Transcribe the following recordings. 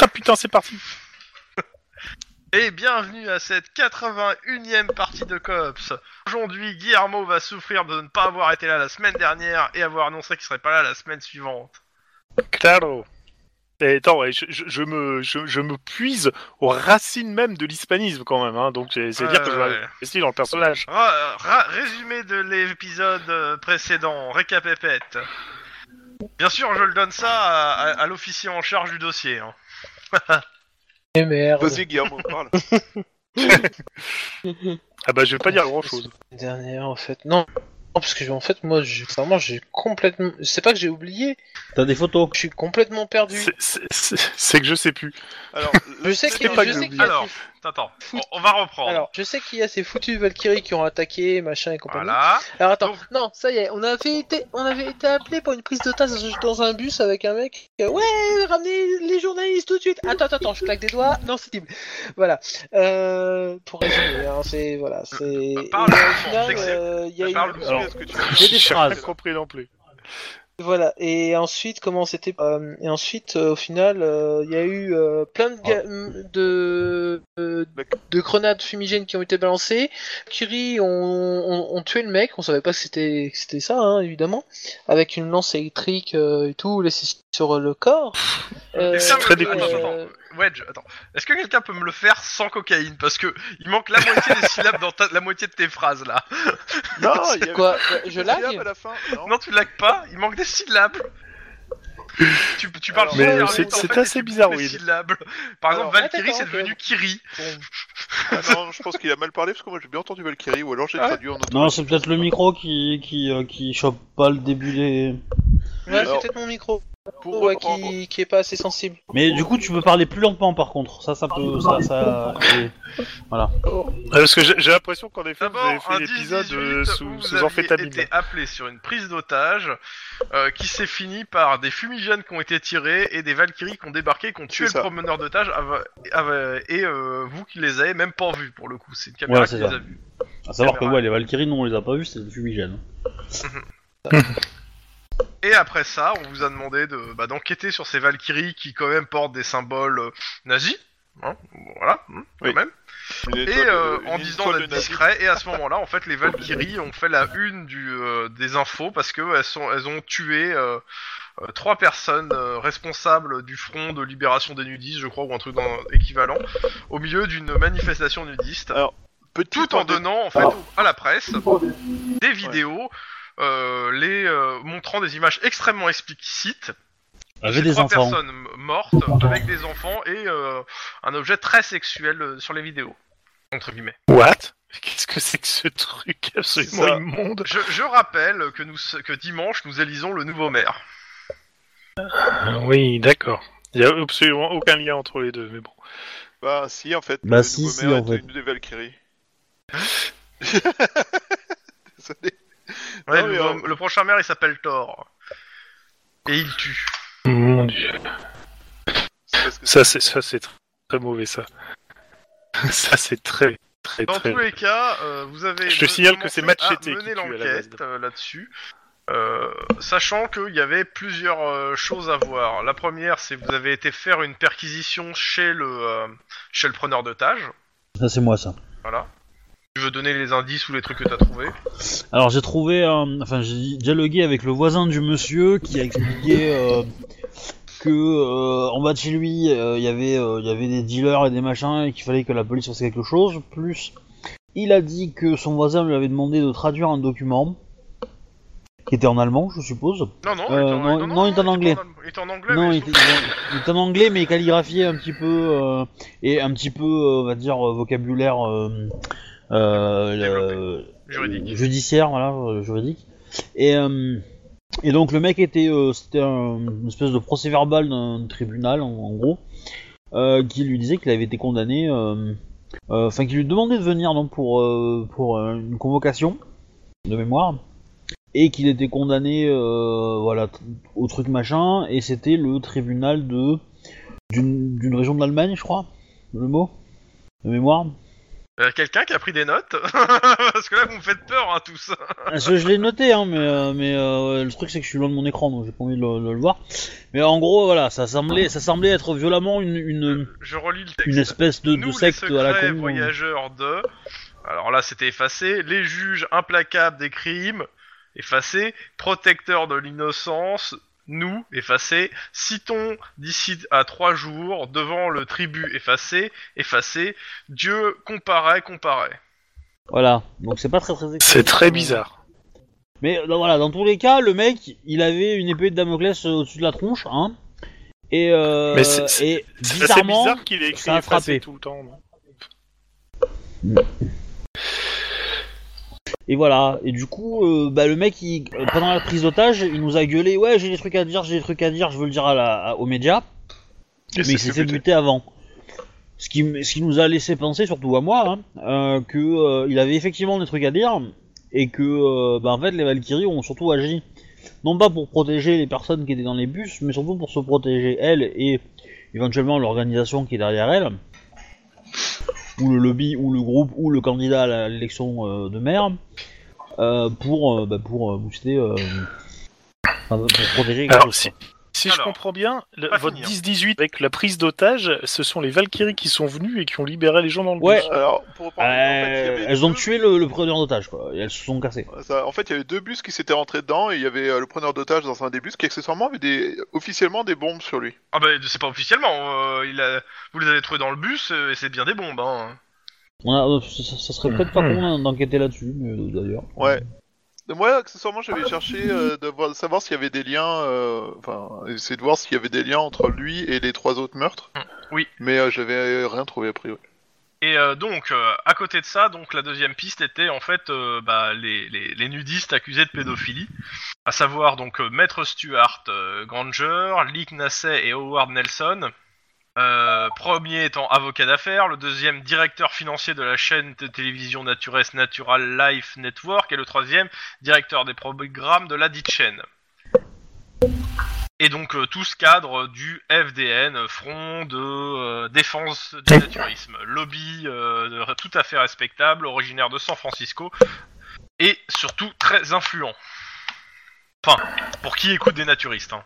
Ah putain, c'est parti Et bienvenue à cette 81ème partie de Cops. Aujourd'hui, Guillermo va souffrir de ne pas avoir été là la semaine dernière et avoir annoncé qu'il serait pas là la semaine suivante. Claro Et attends, ouais, je, je- je me, je, je me puise aux racines même de l'hispanisme quand même, hein, donc c'est c'est Ouais, dire que je ouais. m'investis dans le personnage. Euh, Ra- ra- résumé de l'épisode euh, précédent, récapépète. Bien sûr, je le donne ça à, à- à l'officier en charge du dossier. hein. Eh merde. Vas-y, Guillermo, parle. Ah bah je vais pas dire grand chose. La Dernière en fait. Non. Non, parce que en fait moi j'ai vraiment j'ai complètement c'est pas que j'ai oublié, T'as des photos je suis complètement perdu. C'est- c'est- C'est c'est que je sais plus. Alors, Je sais qu'il y, pas a- je que sais j'ai qu'il y a Alors, ces- Attends, on, on va reprendre. alors, je sais qu'il y a ces foutus Valkyries qui ont attaqué machin et compagnie. voilà. Alors attends, Donc- non, ça y est, on avait été on avait été appelé pour une prise d'otage dans- dans un bus avec un mec. qui- ouais, ramenez les journalistes tout de suite. Attends, attends, attends, je claque des doigts. Non, c'est Tim. Voilà. Euh, pour résumer, hein, c'est voilà, c'est et, Parle euh, au doucement, final, c'est que c'est- euh, il y a parle une, doucement. Zoé, est-ce que tu veux J'ai des J'ai phrases. pas compris non plus. Voilà, et ensuite, comment c'était euh, Et ensuite, euh, au final, euh, il y a eu euh, plein de, ga- Ah. de, euh, de grenades fumigènes qui ont été balancées. Kiri ont, ont, ont tué le mec, on savait pas que c'était que c'était ça, hein, évidemment, avec une lance électrique euh, et tout, laissée sur le corps. Euh, Quelqu'un très me- dégoûtant. attends, attends, attends. Wedge, attends. Est-ce que quelqu'un peut me le faire sans cocaïne Parce que il manque la moitié des syllabes dans ta- la moitié de tes phrases là. Non, Oh, il y a Quoi Je Syllabe à lag la fin Non, Non, tu lagues pas, il manque des syllabes. tu, tu parles Alors, super mais vite, en c'est- fait, c'est et tu assez coupes bizarre, les Will. syllabes. Par Alors, exemple, Valkyrie, d'accord, c'est ok. devenu Kiri. Ah non, je pense qu'il a mal parlé parce que moi j'ai bien entendu Valkyrie ou alors j'ai Ah. traduit en autre. Non, c'est peut-être le micro qui qui, euh, qui chope pas le début des. Ouais, c'est Alors, peut-être mon micro Pour ouais, reprendre- qui, qui est pas assez sensible. Mais du coup, tu peux parler plus lentement par contre. Ça, ça peut. Ça, ça. et- Ah, Parce que j'ai j'ai l'impression qu'en effet vous avez D'abord, fait un l'épisode 10-18 euh, sous, où sous vous aviez amphétamine. été appelé sur une prise d'otage euh, qui s'est finie par des fumigènes qui ont été tirés et des Valkyries qui ont débarqué, qui ont tué C'est le ça. promeneur d'otage av- av- et euh, vous qui les avez même pas vus pour le coup. C'est une caméra Ouais, qui c'est les ça. a vus. À savoir que Caméra. ouais, les Valkyries, non, on les a pas vus, c'est des fumigènes. Et après ça, on vous a demandé de bah, d'enquêter sur ces Valkyries qui quand même portent des symboles euh, nazis. Hein, voilà, hein, quand Oui. même. Une Et étoile euh, de- en une disant étoile d'être de nazi. discret, et à ce moment-là, en fait, les Valkyries ont fait la une du, euh, des infos parce que elles, sont, elles ont tué euh, euh, trois personnes euh, responsables du front de libération des nudistes, je crois, ou un truc dans- équivalent, au milieu d'une manifestation nudiste, Alors, Petit tout en parenthèse- donnant en fait au- à la presse des vidéos. euh, les euh, montrant des images extrêmement explicites Avec ces des trois enfants. personnes m- mortes avec des enfants et euh, un objet très sexuel euh, sur les vidéos entre guillemets. What Qu'est-ce que c'est que ce truc absolument Ça. immonde Je, je rappelle que, nous, que dimanche, nous élisons le nouveau maire. Ah Oui, d'accord. Il y a absolument aucun lien entre les deux, mais bon. Bah si en fait. Bah, le si, nouveau si, maire en est fait. une des Valkyries. Désolé. Ouais, Non, le, mais, nouveau- euh, le prochain maire, il s'appelle Thor. Et il tue. Mon dieu. C'est parce que Ça, c'est ça, c'est tr- très mauvais, ça. ça, c'est très, très, Dans très. tous les cas, euh, vous avez. Je te me- signale que c'est commencé à Machete qui tue mener à la l'enquête base. euh, là-dessus. Euh, sachant qu'il y avait plusieurs euh, choses à voir. La première, c'est que vous avez été faire une perquisition chez le, euh, chez le preneur d'otage. Ça, c'est moi, ça. Voilà. Tu veux donner les indices ou les trucs que t'as trouvés Alors, j'ai trouvé. euh, Enfin, j'ai dialogué avec le voisin du monsieur qui a expliqué. euh, que euh, en bas de chez lui euh, il y avait euh, il y avait des dealers et des machins et qu'il fallait que la police fasse quelque chose plus il a dit que son voisin lui avait demandé de traduire un document qui était en allemand je suppose Non, non, Euh, il était en- non, non, il est en pas anglais. Il était en anglais. non mais il était, il était en anglais mais calligraphié un petit peu euh, et un petit peu euh, on va dire euh, vocabulaire euh, euh, Développé. euh, juridique. euh, judiciaire, voilà, euh, juridique. Et, euh, et donc le mec était, euh, c'était un- une espèce de procès verbal d'un tribunal, en, en gros, euh, qui lui disait qu'il avait été condamné, euh, euh, enfin qui lui demandait de venir donc pour euh, pour euh, une convocation de mémoire, et qu'il était condamné, euh, voilà, t- au truc machin, et c'était le tribunal de d'une d'une région de l'Allemagne, je crois, le mot, de mémoire. Euh, Quelqu'un qui a pris des notes Parce que là, vous me faites peur, hein, tous. Parce que je l'ai noté, hein, mais, euh, mais euh, le truc c'est que je suis loin de mon écran, donc j'ai pas envie de le, de le voir. Mais en gros, voilà, ça semblait, ça semblait être violemment une, une, Je relis le texte. une espèce de, de Nous, secte les à la secrets con. voyageurs de... Alors là, c'était effacé. Les juges implacables des crimes, effacé. Protecteurs de l'innocence, nous, effacé. Citons d'ici à trois jours, devant le tribut, effacé, effacé. Dieu, comparait, comparait. hein. Voilà, donc c'est pas très très. C'est très bizarre. Mais euh, voilà, dans tous les cas, le mec, il avait une épée de Damoclès euh, au-dessus de la tronche, hein. Et, euh, Mais c'est- c'est- et C'est assez bizarrement, bizarre qu'il ait écrit ça a frappé. effacé tout le temps. non et voilà, et du coup, euh, bah, le mec, il, euh, pendant la prise d'otage, il nous a gueulé, ouais, j'ai des trucs à dire, j'ai des trucs à dire, je veux le dire à la, à- aux médias. Et mais c'est il s'est fait buté. buter avant. Ce qui, m- ce qui nous a laissé penser, surtout à moi, hein, euh, que euh, il avait effectivement des trucs à dire et que euh, bah, en fait les Valkyries ont surtout agi non pas pour protéger les personnes qui étaient dans les bus, mais surtout pour se protéger elles et éventuellement l'organisation qui est derrière elles, ou le lobby, ou le groupe, ou le candidat à la- l'élection euh, de maire, euh, pour euh, bah, pour euh, booster, euh, enfin, pour protéger. quelque Alors, chose, si- quoi. Si je Alors, comprends bien, le- pas votre finir. 10-18 avec la prise d'otage, ce sont les Valkyries qui sont venues et qui ont libéré les gens dans le Ouais. bus. Alors, pour reprendre, en fait, il y Euh, avait elles ont deux- tué le, le preneur d'otage, quoi. Et elles se sont cassées. ça- en fait, il y avait deux bus qui s'étaient rentrés dedans et il y avait euh, le preneur d'otage dans un des bus qui accessoirement avait des... officiellement des bombes sur lui. Ah bah, c'est pas officiellement. euh, il a... Vous les avez trouvés dans le bus, euh, et c'est bien des bombes, hein. On a- euh, ça, ça- ça serait peut-être pas Mhm. con d'enquêter là-dessus, mais euh, d'ailleurs. Ouais. Moi, accessoirement, j'avais cherché euh, de, voir- de savoir s'il y avait des liens, euh, enfin, essayer de voir s'il y avait des liens entre lui et les trois autres meurtres. Mm. Oui. Mais euh, j'avais euh, rien trouvé a priori. Et euh, donc, euh, à côté de ça, donc la deuxième piste était en fait euh, bah, les, les- les nudistes accusés de pédophilie, à savoir donc euh, Maître Stuart euh, Granger, Lick Nasset et Howard Nelson. Euh, premier étant avocat d'affaires, le deuxième directeur financier de la chaîne de télévision Natures Natural Life Network et le troisième directeur des programmes de la dite chaîne. Et donc euh, tout ce cadre du FDN, euh, Front de euh, défense du naturisme, lobby euh, de- tout à fait respectable, originaire de San Francisco, et surtout très influent. Enfin, pour qui écoute des naturistes. hein.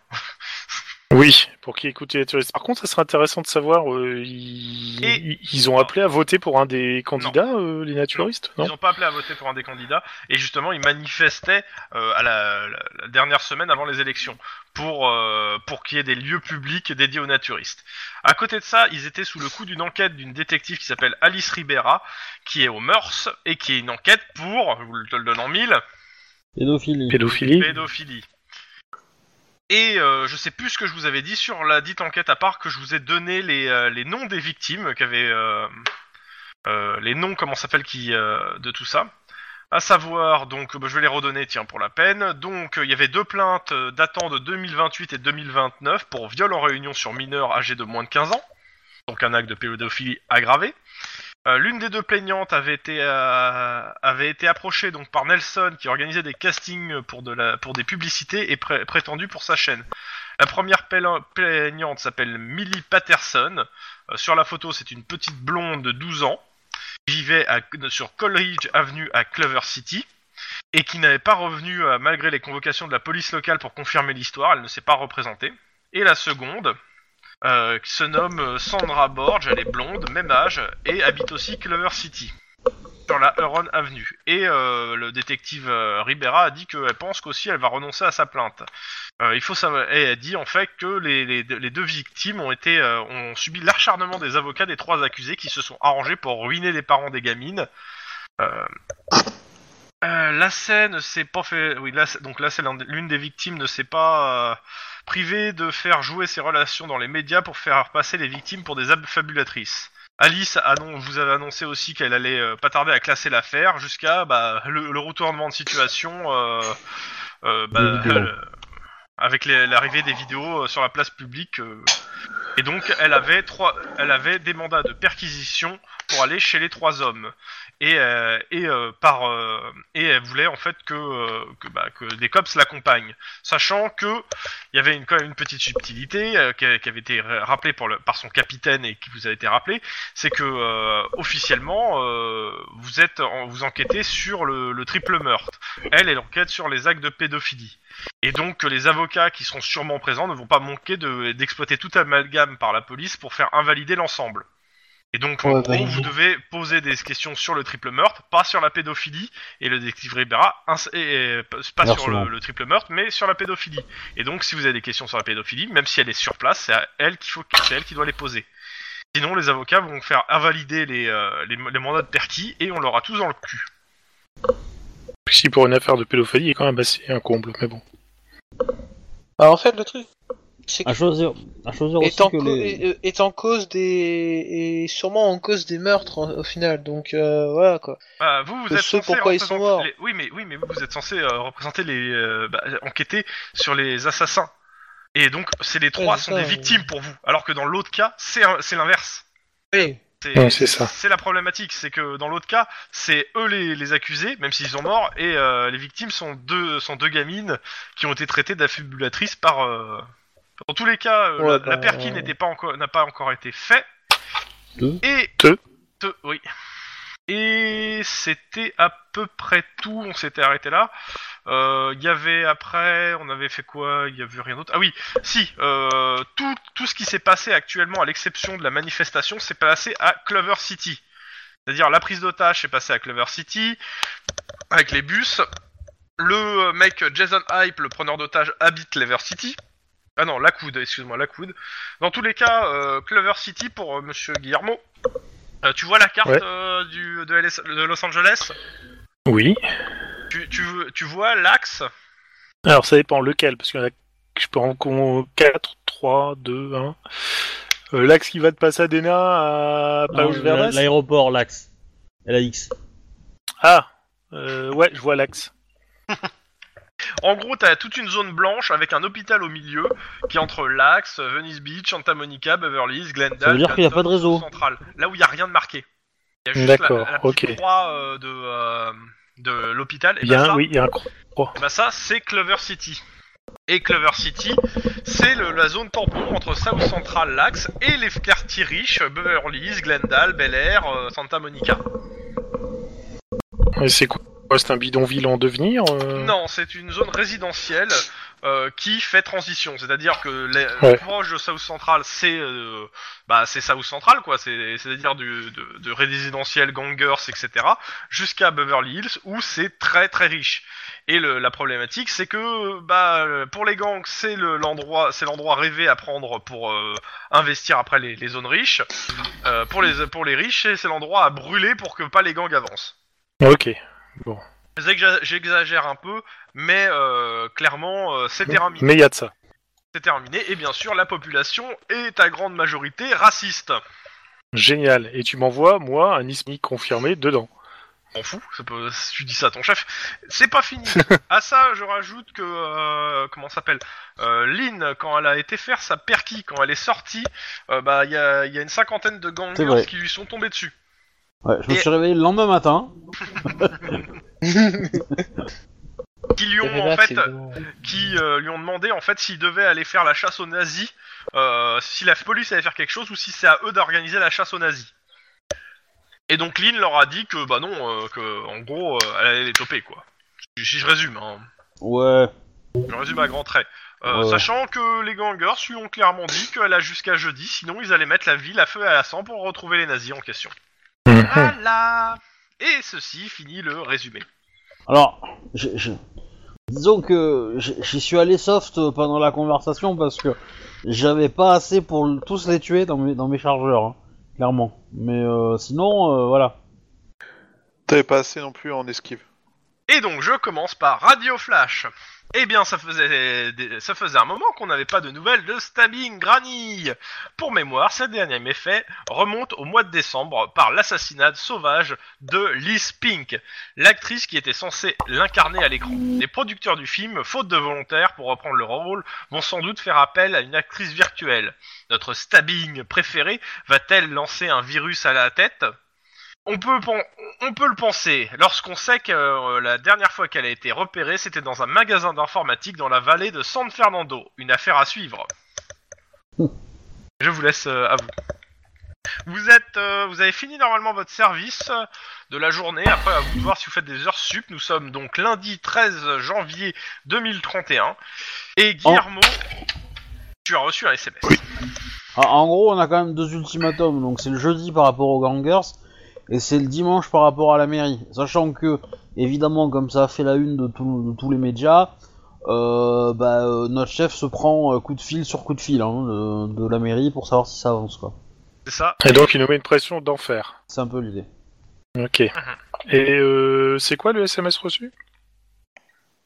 Oui, pour qui écoute les touristes. Par contre, ça serait intéressant de savoir, euh, ils, Et- ils ont appelé à voter pour un des candidats, euh, les naturistes Non, Ils n'ont pas appelé à voter pour un des candidats, et justement ils manifestaient euh, à la, la- la dernière semaine avant les élections pour, euh, pour qu'il y ait des lieux publics dédiés aux naturistes. À côté de ça, ils étaient sous le coup d'une enquête d'une détective qui s'appelle Alice Ribera, qui est aux mœurs, et qui est une enquête pour, je vous le- te le donne en mille, Pédophilie. Pédophilie pédophilie. Et euh, je sais plus ce que je vous avais dit sur la dite enquête, à part que je vous ai donné les, euh, les noms des victimes, qui avaient, euh, euh, les noms, comment ça s'appelle, qui euh, de tout ça. À savoir, donc, bah, je vais les redonner, tiens, pour la peine. Donc, euh, il y avait deux plaintes euh, datant de 2028 et 2029 pour viol en réunion sur mineurs âgés de moins de 15 ans, donc un acte de pédophilie aggravé. Euh, L'une des deux plaignantes avait été, euh, avait été approchée donc par Nelson qui organisait des castings pour, de la, pour des publicités et pré- prétendu pour sa chaîne. La première pla- plaignante s'appelle Millie Patterson. Euh, sur la photo, c'est une petite blonde de 12 ans qui vivait à- sur Coleridge Avenue à Clover City et qui n'avait pas revenu euh, malgré les convocations de la police locale pour confirmer l'histoire. Elle ne s'est pas représentée. Et la seconde, euh, qui se nomme euh, Sandra Borge, elle est blonde, même âge, et habite aussi Clover City, sur la Huron Avenue. Et euh, le détective euh, Ribera a dit qu'elle pense qu'aussi elle va renoncer à sa plainte. Euh, il faut savoir, et elle dit en fait que les, les deux- les deux victimes ont été euh, ont subi l'acharnement des avocats des trois accusés qui se sont arrangés pour ruiner les parents des gamines. Euh, euh, la scène s'est pas fait. Oui, la- donc là, c'est l'une des victimes ne s'est pas euh, privée de faire jouer ses relations dans les médias pour faire passer les victimes pour des fabulatrices. Alice annon- vous avait annoncé aussi qu'elle allait euh, pas tarder à classer l'affaire jusqu'à bah, le, le retournement de situation euh, euh, bah, Des vidéos. euh, avec les- l'arrivée des vidéos euh, sur la place publique euh, Et donc, elle avait, trois, elle avait des mandats de perquisition pour aller chez les trois hommes. Et, euh, et, euh, par, euh, et elle voulait en fait que, euh, que, bah, que des cops l'accompagnent. Sachant que il y avait une, quand même une petite subtilité euh, qui, a- qui avait été ra- rappelée par, le, par son capitaine et qui vous a été rappelée, c'est que euh, officiellement, euh, vous, êtes en- vous enquêtez sur le, le triple meurtre. Elle, elle enquête sur les actes de pédophilie. Et donc euh, les avocats qui seront sûrement présents ne vont pas manquer de- d'exploiter tout amalgame par la police pour faire invalider l'ensemble. Et donc en Ouais, gros, bah, vous ils- devez poser des questions sur le triple meurtre, pas sur la pédophilie, et le détective Ribera, ins- et- et- pas sur Absolument. le, le triple meurtre, mais sur la pédophilie. Et donc si vous avez des questions sur la pédophilie, même si elle est sur place, c'est à elle qu'il faut, c'est elle qui doit les poser. Sinon les avocats vont faire invalider les, euh, les, les mandats de perquis et on l'aura tous dans le cul. Si pour une affaire de pédophilie, est quand même assez un comble, mais bon. Bah, en fait, le truc, c'est que À choisir, à choisir aussi est en, que co- les... est- est en cause des. et sûrement en cause des meurtres en- au final, donc euh, voilà quoi. Bah, vous, vous Je êtes sais censé pourquoi ils sont représenter morts. les- Oui, mais oui, mais vous, vous êtes censé euh, représenter les euh, bah, enquêter sur les assassins. Et donc, c'est les trois c'est sont ça, des oui. victimes pour vous, alors que dans l'autre cas, c'est un- c'est l'inverse. Oui. Ouais, c'est ça. C'est la problématique, c'est que dans l'autre cas, c'est eux les, les accusés, même s'ils sont morts, et euh, les victimes sont deux sont deux gamines qui ont été traitées d'affibulatrices par. euh, Dans tous les cas, euh, Ouais, la, bah, la perquis euh, n'était pas encore n'a pas encore été fait. Deux. Et Deux. Deux, oui. Et c'était à peu près tout. On s'était arrêté là. Euh, Il y avait après, on avait fait quoi Il y avait rien d'autre. Ah oui, si. euh, tout, tout ce qui s'est passé actuellement, à l'exception de la manifestation, s'est passé à Clover City. C'est-à-dire la prise d'otage s'est passée à Clover City avec les bus. Le euh, mec Jason Hype, le preneur d'otage, habite Clover City. Ah non, Lackwood, excuse-moi, Lackwood. Dans tous les cas, euh, Clover City pour euh, Monsieur Guillermo. Euh, tu vois la carte Ouais. euh, du, de, LS de Los Angeles Oui. tu, tu, tu vois l'axe Alors ça dépend lequel, parce qu'il y en a, je peux en con- 4, 3, 2, 1. Euh, L'axe qui va de Pasadena à Palos Non, Verdes Ah, L'aéroport, l'axe. LAX. Ah euh, Ouais, je vois l'axe. En gros, t'as toute une zone blanche avec un hôpital au milieu qui est entre l'Axe, Venice Beach, Santa Monica, Beverly Hills, Glendale. Ça veut dire qu'il y a Canton, pas de réseau. Central, là où il y a rien de marqué. Il y a juste la- D'accord, la, petite ok. croix, euh, de, euh, de l'hôpital. Et ben Bien, ça, oui, il y a un cro- et ben ça, c'est Clover City. Et Clover City, c'est le- la zone tampon entre South Central, l'Axe, et les quartiers riches, Beverly Hills, Glendale, Bel Air, euh, Santa Monica. Mais C'est quoi C'est un bidonville en devenir euh Non, c'est une zone résidentielle euh, qui fait transition. C'est-à-dire que les, Ouais. proche de South Central, c'est euh, bah, c'est South Central, quoi. C'est- C'est-à-dire du de, de résidentiel, gangers, etc. Jusqu'à Beverly Hills, où c'est très très riche. Et le- la problématique, c'est que bah, euh, pour les gangs, c'est le- l'endroit, c'est l'endroit rêvé à prendre pour euh, investir après les, les zones riches. Euh, pour les pour les riches, c'est- c'est l'endroit à brûler pour que pas les gangs avancent. Ok. Je sais que j'a- j'exagère un peu, mais euh, clairement, euh, c'est terminé. Mais il y a de ça. C'est terminé. Et bien sûr, la population est à grande majorité raciste. Génial. Et tu m'envoies, moi, un ismique confirmé dedans. M'en fous, ça peut- si tu dis ça à ton chef. C'est pas fini. à ça, je rajoute que euh, comment ça s'appelle euh, Lynn, quand elle a été faire sa perquis, quand elle est sortie, euh, bah il y a, il y a une cinquantaine de C'est vrai. gangers qui lui sont tombés dessus. Ouais, je me Et- suis réveillé le lendemain matin. Qui lui ont en fait qui euh, lui ont demandé en fait s'ils devaient aller faire la chasse aux nazis, euh, si la police allait faire quelque chose ou si c'est à eux d'organiser la chasse aux nazis. Et donc Lynn leur a dit que bah non, euh, que en gros euh, elle allait les toper quoi. Si je résume, hein. Ouais. je résume à grands traits. Euh, Ouais. Sachant que les gangers lui ont clairement dit qu'elle a jusqu'à jeudi, sinon ils allaient mettre la ville à feu et à la sang pour retrouver les nazis en question. Mhm. Voilà Et ceci finit le résumé. Alors, je- je- disons que j- j'y suis allé soft pendant la conversation parce que j'avais pas assez pour le- tous les tuer dans mes, dans mes chargeurs, hein, clairement. Mais euh, sinon, euh, voilà. T'avais pas assez non plus en esquive. Et donc je commence par Radio Flash. Eh bien, ça faisait, des- ça faisait un moment qu'on n'avait pas de nouvelles de Stabbing Granny. Pour mémoire, ces derniers méfaits remontent au mois de décembre par l'assassinat sauvage de Liz Pink, l'actrice qui était censée l'incarner à l'écran. Les producteurs du film, faute de volontaires pour reprendre le rôle, vont sans doute faire appel à une actrice virtuelle. Notre Stabbing préférée va-t-elle lancer un virus à la tête on peut, pen- on peut le penser, lorsqu'on sait que euh, la dernière fois qu'elle a été repérée, c'était dans un magasin d'informatique dans la vallée de San Fernando. Une affaire à suivre. Je vous laisse euh, à vous. Vous êtes, euh, vous avez fini normalement votre service euh, de la journée. Après, à vous de voir si vous faites des heures sup. Nous sommes donc lundi 13 janvier 2031. Et Guillermo, tu as reçu un SMS. En- Ah, En gros, on a quand même deux ultimatums. Donc, c'est le jeudi par rapport aux gangers et c'est le dimanche par rapport à la mairie. Sachant que, évidemment, comme ça a fait la une de, tout- de tous les médias, euh, bah, euh, notre chef se prend euh, coup de fil sur coup de fil hein, de, de la mairie pour savoir si ça avance. quoi. C'est ça Et donc il nous met une pression d'enfer. C'est un peu l'idée. Ok. Mhm. Et euh, c'est quoi le SMS reçu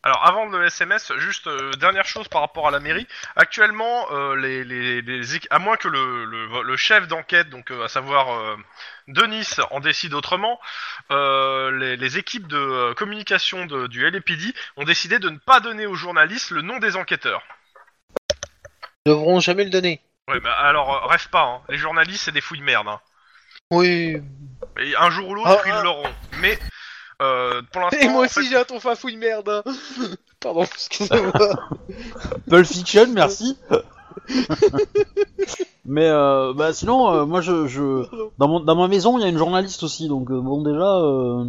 Alors avant le SMS, juste euh, dernière chose par rapport à la mairie. Actuellement, euh, les, les- les équ- à moins que le, le- le chef d'enquête, donc euh, à savoir euh, Denis, en décide autrement, euh, les, les équipes de euh, communication de- du LAPD ont décidé de ne pas donner aux journalistes le nom des enquêteurs. devront jamais le donner. Ouais, bah, alors euh, rêve pas, hein. les journalistes c'est des fouilles de merde. hein. Oui. Et un jour ou l'autre, Ah, ils ah. l'auront. Mais euh, pour l'instant, Et moi en fait, aussi j'ai un ton fouille merde. hein. Pardon, excusez-moi. Pulp Fiction, merci. Mais euh, bah, sinon, euh, moi, je, je- dans, mon- dans ma maison, il y a une journaliste aussi. Donc, euh, bon, déjà, euh,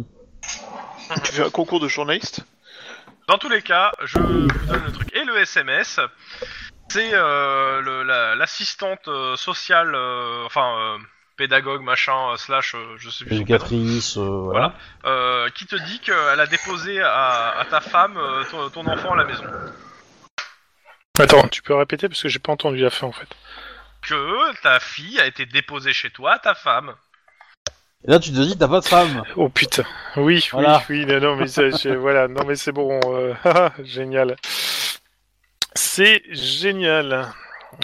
Tu fais un concours de journaliste Dans tous les cas, je vous donne le truc. Et le SMS, c'est euh, le- la- l'assistante euh, sociale, euh, enfin euh, pédagogue, machin, euh, slash, euh, je sais plus. son prénom, éducatrice, euh, voilà. Voilà. euh, qui te dit qu'elle a déposé à, à ta femme euh, ton, ton enfant à la maison. Attends, tu peux répéter parce que j'ai pas entendu la fin en fait. Que ta fille a été déposée chez toi, à ta femme. Et là, tu te dis, t'as pas de femme. Oh putain. Oui, Voilà. oui, oui. Non, non, mais ça, j'ai- voilà. Non, mais c'est bon. euh, haha, génial. C'est génial.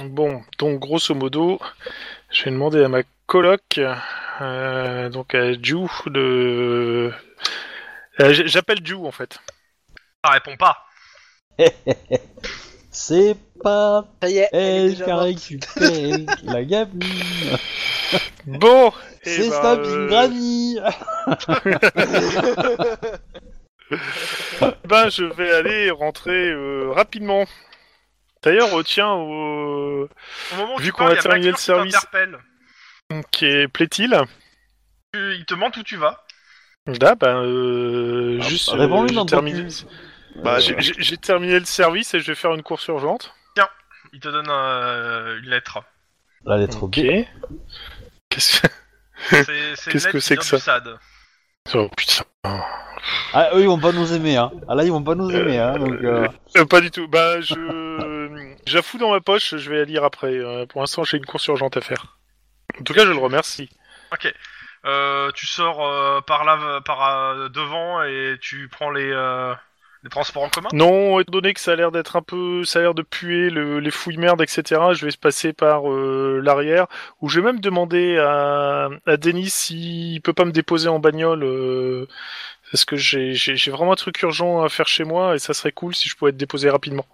Bon, donc grosso modo, je vais demander à ma coloc, euh, donc à Ju de. Euh, j- J'appelle Ju en fait. Ça répond pas. C'est pas Ça y est. elle est elle déjà qui a morte. récupéré la gamine. Bon. eh C'est ben, Stabbing euh, Granny. Ben, je vais aller rentrer euh, rapidement. D'ailleurs, euh, tiens, au... Au moment où Vu tu qu'on parles, va il y terminer a McClure le qui service. t'interpelle. qui est plaît-il Tu- Il te demande où tu vas. Là, ben, euh, Ah, juste, bah, réponds-lui j'ai dans ton terminé- cul. Bah, j'ai- j'ai j'ai terminé le service et je vais faire une course urgente. Il te donne euh, une lettre. La lettre B. Qu'est-ce que... C'est c'est une Qu'est-ce lettre que qui c'est que vient du SAD. Oh putain. Ah, eux, ils vont pas nous aimer, hein. Ah, là, ils vont pas nous aimer, hein. Donc, euh, Euh, pas du tout. Bah, je... J'affoue dans ma poche, je vais la lire après. Euh, pour l'instant, j'ai une course urgente à faire. En tout cas, je le remercie. Euh, tu sors euh, par là, par euh, devant et tu prends les, euh, les transports en commun. Non, étant donné que ça a l'air d'être un peu, ça a l'air de puer le- les fouilles merdes, etc. Je vais se passer par euh, l'arrière, où je vais même demander à, à Denis s'il peut pas me déposer en bagnole, euh, parce que j'ai, j'ai- j'ai vraiment un truc urgent à faire chez moi et ça serait cool si je pouvais être déposé rapidement.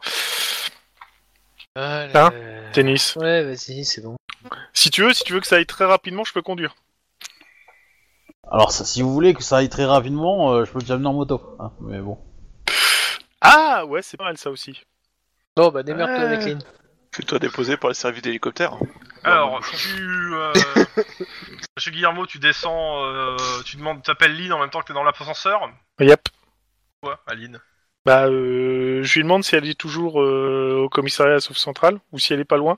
Ah, Hein là. Denis, Ouais, vas-y, c'est bon. si tu veux, si tu veux que ça aille très rapidement, je peux conduire. alors, ça, si vous voulez que ça aille très rapidement, euh, je peux te amener en moto. hein, Mais bon. Ah ouais, c'est pas mal ça aussi. Bon, bah démerde-toi Euh. avec Lynn. Fais-toi déposer par les services d'hélicoptère. Alors, tu, euh, Monsieur Guillermo, tu descends, euh, tu demandes, t'appelles Lynn en même temps que t'es dans l'ascenseur. Yep. Quoi, Aline Bah, euh, je lui demande si elle est toujours euh, au commissariat à Sauf Centrale ou si elle est pas loin,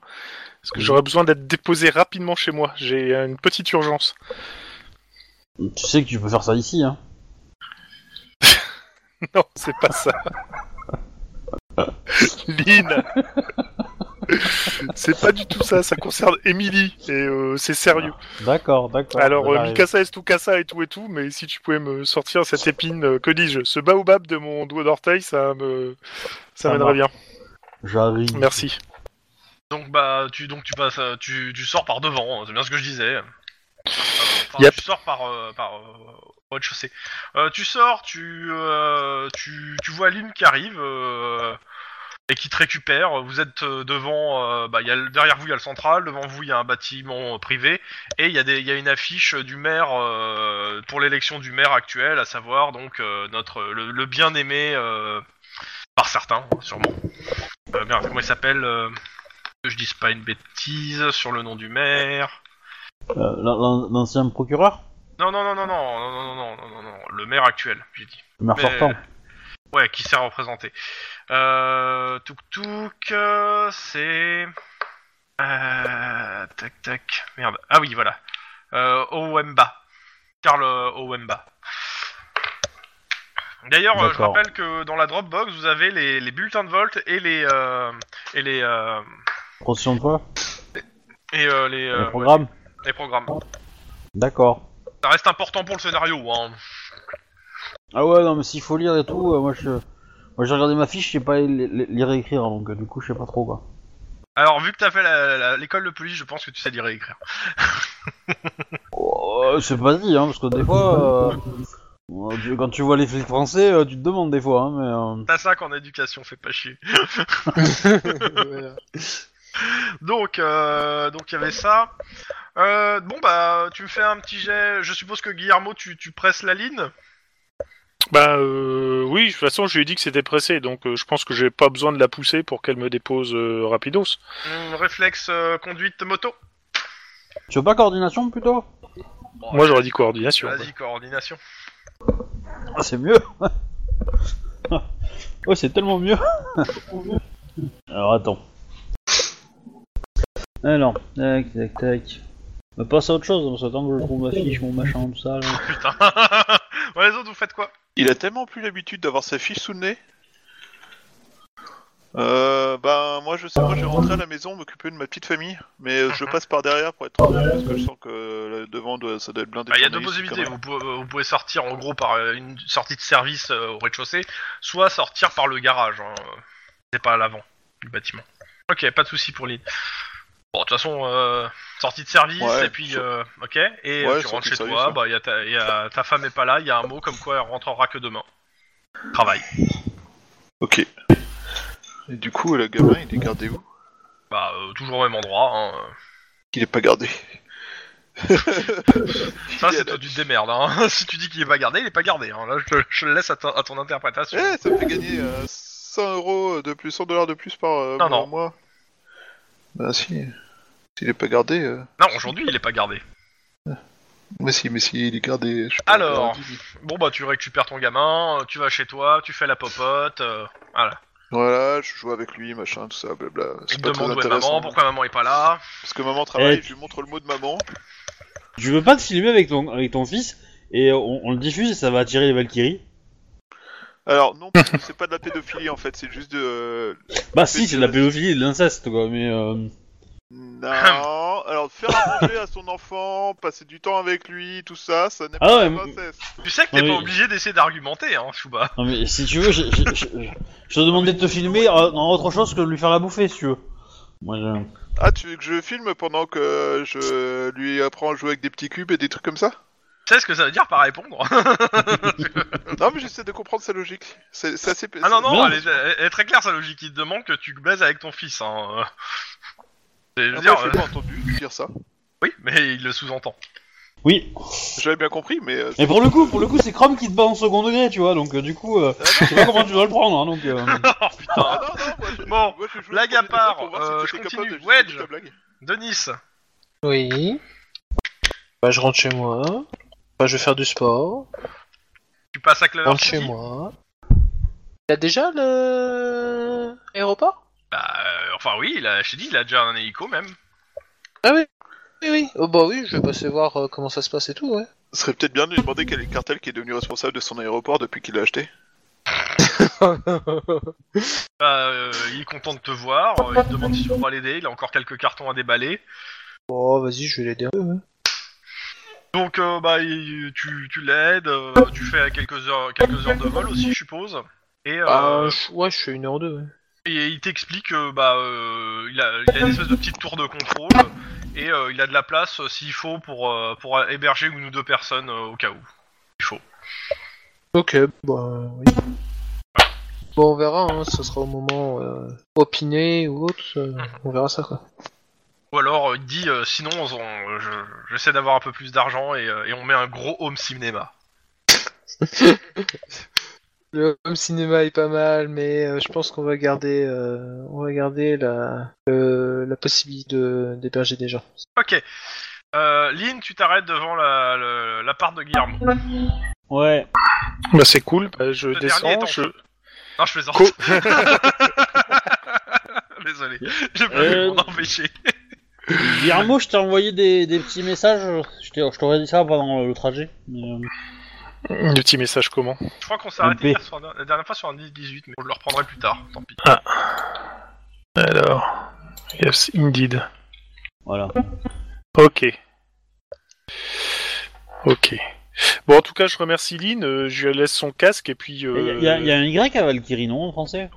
parce que j'aurais besoin d'être déposé rapidement chez moi. J'ai euh, une petite urgence. Tu sais que tu peux faire ça ici, hein. Non, c'est pas ça. Lynn C'est pas du tout ça, ça concerne Emily et euh, c'est sérieux. D'accord, d'accord. Bah, Alors, Ah, ça euh, va Mikasa est tout cassa et tout et tout, mais si tu pouvais me sortir cette épine, euh, que dis-je, ce baobab de mon doigt d'orteil, ça me. Ça, Ça m'aiderait bien. arriver. J'arrive. Merci. Donc bah tu donc tu passes euh, tu, tu sors par devant, hein, c'est bien ce que je disais. Euh, enfin, Yep. Tu sors par euh, par euh, au rez-de-chaussée. Euh, tu sors, tu, euh, tu tu vois Lynn qui arrive euh, et qui te récupère. Vous êtes euh, devant, euh, bah, il y a le- derrière vous il y a le central, devant vous il y a un bâtiment euh, privé et il y a des il y a une affiche du maire euh, pour l'élection du maire actuel, à savoir donc euh, notre le, le bien aimé euh, par certains hein, sûrement. Euh, merde, comment il s'appelle? euh, que je dise pas une bêtise sur le nom du maire. Euh, l'an- l'an- L'ancien procureur Non, non, non, non, non, non, non, non, non, non, non, non, le maire actuel, j'ai dit. Le maire Mais- euh, sortant. Ouais, qui s'est représenté. Euh, touk touk, euh, c'est. Euh, tac tac, merde. Ah oui, voilà. Euh, Owemba. Carl euh, Owemba. D'ailleurs, euh, je D'accord. rappelle que dans la Dropbox, vous avez les, les bulletins de vote et les. euh, et les. euh, Procession de foi et euh, les, euh, Le programme ouais, les programmes. D'accord. Ça reste important pour le scénario, hein. Ah ouais, non, mais s'il faut lire et tout, euh, moi je. Moi j'ai regardé ma fiche, je sais pas les- les- lire et écrire, donc euh, du coup je sais pas trop quoi. Alors, vu que t'as fait la- la- l'école de police, je pense que tu sais lire et écrire. Oh, c'est pas dit, hein, parce que des fois, euh, euh, tu- quand tu vois les flics français, euh, tu te demandes des fois, hein, mais. euh, T'as ça qu'en éducation, fais pas chier. Voilà. Donc, euh, donc il y avait ça. Euh, bon, bah, tu me fais un petit jet. Je suppose que Guillermo, tu, tu presses la ligne. Bah euh, oui, de toute façon, je lui ai dit que c'était pressé, donc euh, je pense que j'ai pas besoin de la pousser pour qu'elle me dépose euh, rapidos. Hum, réflexe euh, conduite moto. Tu veux pas coordination plutôt Bon, Moi, j'aurais dit coordination. Vas-y, ouais. coordination. Ah, c'est mieux Ouais, c'est tellement mieux Alors attends. Alors, tac, tac, tac. On va passer à autre chose, parce que tant que je trouve ma fiche, mon machin, tout ça. Là. Putain. bon, les autres, vous faites quoi Il a tellement plus l'habitude d'avoir sa fiche sous le nez. Euh, ben moi je sais, moi je vais rentrer à la maison, m'occuper de ma petite famille, mais euh, je Mm-hmm. passe par derrière pour être honnête, parce que je sens que euh, là, devant doit- ça doit être blindé. Bah, Il y a de deux journalistes, possibilités. quand Vous pouvez, vous pouvez sortir en gros par euh, une sortie de service euh, au rez-de-chaussée, soit sortir par le garage. hein. C'est pas à l'avant du bâtiment. Ok, pas de souci pour l'île. Bon, de toute façon, euh, sortie de service, Ouais, et puis. sur- euh, ok, et Ouais, euh, tu rentres sortie chez de service, toi, ouais. bah, y a ta, y a- ta femme est pas là, il y a un mot comme quoi elle rentrera que demain. Travail. Ok. Et du coup le gamin il est gardé où Bah, euh, toujours au même endroit. hein. Il est pas gardé. Ça, Il est c'est là. toi, tu te démerdes. hein. si tu dis qu'il est pas gardé, il est pas gardé. hein. Là, je, te- je le laisse à, ta- à ton interprétation. Eh, ça me fait gagner euh, 100 euros de plus, 100 dollars de plus par euh, Non, par non. mois. Ben si. S'il est pas gardé. euh, Non, aujourd'hui, il est pas gardé. Mais si, mais si, il est gardé. je sais pas, Alors, il est gardé. bon bah tu récupères ton gamin, euh, tu vas chez toi, tu fais la popote, euh, voilà. Voilà, je joue avec lui, machin, tout ça, blabla. Il C'est te pas très demande où est intéressant. maman, pourquoi maman est pas là. Parce que maman travaille, Eh. je lui montre le mot de maman. Je veux pas te filmer avec ton, avec ton fils, et on, on le diffuse et ça va attirer les Valkyries. Alors, non, parce que c'est pas de la pédophilie en fait, c'est juste de. euh, Bah si, c'est de la pédophilie et de l'inceste, quoi, mais... euh, Non, alors faire à manger à son enfant, passer du temps avec lui, tout ça, ça n'est Ah pas ouais, la princesse. Tu sais que t'es Oui. pas obligé d'essayer d'argumenter, hein, Chouba. Non mais si tu veux, j'ai- j'ai- j'ai- je te demandais de te filmer euh, dans autre chose que de lui faire la bouffer, si tu veux. Moi, je- Ah, tu veux que je filme pendant que je lui apprends à jouer avec des petits cubes et des trucs comme ça Tu sais ce que ça veut dire par répondre Non, mais j'essaie de comprendre sa logique. C'est c'est assez. Ah non, non, Non. Elle, est, elle est très claire sa logique, il te demande que tu baises avec ton fils, hein. euh. C'est- je veux Après, dire, Ah, je euh, l'ai pas entendu dire ça. oui, mais il le sous-entend. Oui. J'avais bien compris, mais. euh, Mais pour le coup, pour le coup, c'est Chrome qui te bat en second degré, tu vois, donc euh, du coup, euh, je sais pas comment tu dois le prendre, hein, donc... euh, oh putain Ah non, non, moi, je- Bon, moi, je joue blague le à premier part, degré pour voir euh, si je t'étais capable continue. de Wedge. justifier ta blague. Denis Oui. Bah, je rentre chez moi. Bah, je vais faire du sport. tu passes à Je Clover rentre City chez moi. T'as déjà le aéroport Bah, euh, enfin oui, il a, je t'ai dit, il a déjà un hélico même. Ah oui. Oui, oui. Oh, bah oui, je vais passer voir euh, comment ça se passe et tout, ouais. Ce serait peut-être bien de lui demander quel est le cartel qui est devenu responsable de son aéroport depuis qu'il l'a acheté. Bah, euh, il est content de te voir, euh, il te demande si tu pourras l'aider, il a encore quelques cartons à déballer. Oh, vas-y, je vais l'aider un peu. hein. Donc euh, bah il- tu, tu l'aides, euh, Ah. tu fais quelques heures quelques heures de vol aussi je suppose. Et, euh, Ah. Bah, je- ouais, je fais une heure deux. ouais. et il t'explique que bah euh, il, a, il a une espèce de petite tour de contrôle et euh, il a de la place euh, s'il faut pour euh, pour héberger une ou deux personnes euh, au cas où. Il faut. Ok, bah oui. Bon, on verra, hein, ce sera au moment euh, opiné ou autre, euh, on verra ça quoi. Ou alors euh, il dit euh, sinon on- euh, je- j'essaie d'avoir un peu plus d'argent et, euh, et on met un gros home cinéma. Le home cinéma est pas mal, mais euh, je pense qu'on va garder, euh, on va garder la, euh, la possibilité de- d'héberger des gens. Ok. Euh, Lynn, tu t'arrêtes devant la, le- la part de Guillermo. Ouais. Bah c'est cool, bah, je Le dernier est descends, en je... feu. Non, je plaisante. Co- Désolé, j'ai pas Euh, pu m'en empêcher. Guillermo, je t'ai envoyé des, des petits messages. Je t'ai- je t'aurais dit ça pendant le trajet. mais, euh, Le petit message comment Je crois qu'on s'est arrêté Loupé. hier sur un- la dernière fois sur un 10-18, mais on le reprendrait plus tard, tant pis. Alors, yes, indeed. Voilà. Ok. Ok. Bon, en tout cas, je remercie Lynn, euh, je lui laisse son casque et puis... Il y, euh, a- y a- y a un Y à Valkyrie, non, en français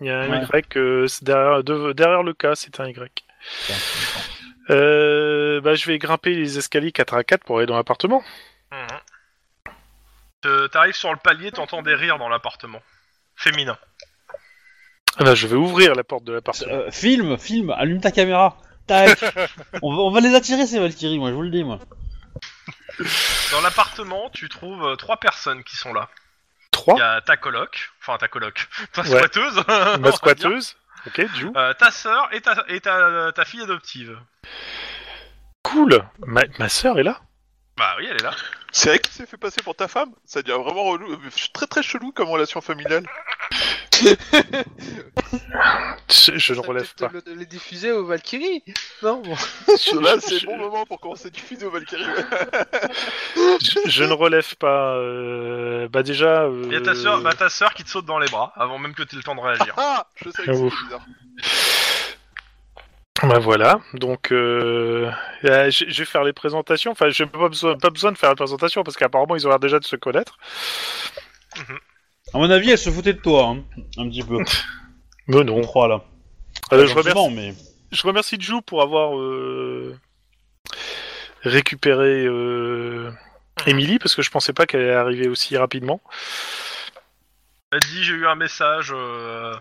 Il y a un Ouais. Y euh, c'est derrière, de- derrière le K, c'est un Y. Euh, bah, je vais grimper les escaliers 4 à 4 pour aller dans l'appartement. Mhm. Te- T'arrives sur le palier, t'entends des rires dans l'appartement. Féminin. Ah, Là, je vais ouvrir la porte de l'appartement. Euh, Film, film, allume ta caméra. Tac. on, va, on va les attirer, ces Valkyries, moi, je vous le dis, moi. Dans l'appartement, tu trouves euh, trois personnes qui sont là. 3, Il y a ta coloc, enfin ta coloc, ta Ouais. squatteuse, on ma va dire. squatteuse. Ok, Jou. Euh, ta sœur et, ta, et ta, ta fille adoptive. Cool Ma, ma sœur est là Bah oui, elle est là. C'est elle qui s'est fait passer pour ta femme Ça devient vraiment relou, euh, très très chelou comme relation familiale. Je, je ne relève pas. Peut-être le- Les diffuser aux Valkyries Non, bon. Là, c'est je- le bon hein. moment pour commencer du fuseau Valkyrie. Je, je ne relève pas. euh, Bah déjà... euh, Il y a ta sœur, bah, ta sœur qui te saute dans les bras avant même que tu aies le temps de réagir. Ah, je sais que J'avoue. c'est bizarre. Bah voilà, donc euh, euh, je, je vais faire les présentations. Enfin, j'ai pas besoin, pas besoin de faire la présentation parce qu'apparemment ils ont l'air déjà de se connaître. À mon avis, elle se foutait de toi, hein. Un petit peu. Mais non. On croit, là. Euh, je, remercie, Gentiment, mais... je remercie Jou pour avoir euh, récupéré euh, Emily parce que je pensais pas qu'elle allait arriver aussi rapidement. Elle dit j'ai eu un message euh,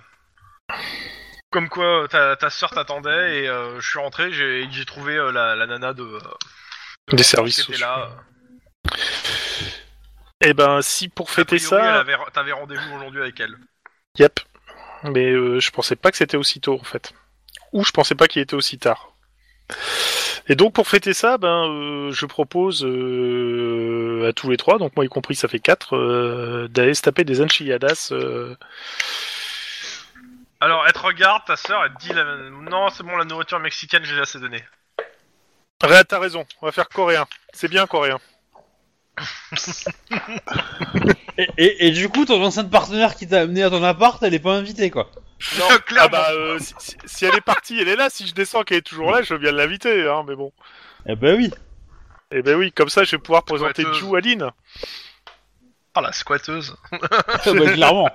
comme quoi euh, ta, ta soeur t'attendait et euh, je suis rentré j'ai j'ai trouvé euh, la, la nana de, euh, de Des l'enfant services qui était là. Eh ben, si pour A fêter priori, elle ça, avait- T'avais rendez-vous aujourd'hui avec elle. yep. Mais euh, je pensais pas que c'était aussi tôt en fait, ou je pensais pas qu'il était aussi tard. Et donc pour fêter ça, ben euh, je propose euh, à tous les trois, donc moi y compris, ça fait quatre, euh, d'aller se taper des enchiladas. euh, Alors elle te regarde ta soeur elle te dit la- non c'est bon la nourriture mexicaine j'ai assez donné. Ouais, t'as raison, on va faire coréen. C'est bien coréen. Et, et- et du coup, ton ancienne partenaire qui t'a amené à ton appart, elle est pas invitée, quoi. Clairement. Ah bah, euh, si, si- si elle est partie, elle est là. Si je descends qu'elle est toujours là, je veux bien l'inviter, hein, mais bon. Eh ben oui. Et ben oui, comme ça, je vais pouvoir présenter Squatteuse. Jou à Lynn. Ah, la squatteuse. Ah bah, clairement.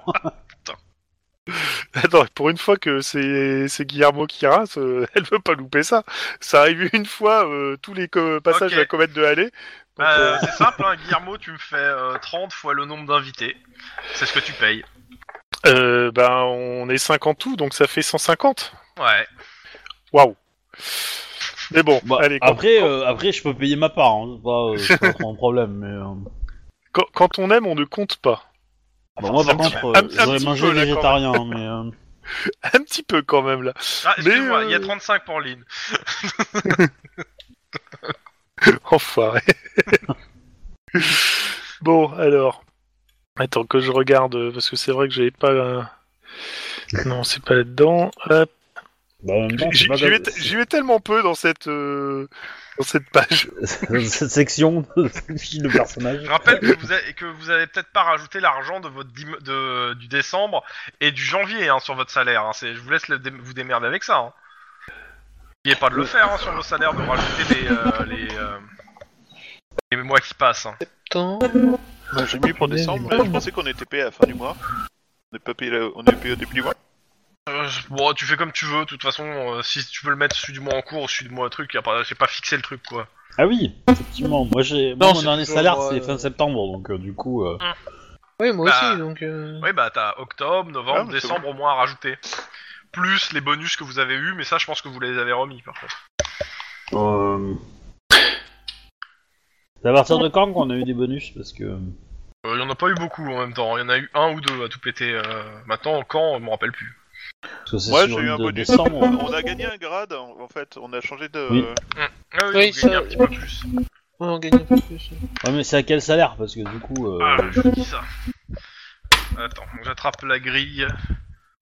Attends, pour une fois que c'est c'est Guillermo qui rase, euh, elle veut pas louper ça. Ça arrive une fois euh, tous les co- passages Ok. de la comète de Halley. Donc, Bah, euh, euh, c'est simple hein, Guillermo tu me fais euh, 30 fois le nombre d'invités. C'est ce que tu payes. euh, ben, on est 50 tout, donc ça fait 150. Ouais. Waouh. Mais bon, Bah, allez, quand, après, euh, après, je peux payer ma part, hein. C'est pas, euh, c'est pas trop un problème, mais... euh, quand- quand on aime, on ne compte pas. Bon, moi, par un petit- contre, euh, un- un j'aurais petit mangé peu, là, quand végétarien, mais... euh, Un petit peu quand même là. Ah, excuse-moi, Mais, euh, il y a 35 pour Lynn. Enfoiré. bon, alors. Attends que je regarde, euh, parce que c'est vrai que j'avais pas. euh, Non, c'est pas là-dedans. Hop. Bah, en même temps, c'est J'y pas j'y vais, comme- te- j'y vais tellement peu dans cette, euh, dans cette page. cette section de de personnage. Je rappelle que vous avez, que vous avez peut-être pas rajouté l'argent de votre dim- de, du décembre et du janvier hein, sur votre salaire. hein. C'est- Je vous laisse le dé- vous démerder avec ça. hein. N'oubliez pas de le faire hein, sur vos salaires, de rajouter les, euh, les, euh, les mois qui passent. hein. Attends. J'ai mis pour décembre, mais je pensais qu'on était payé à la fin du mois. On est, pas payé là- on est payé au début du mois. Euh, bon, tu fais comme tu veux. De toute façon, euh, si tu veux le mettre celui du mois en cours, celui du mois truc, y a pas- j'ai pas fixé le truc quoi. Ah oui, effectivement. Moi, j'ai moi, Non, mon c'est dernier toujours, salaire, euh, c'est fin septembre, donc euh, du coup. euh, Oui, moi Bah. aussi, donc. euh, Oui, bah t'as octobre, novembre, Ah, mais c'est décembre au moins à rajouter. Plus les bonus que vous avez eu, mais ça, je pense que vous les avez remis par contre. euh, C'est à partir de quand qu'on a eu des bonus Parce que. Euh, Il y en a pas eu beaucoup en même temps. Il y en a eu un ou deux à tout péter. euh, Maintenant, quand, je me rappelle plus. parce que c'est Moi, sur j'ai eu le un de bonus. décembre, euh, On a gagné un grade, en en fait. On a changé de. Oui. Ah oui, Oui, vous gagnez ça- un petit peu plus. Ouais, on gagne un peu plus. Ouais, mais c'est à quel salaire Parce que du coup. euh, Ah, je vous dis ça. Attends, j'attrape la grille.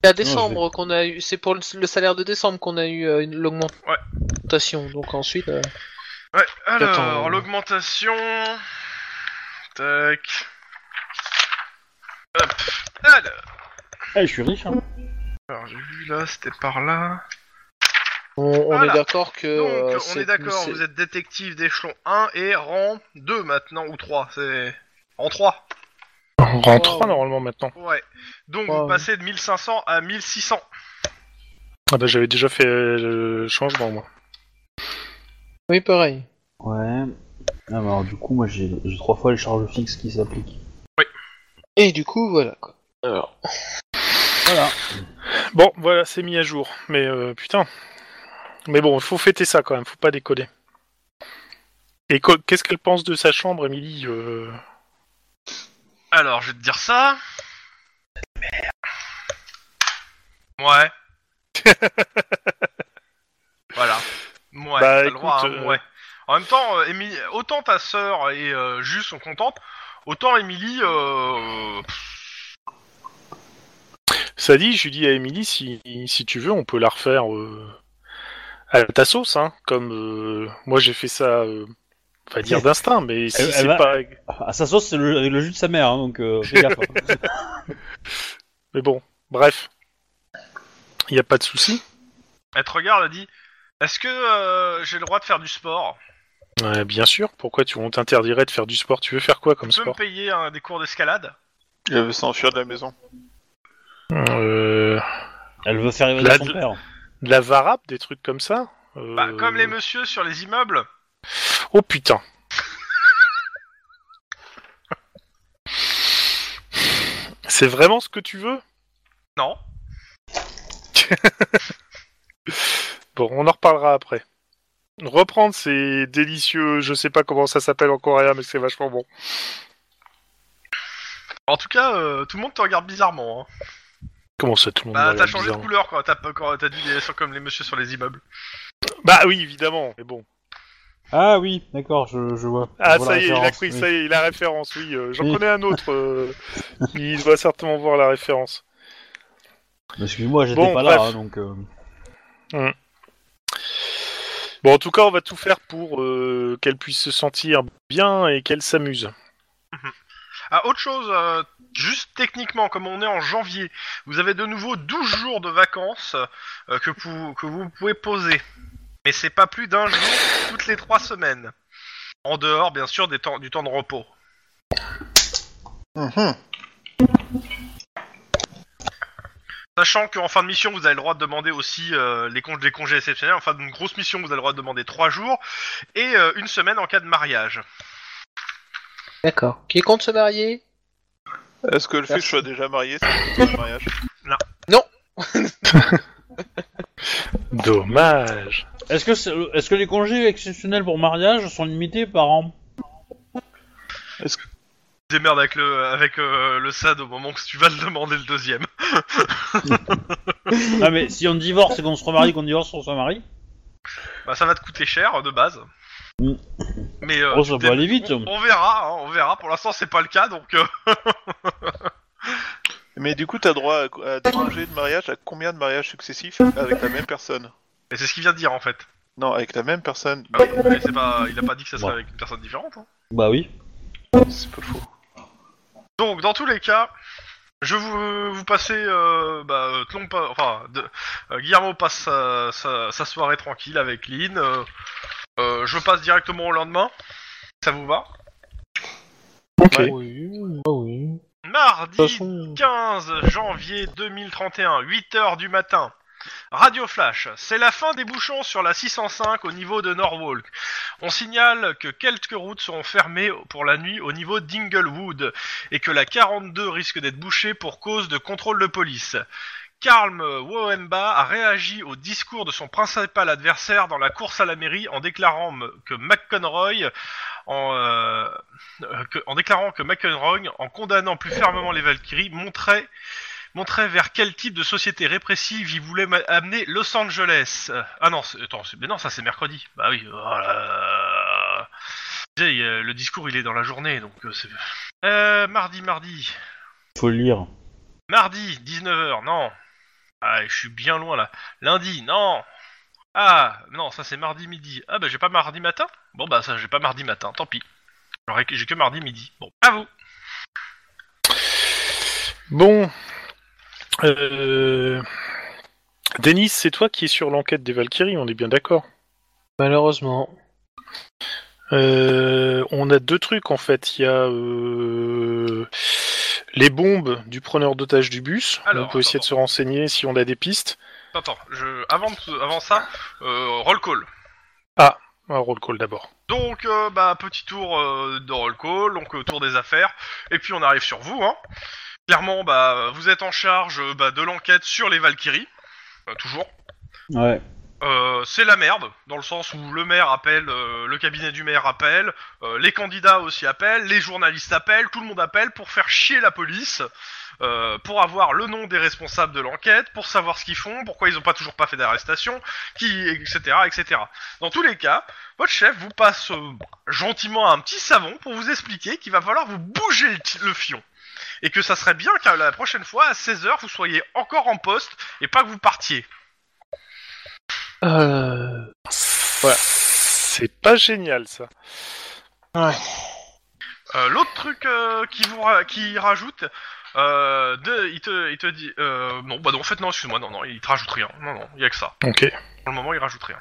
C'est à décembre qu'on a eu. C'est pour le le salaire de décembre qu'on a eu euh, une- l'augmentation. Donc ensuite. euh, Ouais, alors, Attends. l'augmentation. Tac. Hop. Alors, eh, je suis riche, hein. alors, j'ai vu là, c'était par là. On, on Voilà. est d'accord que. Donc, euh, on c'est- est d'accord, c'est- vous êtes détective d'échelon 1 et rang 2 maintenant, ou 3, c'est. En 3. On rentre Wow. normalement maintenant. Ouais. Donc, Wow. vous passez de 1500 à 1600. Ah bah j'avais déjà fait euh, le changement moi. Oui, pareil. Ouais. Ah, bah, alors, du coup, moi, j'ai j'ai trois fois les charges fixes qui s'appliquent. Et du coup, voilà quoi. Alors. Voilà. Bon voilà, c'est mis à jour. Mais euh, putain. Mais bon, faut fêter ça quand même, faut pas décoller. Et co- qu'est-ce qu'elle pense de sa chambre, Émilie euh, Alors, je vais te dire ça. Ouais. voilà. Bah, Ouais, t'as le droit, écoute, hein, euh, ouais. En même temps, euh, Émilie- autant ta sœur et euh, Jus sont contentes, autant Émilie... euh, Ça dit, je dis à Émilie, si, si tu veux, on peut la refaire euh, à ta sauce, hein. Comme euh, moi j'ai fait ça, euh, on va dire d'instinct, mais si Elle- c'est elle va- pas. À sa sauce, c'est le, avec le jus de sa mère, hein, donc euh, fais gaffe. hein. Mais bon, bref. Il n'y a pas de souci. elle te regarde, elle dit... Est-ce que euh, j'ai le droit de faire du sport Ouais, bien sûr, pourquoi tu, on t'interdirait de faire du sport Tu veux faire quoi comme Tu peux me sport payer hein, des cours d'escalade Il veut s'enfuir de la maison. Euh, Elle veut faire La- évaluer son père. De la varap, des trucs comme ça Euh, Bah, Comme les messieurs sur les immeubles Oh putain C'est vraiment ce que tu veux Non. Bon, on en reparlera après. Reprendre ces délicieux, je sais pas comment ça s'appelle en coréen, mais c'est vachement bon. En tout cas, euh, tout le monde te regarde bizarrement. hein. Comment ça, tout le monde me Bah, t'as regarde changé de bizarrement couleur quand t'as quand t'as dit des- comme les messieurs sur les immeubles. Bah oui, évidemment, mais bon. Ah oui, d'accord, je, je vois. Ah, Je vois ça la y est, il a référence, compris, oui. ça y est, il a la référence, oui. euh, J'en Oui. connais un autre, euh, il doit certainement voir la référence. Excuse-moi, j'étais Bon, pas là, bref. hein, donc. euh, Bon, en tout cas, on va tout faire pour euh, qu'elle puisse se sentir bien et qu'elle s'amuse. Ah, autre chose, euh, juste techniquement, comme on est en janvier, vous avez de nouveau 12 jours de vacances euh, que, pou- que vous pouvez poser. Mais c'est pas plus d'un jour toutes les 3 semaines. En dehors, bien sûr, des temps, du temps de repos. Mhm. Sachant qu'en fin de mission, vous avez le droit de demander aussi euh, les congés, des congés exceptionnels. En fin d'une grosse mission, vous avez le droit de demander 3 jours et euh, une semaine en cas de mariage. D'accord. Qui est contre se marier Est-ce que le fait que je sois déjà marié, c'est un petit mariage Dommage. Est-ce que, c'est- est-ce que les congés exceptionnels pour mariage sont limités par an Démerde avec le, avec, euh, le SAD au moment que tu vas le demander le deuxième. Ah, mais si on divorce et qu'on se remarie, qu'on divorce, on se remarie Bah, ça va te coûter cher de base. Mm. Mais euh, Oh, ça tu peut aller dé- vite On, on verra, hein, on verra. Pour l'instant, c'est pas le cas, donc euh, Mais du coup, t'as droit à, à des congés de mariage à combien de mariages successifs avec la même personne Et c'est ce qu'il vient de dire en fait. Non, avec la même personne. Ah oui, mais c'est pas, il a pas dit que ça serait Ouais. avec une personne différente. hein. Bah oui. C'est pas faux. Donc, dans tous les cas, je vous, vous passez. Euh, bah, euh, Tlon pa- enfin, de- euh, Guillermo passe sa, sa- sa soirée tranquille avec Lynn. euh, euh, je passe directement au lendemain. Ça vous va Ok. Oui, bah oui. Mardi De toute façon, 15 janvier 2031, 8h du matin. Radio Flash, c'est la fin des bouchons sur la 605 au niveau de Norwalk. On signale que quelques routes seront fermées pour la nuit au niveau d'Inglewood et que la 42 risque d'être bouchée pour cause de contrôle de police. Karl Woemba a réagi au discours de son principal adversaire dans la course à la mairie en déclarant me- que McConroy en, euh, euh, que- en déclarant que McEnroe, en condamnant plus fermement les Valkyries, montrait, montrait vers quel type de société répressive il voulait ma- amener Los Angeles. Euh, ah non, c'est- attends, c'est- mais non, ça c'est mercredi. Bah oui. oh là là. Tu sais, il y a- le discours il est dans la journée, donc euh, c'est. Euh, mardi, mardi, Faut le lire. mardi, 19h, non. Ah, je suis bien loin là. Lundi, non. Ah, non, ça c'est mardi midi. Ah bah j'ai pas mardi matin. Bon bah ça j'ai pas mardi matin, tant pis. J'aurais que- J'ai que mardi midi. Bon, à vous. Bon. Euh... Denis, c'est toi qui es sur l'enquête des Valkyries, on est bien d'accord. Malheureusement. Euh, on a deux trucs en fait. Il y a euh, les bombes du preneur d'otage du bus. Alors, on peut essayer attends. de se renseigner si on a des pistes. Attends, je... avant, de- avant ça, euh, roll call. Un roll call d'abord. Donc, euh, bah, petit tour euh, de roll call, donc euh, tour des affaires, et puis on arrive sur vous. Hein. Clairement, bah, vous êtes en charge euh, bah, de l'enquête sur les Valkyries, euh, toujours. Ouais. Euh, c'est la merde, dans le sens où le maire appelle, euh, le cabinet du maire appelle, euh, les candidats aussi appellent, les journalistes appellent, tout le monde appelle pour faire chier la police, euh, pour avoir le nom des responsables de l'enquête, pour savoir ce qu'ils font, pourquoi ils n'ont pas toujours pas fait d'arrestation, qui, etc., etc. Dans tous les cas, votre chef vous passe euh, gentiment un petit savon pour vous expliquer qu'il va falloir vous bouger le, ti- le fion. Et que ça serait bien qu'à la prochaine fois, à 16h, vous soyez encore en poste et pas que vous partiez. Euh... Voilà. C'est pas génial ça. Euh, L'autre truc euh, qui vous ra- qui rajoute, euh, de, il te, il te dit, euh, non, bah non, en fait non, excuse-moi, non, non, il te rajoute rien, non, non, il y a que ça. Ok. Pour le moment, il rajoute rien.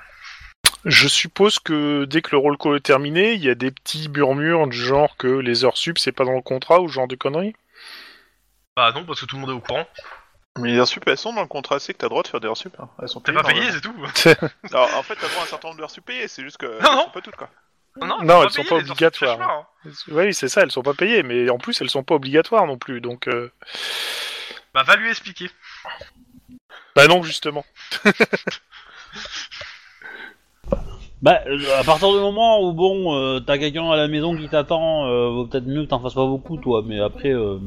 Je suppose que dès que le roll call est terminé, il y a des petits murmures du genre que les heures sup c'est pas dans le contrat ou ce genre de conneries. Bah non, parce que tout le monde est au courant. Mais les heures sup, elles sont dans le contrat, c'est que t'as droit de faire des heures sup. hein. Elles sont T'es payées. pas payé, normalement. c'est tout. Alors, en fait, t'as droit à un certain nombre d'heures sup payées, c'est juste que. elles non. sont Pas toutes, quoi. Non, Non, t'es elles sont payé, pas les heures, ça te cache obligatoires. pas, hein. Oui, c'est ça, elles sont pas payées, mais en plus elles sont pas obligatoires non plus. Donc, euh, Bah va lui expliquer. bah non justement. Bah, euh, à partir du moment où, bon, euh, t'as quelqu'un à la maison qui t'attend, euh, vaut peut-être mieux que t'en fasses pas beaucoup, toi, mais après... euh,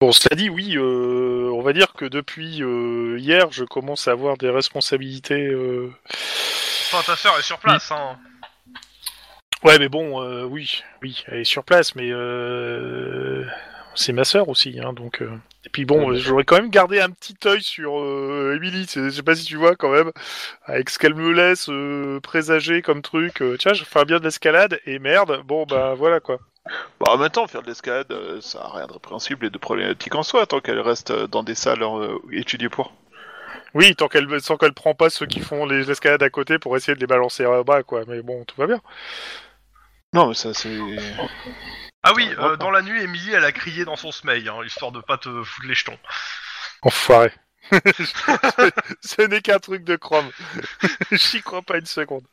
Bon, cela dit, oui, euh, on va dire que depuis euh, hier, je commence à avoir des responsabilités. euh. Enfin, ta sœur est sur place, hein. Ouais, mais bon, euh, oui, oui, elle est sur place, mais euh, c'est ma sœur aussi, hein, donc. euh. Et puis bon, euh, j'aurais quand même gardé un petit œil sur euh, Emily. c'est- Je sais pas si tu vois quand même, avec ce qu'elle me laisse euh, présager comme truc. euh, Tiens, je ferais bien de l'escalade et merde. Bon, bah voilà quoi. Bah, en même temps, faire de l'escalade, euh, ça a rien de répréhensible et de problématique en soi, tant qu'elle reste euh, dans des salles euh, étudiées pour. Oui, tant qu'elle sans qu'elle prend pas ceux qui font les escalades à côté pour essayer de les balancer à bas quoi. Mais bon, tout va bien. Non, mais ça, c'est. Ah oui, Ah, euh, dans la nuit, Emily, elle a crié dans son sommeil, hein, histoire de pas te foutre les jetons. Enfoiré. Ce n'est qu'un truc de Chrome. J'y crois pas une seconde.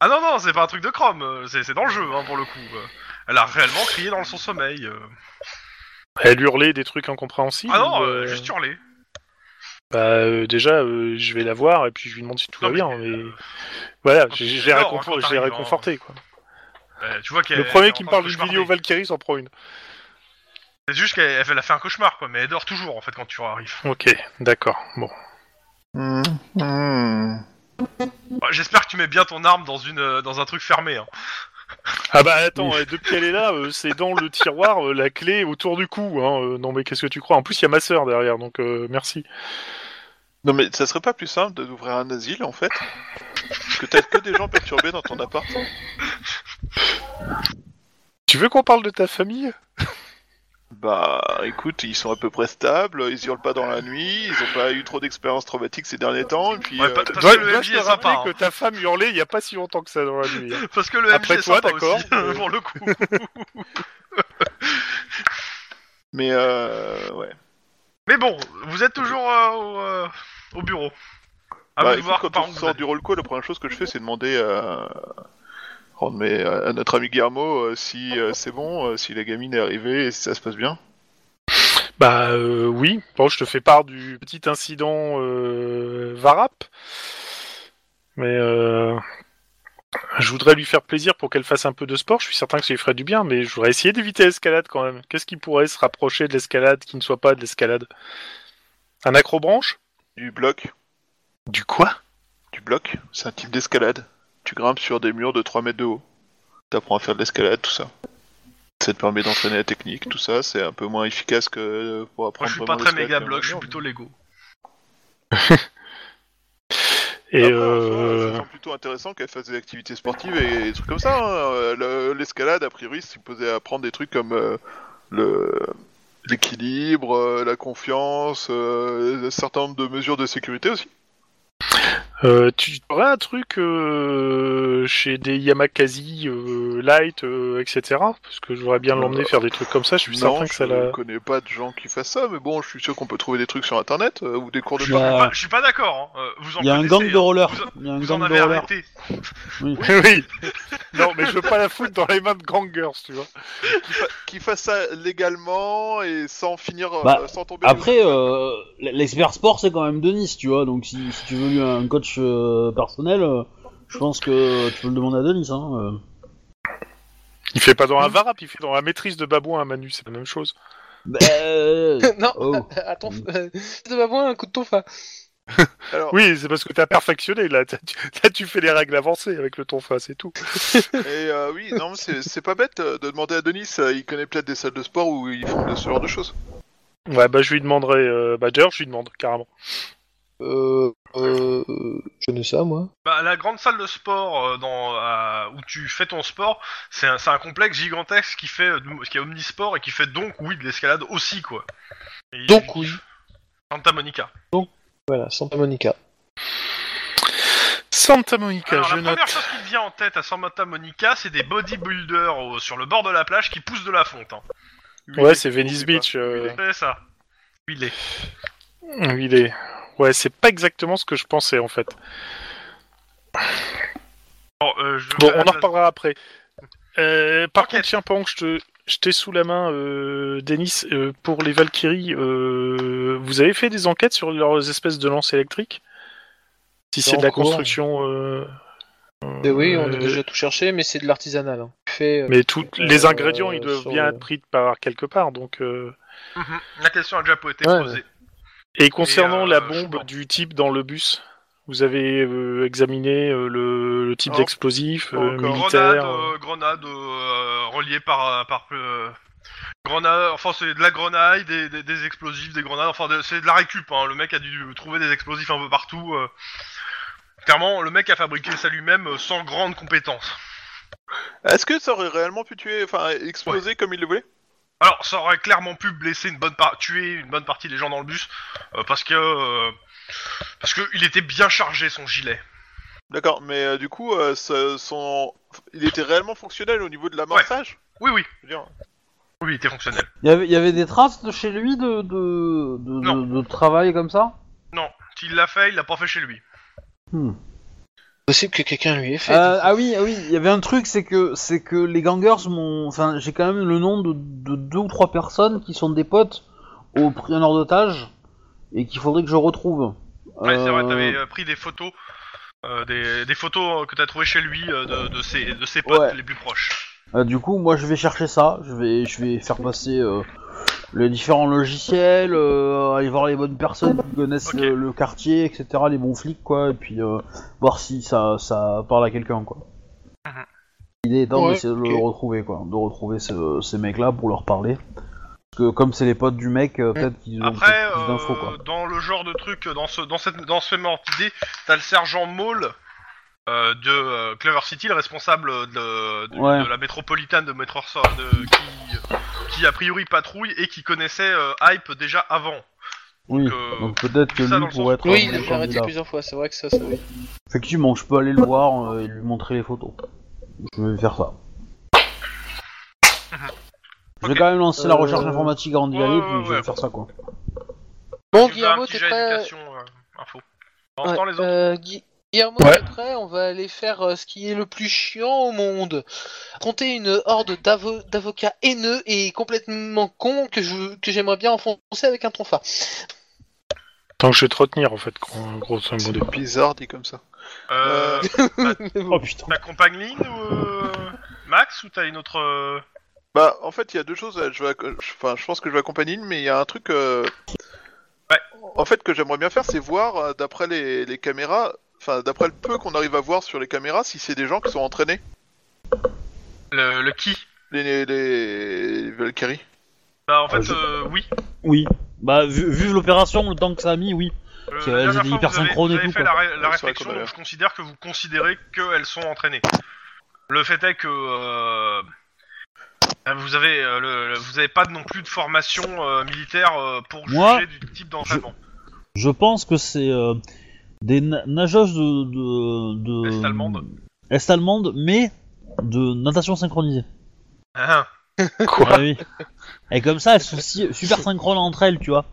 Ah non, non, c'est pas un truc de Chrome, euh, c'est c'est dans le jeu, hein, pour le coup. euh. Elle a réellement crié dans son sommeil. euh. Elle hurlait des trucs incompréhensibles. Ah non, ou, euh, euh, juste hurler. Bah euh, déjà, euh, je vais la voir et puis je lui demande si tout Non, va mais, bien. Mais... euh, Voilà, quand j'ai tu j'ai dors, hein, réconfort- quand j'ai t'arrives, réconforté. Quoi. Euh, tu vois qu'elle- Le premier elle qui me est en train parle de d'une cauchemarder. vidéo Valkyrie s'en prend une. C'est juste qu'elle elle- elle a fait un cauchemar, quoi, mais elle dort toujours, en fait, quand tu arrives. Ok, d'accord. Bon. Hmm. Hmm. Bah, J'espère que tu mets bien ton arme dans, une, euh, dans un truc fermé. Hein. Ah bah attends, euh, depuis qu'elle est là, euh, c'est dans le tiroir, euh, la clé autour du cou. Hein, euh, non mais qu'est-ce que tu crois En plus, il y a ma sœur derrière, donc euh, merci. Non mais ça serait pas plus simple de- d'ouvrir un asile en fait Que t'as que des gens perturbés dans ton appart Tu veux qu'on parle de ta famille Bah écoute, ils sont à peu près stables, ils hurlent pas dans la nuit, ils ont pas eu trop d'expériences traumatiques ces derniers temps, et puis... Ouais, euh, pas- pas- le- Parce Dois- que le Dois-je te MJ est sympa, rappeler hein. que ta femme hurlait il y a pas si longtemps que ça dans la nuit. hein. Parce que le Après MJ est toi, sympa d'accord, aussi, mais- pour le coup. Mais euh... ouais. Mais bon, vous êtes toujours euh, au, euh, au bureau. À vous bah, de Ah, écoute, voir quand par on où vous sort allez. du roll call, la première chose que je fais c'est demander euh, rendre mes- euh, à notre ami Guillermo euh, si euh, c'est bon, euh, si la gamine est arrivée et si ça se passe bien. Bah euh, oui, bon, je te fais part du petit incident euh, Varap. Mais euh, je voudrais lui faire plaisir pour qu'elle fasse un peu de sport, je suis certain que ça lui ferait du bien, mais je voudrais essayer d'éviter l'escalade quand même. Qu'est-ce qui pourrait se rapprocher de l'escalade qui ne soit pas de l'escalade Un acrobranche Du bloc, Du quoi du bloc, c'est un type d'escalade. Tu grimpes sur des murs de 3 mètres de haut. T'apprends à faire de l'escalade, tout ça. Ça te permet d'entraîner la technique, tout ça, c'est un peu moins efficace que euh, pour Moi, apprendre je suis pas vraiment très l'escalade méga comme bloc, je suis mur, plutôt Lego. Et Après, en euh, soi, ça semble plutôt intéressant qu'elle fasse des activités sportives et des trucs comme ça. hein. Le- L'escalade, a priori, c'est supposé apprendre des trucs comme euh, le l'équilibre, euh, la confiance, euh, un certain nombre de mesures de sécurité aussi. Euh, tu aurais un truc euh, chez des Yamakasi euh, light, euh, etc. Parce que je voudrais bien l'emmener faire des trucs comme ça. Je suis Euh, non, certain que ça je la. connais pas de gens qui fassent ça, mais bon, je suis sûr qu'on peut trouver des trucs sur Internet euh, ou des cours de Il y parc. a, Enfin, je suis pas d'accord, hein. Euh, vous en il y a un connaissez, gang de hein. rollers. Vous en- Il y a un Vous gang en de avez rollers. arrêté. oui. Non, mais je veux pas la foutre dans les mains de gangers, tu vois. Qui, fa- qui fassent ça légalement et sans finir, euh, Bah, sans tomber. Après, euh, l'expert sport, c'est quand même Denis, tu vois. Donc, si, si tu veux lui un coach euh, personnel, euh, je pense que tu peux le demander à Denis. Hein, euh. Il fait pas dans un varap, il fait dans la maîtrise de babouin à Manu, c'est la même chose. Bah, euh, non, oh. attends, euh, de ma voix, un coup de tonfa. Alors, Oui, c'est parce que t'as perfectionné là. T'as- tu- Là, tu fais les règles avancées avec le tonfa, c'est tout. Et euh, oui, non, mais c'est c'est pas bête euh, de demander à Denis, euh, il connaît peut-être des salles de sport où ils font de ce genre de choses. Ouais, bah je lui demanderai. Euh, bah d'ailleurs, je lui demande carrément. Euh, euh, euh, je ne sais, moi. Bah, la grande salle de sport euh, dans, à- où tu fais ton sport, c'est un, c'est un complexe gigantesque qui fait euh, du- qui est omnisport et qui fait donc oui de l'escalade aussi quoi. Et- Donc oui. Santa Monica. Voilà, Santa Monica. Santa Monica, Alors je la note. première chose qui me vient en tête à Santa Monica, c'est des bodybuilders au- sur le bord de la plage qui poussent de la fonte. Hein. Ouais, c'est Venice Beach. euh, C'est ça. Il est. Oui, il est. Ouais, c'est pas exactement ce que je pensais en fait. Bon, euh, je- Bon, on en reparlera après. Euh, par Enquête. contre, tiens, pendant que je te, je t'ai sous la main, euh, Denis, euh, pour les Valkyries, euh, vous avez fait des enquêtes sur leurs espèces de lances électriques Si C'est c'est de en la cours. construction. euh, Mais oui, on a euh, déjà tout cherché, mais c'est de l'artisanal. Hein. Tu fais, euh, Mais tous les Euh, ingrédients, ils doivent sur bien le- être pris par quelque part. Donc, euh, Mhm. La question a déjà été Ouais. posée. Et concernant euh, la je bombe pense. du type dans le bus, vous avez euh, examiné euh, le, le type Non. d'explosif Pas euh, encore. militaire Grenade, Oh. euh, grenade euh, reliée par euh, par euh, grenade. Enfin, c'est de la grenaille, des, des, des explosifs, des grenades. Enfin, de- c'est de la récup. hein. Le mec a dû trouver des explosifs un peu partout. euh. Clairement, le mec a fabriqué ça lui-même euh, sans grande compétence. Est-ce que ça aurait réellement pu tuer, enfin exploser comme il le voulait Alors, ça aurait clairement pu blesser une bonne part, tuer une bonne partie des gens dans le bus, euh, parce que euh, parce que il était bien chargé son gilet. D'accord, mais euh, du coup, euh, ce- son... il était réellement fonctionnel au niveau de l'amorçage Oui, oui, Je veux dire, oui, il était fonctionnel. Il y avait- il y avait des traces de chez lui de, de, de, de- Non. de travail comme ça Hmm. Non, s'il l'a fait, il l'a pas fait chez lui. possible que quelqu'un lui ait fait. Euh, ah oui, ah oui, il y avait un truc, c'est que c'est que les gangers m'ont, enfin, j'ai quand même le nom de, de deux ou trois personnes qui sont des potes au pris en otage et qu'il faudrait que je retrouve. Ouais, c'est vrai, Euh, t'avais euh, pris des photos, euh, des, des photos euh, que t'as trouvées chez lui euh, de, de ses de ses potes Ouais. les plus proches. euh, du coup, moi, je vais chercher ça. Je vais, je vais faire passer euh, les différents logiciels, euh, aller voir les bonnes personnes qui connaissent Ok. le, le quartier, etc., euh, Ah. les bons flics, quoi, et puis euh, voir si ça, ça parle à quelqu'un, quoi. Il est temps Ouais, d'essayer de le ok. retrouver, quoi. De retrouver ce- ces mecs-là pour leur parler. Parce que comme c'est les potes du mec, euh, peut-être qu'ils ont Mm. Après, peut-être plus d'infos, euh, quoi. dans le genre de truc, euh, dans ce, dans cette, dans ce même ordre d'idée, t'as le sergent Maul euh, de euh, Clover City, le responsable de, de- Ouais. de la métropolitaine de Metro de, qui, qui a priori patrouille et qui connaissait euh, Hype déjà avant. Oui, euh, donc peut-être que ça, lui dans le sens pourrait être où- Oui, il un bon l'a arrêté candidat. plusieurs fois, c'est vrai que ça, ça oui. Effectivement, je peux aller le voir euh, et lui montrer les photos. Je vais faire ça. Je vais Ok. quand même lancer la recherche Euh, informatique à Andy ouais, Valley, ouais, puis je vais ouais. faire ça, quoi. Bon, Tu veux un Guillermo, petit t'es jet prêt éducation, euh, info. En ce temps, Ouais, les autres euh, Gui- Guillermo, Ouais. t'es prêt On va aller faire euh, ce qui est le plus chiant au monde. Compter une horde d'avo- d'avocats haineux et complètement cons que je- que j'aimerais bien enfoncer avec un tonfa. Tant que je vais te retenir, en fait, gros, grosso modo. C'est bizarre dit comme ça. Euh, Oh putain. T'accompagnes Lynn ou euh, Max ou t'as une autre. euh, Bah, en fait, il y a deux choses. Je, vais- je- enfin, je pense que je vais accompagner une, mais il y a un truc. euh, Ouais. En fait, que j'aimerais bien faire, c'est voir, euh, d'après les, les caméras, enfin, d'après le peu qu'on arrive à voir sur les caméras, si c'est des gens qui sont entraînés, Le, le qui les, les, les Valkyries. Bah, en fait, Euh, je- euh, oui. Oui. Bah, vu, vu l'opération, le temps que ça a mis, oui. Euh, C'est- la dernière elles étaient fois, hyper vous avez- synchrones vous et avez tout, fait quoi. la, ré- la c'est vrai réflexion, qu'on a- donc je considère que vous considérez qu'elles sont entraînées. Le fait est que. euh, euh, vous avez, euh, le- le- vous avez pas non plus de formation euh, militaire euh, pour juger Moi, du type d'entraînement. Je pense que c'est euh, des na- nageuses de, de, de- Est-allemande. Est-allemande, mais de natation synchronisée. Hein Ah oui. Et comme ça, elles sont si- super synchrones entre elles, tu vois.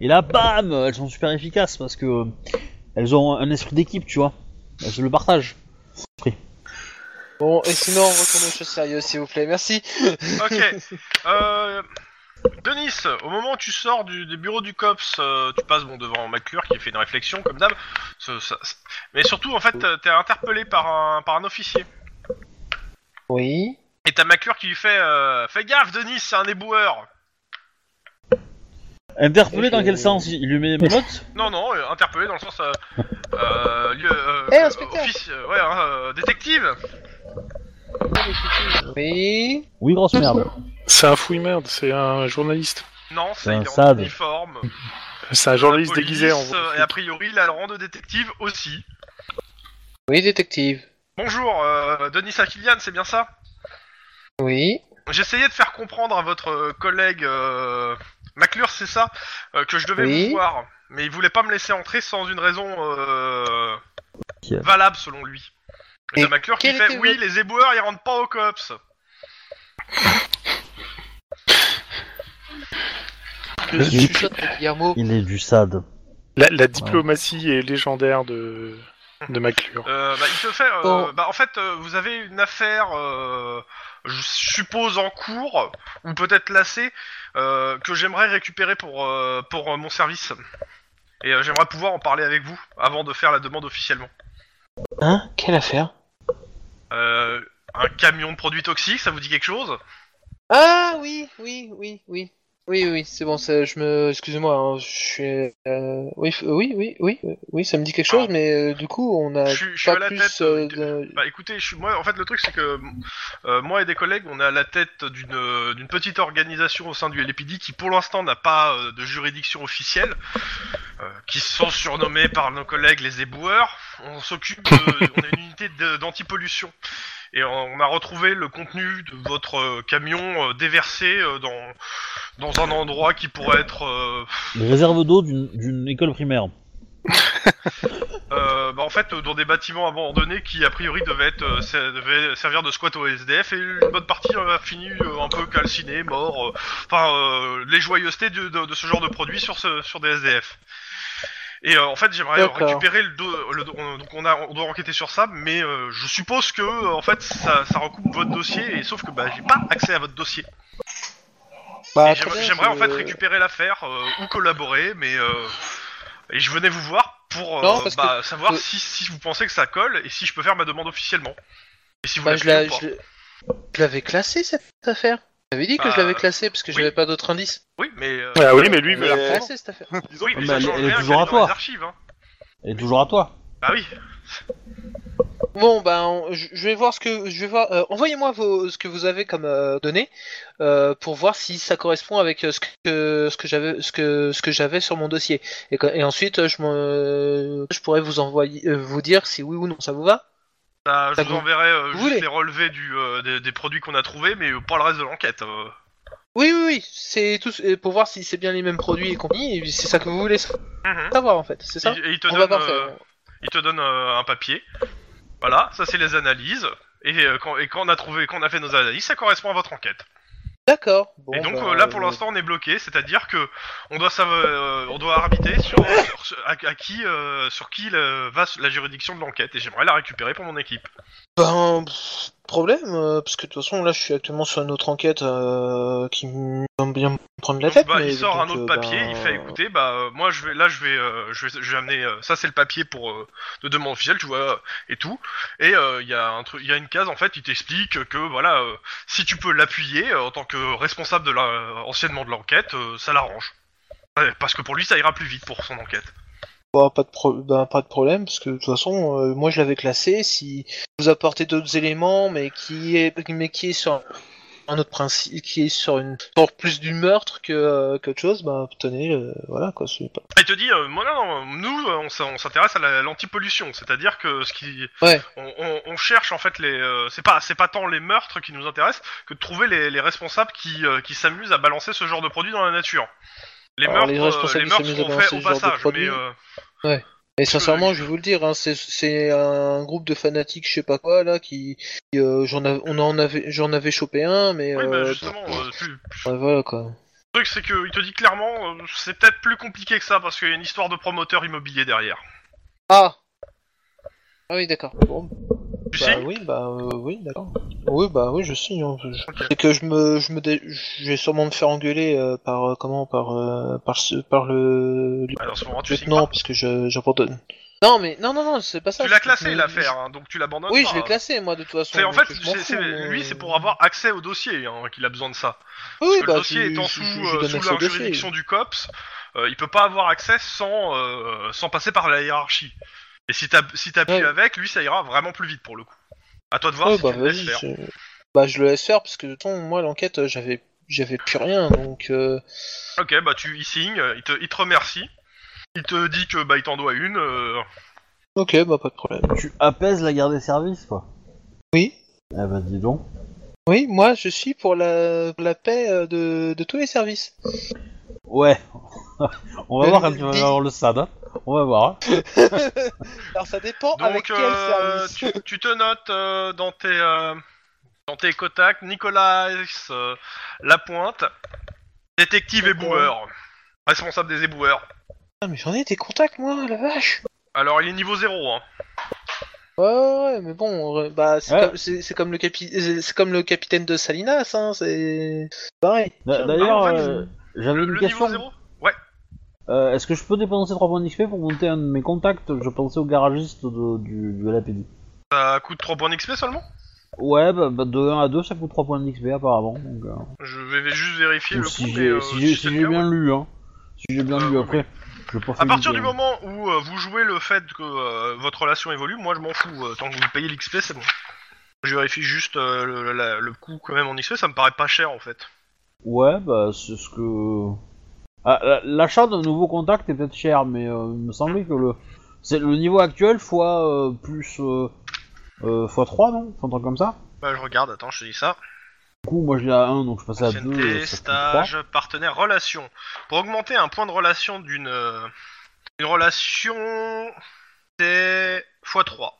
Et là, bam, elles sont super efficaces parce que euh, elles ont un esprit d'équipe, tu vois. Elles se le partagent. Bon, et sinon, retournez aux choses sérieuses, s'il vous plaît, merci. Ok. Euh, Denis, au moment où tu sors du, des bureaux du COPS, euh, tu passes bon devant McClure qui fait une réflexion comme d'hab. Ce- ça- ça- Mais surtout, en fait, t'es- t'es interpellé par un, par un officier. Oui. Et t'as McClure qui lui fait euh, Fais gaffe, Denis, c'est un éboueur Interpellé dans Je- quel sens Il lui met des menottes Non, non, euh, interpellé dans le sens. Euh, euh, lieu- euh, Eh, inspecteur. office- euh, Ouais, hein, euh, détective Oui. Oui, grosse merde. C'est un fouille merde, c'est un journaliste. Non, C'est c'est il un est en sad. uniforme. C'est un journaliste police, déguisé en. euh, Et a priori, il a le rang de détective aussi. Oui, détective. Bonjour, euh, Denis Akilian, c'est bien ça Oui. J'essayais de faire comprendre à votre euh, collègue euh, McClure, c'est ça, euh, que je devais Oui. vous voir, mais il voulait pas me laisser entrer sans une raison euh, Qui est- valable selon lui. Et Et t'as McClure qui quel fait était oui, votre- les éboueurs ils rentrent pas au cops. Je chuchote à Guillermo. Il est du sad. La, la diplomatie est légendaire de, de McClure. Euh, bah, il te fait, euh, Bon. bah, en fait, euh, vous avez une affaire, euh, je suppose en cours ou peut-être lassée, euh, que j'aimerais récupérer pour euh, pour euh, mon service. Et euh, j'aimerais pouvoir en parler avec vous avant de faire la demande officiellement. Hein Quelle affaire Euh, un camion de produits toxiques, ça vous dit quelque chose Ah oui, oui, oui, oui. Oui, oui, c'est bon, ça, je me. Excusez-moi, hein, je suis. euh, Oui, f- oui, oui, oui, euh, oui, ça me dit quelque chose, Ah. mais euh, du coup, on a Je suis- je suis à pas la plus. tête, euh, euh, de- Bah écoutez, je suis moi. En fait, le truc c'est que euh, moi et des collègues, on est à la tête d'une euh, d'une petite organisation au sein du LPD qui, pour l'instant, n'a pas euh, de juridiction officielle, euh, qui sont surnommés par nos collègues les éboueurs. On s'occupe, de, on est une unité de- d'antipollution. Et on a retrouvé le contenu de votre euh, camion euh, déversé euh, dans, dans un endroit qui pourrait être euh, Les réserves d'eau d'une- d'une école primaire. Euh, bah en fait, euh, dans des bâtiments abandonnés qui a priori devaient, être, euh, ça devait servir de squat au SDF et une bonne partie euh, a fini euh, un peu calciné, mort, euh, enfin euh, les joyeusetés de, de- de ce genre de produits sur, ce, sur des SDF. Et euh, en fait, j'aimerais euh, D'accord. récupérer le, do- le do- on- donc on, a, on doit enquêter sur ça, mais euh, je suppose que euh, en fait ça, ça recoupe votre dossier et sauf que bah, j'ai pas accès à votre dossier. Bah, Et très j'aimerais- bien, j'aimerais en fait je- récupérer l'affaire euh, ou collaborer, mais euh, et je venais vous voir pour euh, Non, parce bah, savoir euh, si, si vous pensez que ça colle et si je peux faire ma demande officiellement. Et si vous Bah, la je faites la- ou pas. je l'ai- je l'avais classée cette affaire. J'avais dit que je Bah, l'avais classée parce que oui. j'avais pas d'autres indices. Oui, mais euh, Ah oui, mais lui, on mais- est- J'avais classée cette affaire. Disons oui, que- mais mais ça elle- change elle est rien toujours qu'elle à est dans toi. les archives. Hein. Elle est toujours à toi. Bah oui. Oui. Bah, Bon, ben, on- je je vais voir ce que je vais voir. euh, Envoyez-moi vos- ce que vous avez comme euh, données euh, pour voir si ça correspond avec euh, ce que ce que j'avais ce que ce que j'avais sur mon dossier. Et, que- et ensuite, euh, je me je pourrais vous envoyer euh, vous dire si oui ou non ça vous va. Bah, je Ça vous vous- enverrai euh, vous juste voulez les relevés du, euh, des, des produits qu'on a trouvés, mais euh, pas le reste de l'enquête. euh. Oui, oui, oui. C'est tout euh, pour voir si c'est bien les mêmes produits et compagnie. et C'est ça que vous voulez savoir en fait. C'est ça. Ah, Et, et il te On va donne, voir. euh, ça. il te donne euh, un papier. Voilà, ça c'est les analyses. Et, euh, quand, et quand on a trouvé, quand on a fait nos analyses, ça correspond à votre enquête. D'accord. Bon, et donc ben, euh, là, pour euh, l'instant, on est bloqué, c'est-à-dire que on doit savoir, euh, on doit arbitrer sur, sur- sur- à, à qui, euh, sur qui le- va la juridiction de l'enquête. Et j'aimerais la récupérer pour mon équipe. Ben, pff, problème, euh, parce que de toute façon, là, je suis actuellement sur une autre enquête euh, qui me va bien me prendre la Donc, tête. bah, mais il sort donc, un autre euh, papier, ben, il fait écouter, bah euh, moi je vais là je vais euh, je vais, je vais amener euh, ça c'est le papier pour euh, de demande officielle, tu vois euh, et tout. Et euh, il y a un truc il y a une case en fait, il t'explique que voilà euh, si tu peux l'appuyer euh, en tant que responsable de la euh, anciennement de l'enquête, euh, ça l'arrange. Ouais, Parce que pour lui ça ira plus vite pour son enquête. bah, pas, de pro- ben, pas de problème, parce que de toute façon, euh, moi, je l'avais classé. Si vous apportez d'autres éléments, mais qui est, mais qui est sur un autre principe, qui est sur une sur plus du meurtre que euh, qu'autre chose, ben, tenez, euh, voilà quoi. c'est Pas... Et il te dit euh, moi non, non, nous euh, on s'in- on s'intéresse à la- l'antipollution, c'est-à-dire que ce qui Ouais. on, on- on cherche en fait les euh, c'est pas c'est pas tant les meurtres qui nous intéressent que de trouver les, les responsables qui euh, qui s'amusent à balancer ce genre de produit dans la nature. Les Alors, meurtres les euh, responsables les qui meurtres s'amusent à sont balancer faits au ce genre de passage mais produit. euh, Et sincèrement, je vais vous le dire, hein, c'est- c'est un groupe de fanatiques, je sais pas quoi, là, qui, qui, euh, j'en av- on en avait, j'en avais chopé un, mais oui, bah, euh, justement euh, tu- ouais, voilà quoi. le truc c'est que il te dit clairement euh, c'est peut-être plus compliqué que ça parce qu'il y a une histoire de promoteur immobilier derrière. Ah. Ah oui, d'accord. Bon, Tu bah signes oui, bah euh, oui, d'accord. Oui, bah oui, je signe. hein. Je- Ok. C'est que je me, je me, dé- je vais sûrement me faire engueuler euh, par euh, comment, par, euh, par, ce- par le Ah, Dans ce moment tu signes lieutenant, pas. parce que je- j'abandonne. Non, mais non, non, non, c'est pas ça. Tu l'as c'est- classé c'est- l'affaire hein, donc tu l'abandonnes Oui, pas, je l'ai hein. classé, moi, de toute façon. C'est en donc fait, je m'en c'est- fous, c'est- mais- lui, c'est pour avoir accès au dossier hein, qu'il a besoin de ça. Oui, Parce oui, que bah, le dossier je- étant je- sous, je lui euh, donne sous accès au la dossier. juridiction du COPS, euh, il peut pas avoir accès sans, euh, sans passer par la hiérarchie. Et si t'ap- si t'appuies Ouais. avec, lui, ça ira vraiment plus vite pour le coup. À toi de voir Ouais, si bah, tu le laisses vas-y, faire. c'est- bah je le laisse faire parce que de toute façon, moi l'enquête euh, j'avais j'avais plus rien donc euh, Ok, bah tu il signe, euh, il te, il te remercie, il te dit que bah il t'en doit une. euh, ok bah pas de problème. Tu apaises la garde des services, quoi. Oui Eh ben, dis donc. oui moi je suis pour la pour la paix euh, de, de tous les services. Ouais. On va Mais voir quand tu vas dis- avoir le SAD. hein. On va voir. hein. Alors ça dépend avec Donc quel euh, service. tu, tu te notes euh, dans tes euh, dans tes contacts Nicolas euh, Lapointe, détective D'accord. éboueur, responsable des éboueurs. Ah, mais j'en ai des contacts moi la vache. Alors il est niveau 0 hein. Ouais ouais ouais, mais bon euh, bah c'est Ouais. comme c'est c'est comme le capi c'est c'est comme le capitaine de Salinas hein c'est c'est pareil. D'a- D'ailleurs, Ah, en fait, euh, j'avais Le, une le question. niveau 0 Euh, Est-ce que je peux dépenser 3 points d'XP pour monter un de mes contacts Je pensais au garagiste de- du, du LAPD. Ça coûte 3 points d'XP seulement Ouais, bah, bah, de 1 à 2, ça coûte 3 points d'XP apparemment. Donc, euh, Je vais juste vérifier donc le si coût, j'ai mais, euh, si j'ai- si si c'est le j'ai cas, ouais. bien lu, hein. Si j'ai bien Euh, lu oui. après. Je pense À partir du moment où euh, vous jouez le fait que euh, votre relation évolue, moi je m'en fous, euh, tant que vous payez l'XP, c'est bon. Je vérifie juste euh, le, la- le coût quand même en XP, ça me paraît pas cher en fait. Ouais, bah c'est ce que. Ah, la- L'achat d'un nouveau contact est peut-être cher, mais euh, il me semblait que le. C'est le niveau actuel fois euh, plus. Euh, euh, fois 3, non Enfin, un truc comme ça Bah, je regarde, attends, je te dis ça. Du coup, moi je l'ai à 1, donc je passais à 2. Ancienneté, stage, partenaire, relation. Pour augmenter un point de relation d'une euh, une relation, c'est x3.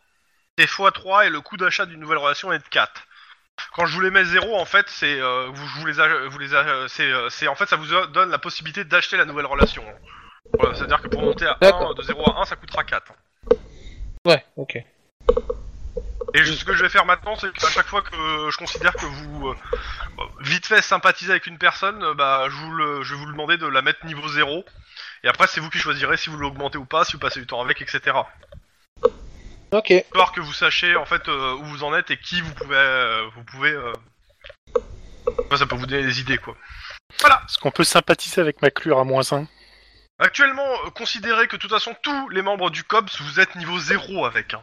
C'est x3 et le coût d'achat d'une nouvelle relation est de 4. Quand je vous les mets 0, en fait, c'est euh, vous, je vous les, a- vous les a- c'est, euh, c'est- en fait ça vous donne la possibilité d'acheter la nouvelle relation. Voilà, C'est-à-dire que pour monter à D'accord. 1, de 0 à 1, ça coûtera 4. Ouais ok. Et je- ce que je vais faire maintenant, c'est qu'à chaque fois que je considère que vous euh, vite fait sympathisez avec une personne, euh, bah, je, vous le- je vais vous le demander de la mettre niveau 0. Et après, c'est vous qui choisirez si vous l'augmentez ou pas, si vous passez du temps avec, etc. Ok. Histoire que vous sachiez en fait euh, où vous en êtes et qui vous pouvez. euh, vous pouvez euh, enfin, ça peut vous donner des idées quoi. Est-ce qu'on peut sympathiser avec Maclure à moins 1 Actuellement, euh, considérez que de toute façon, tous les membres du COPS, vous êtes niveau 0 avec. hein.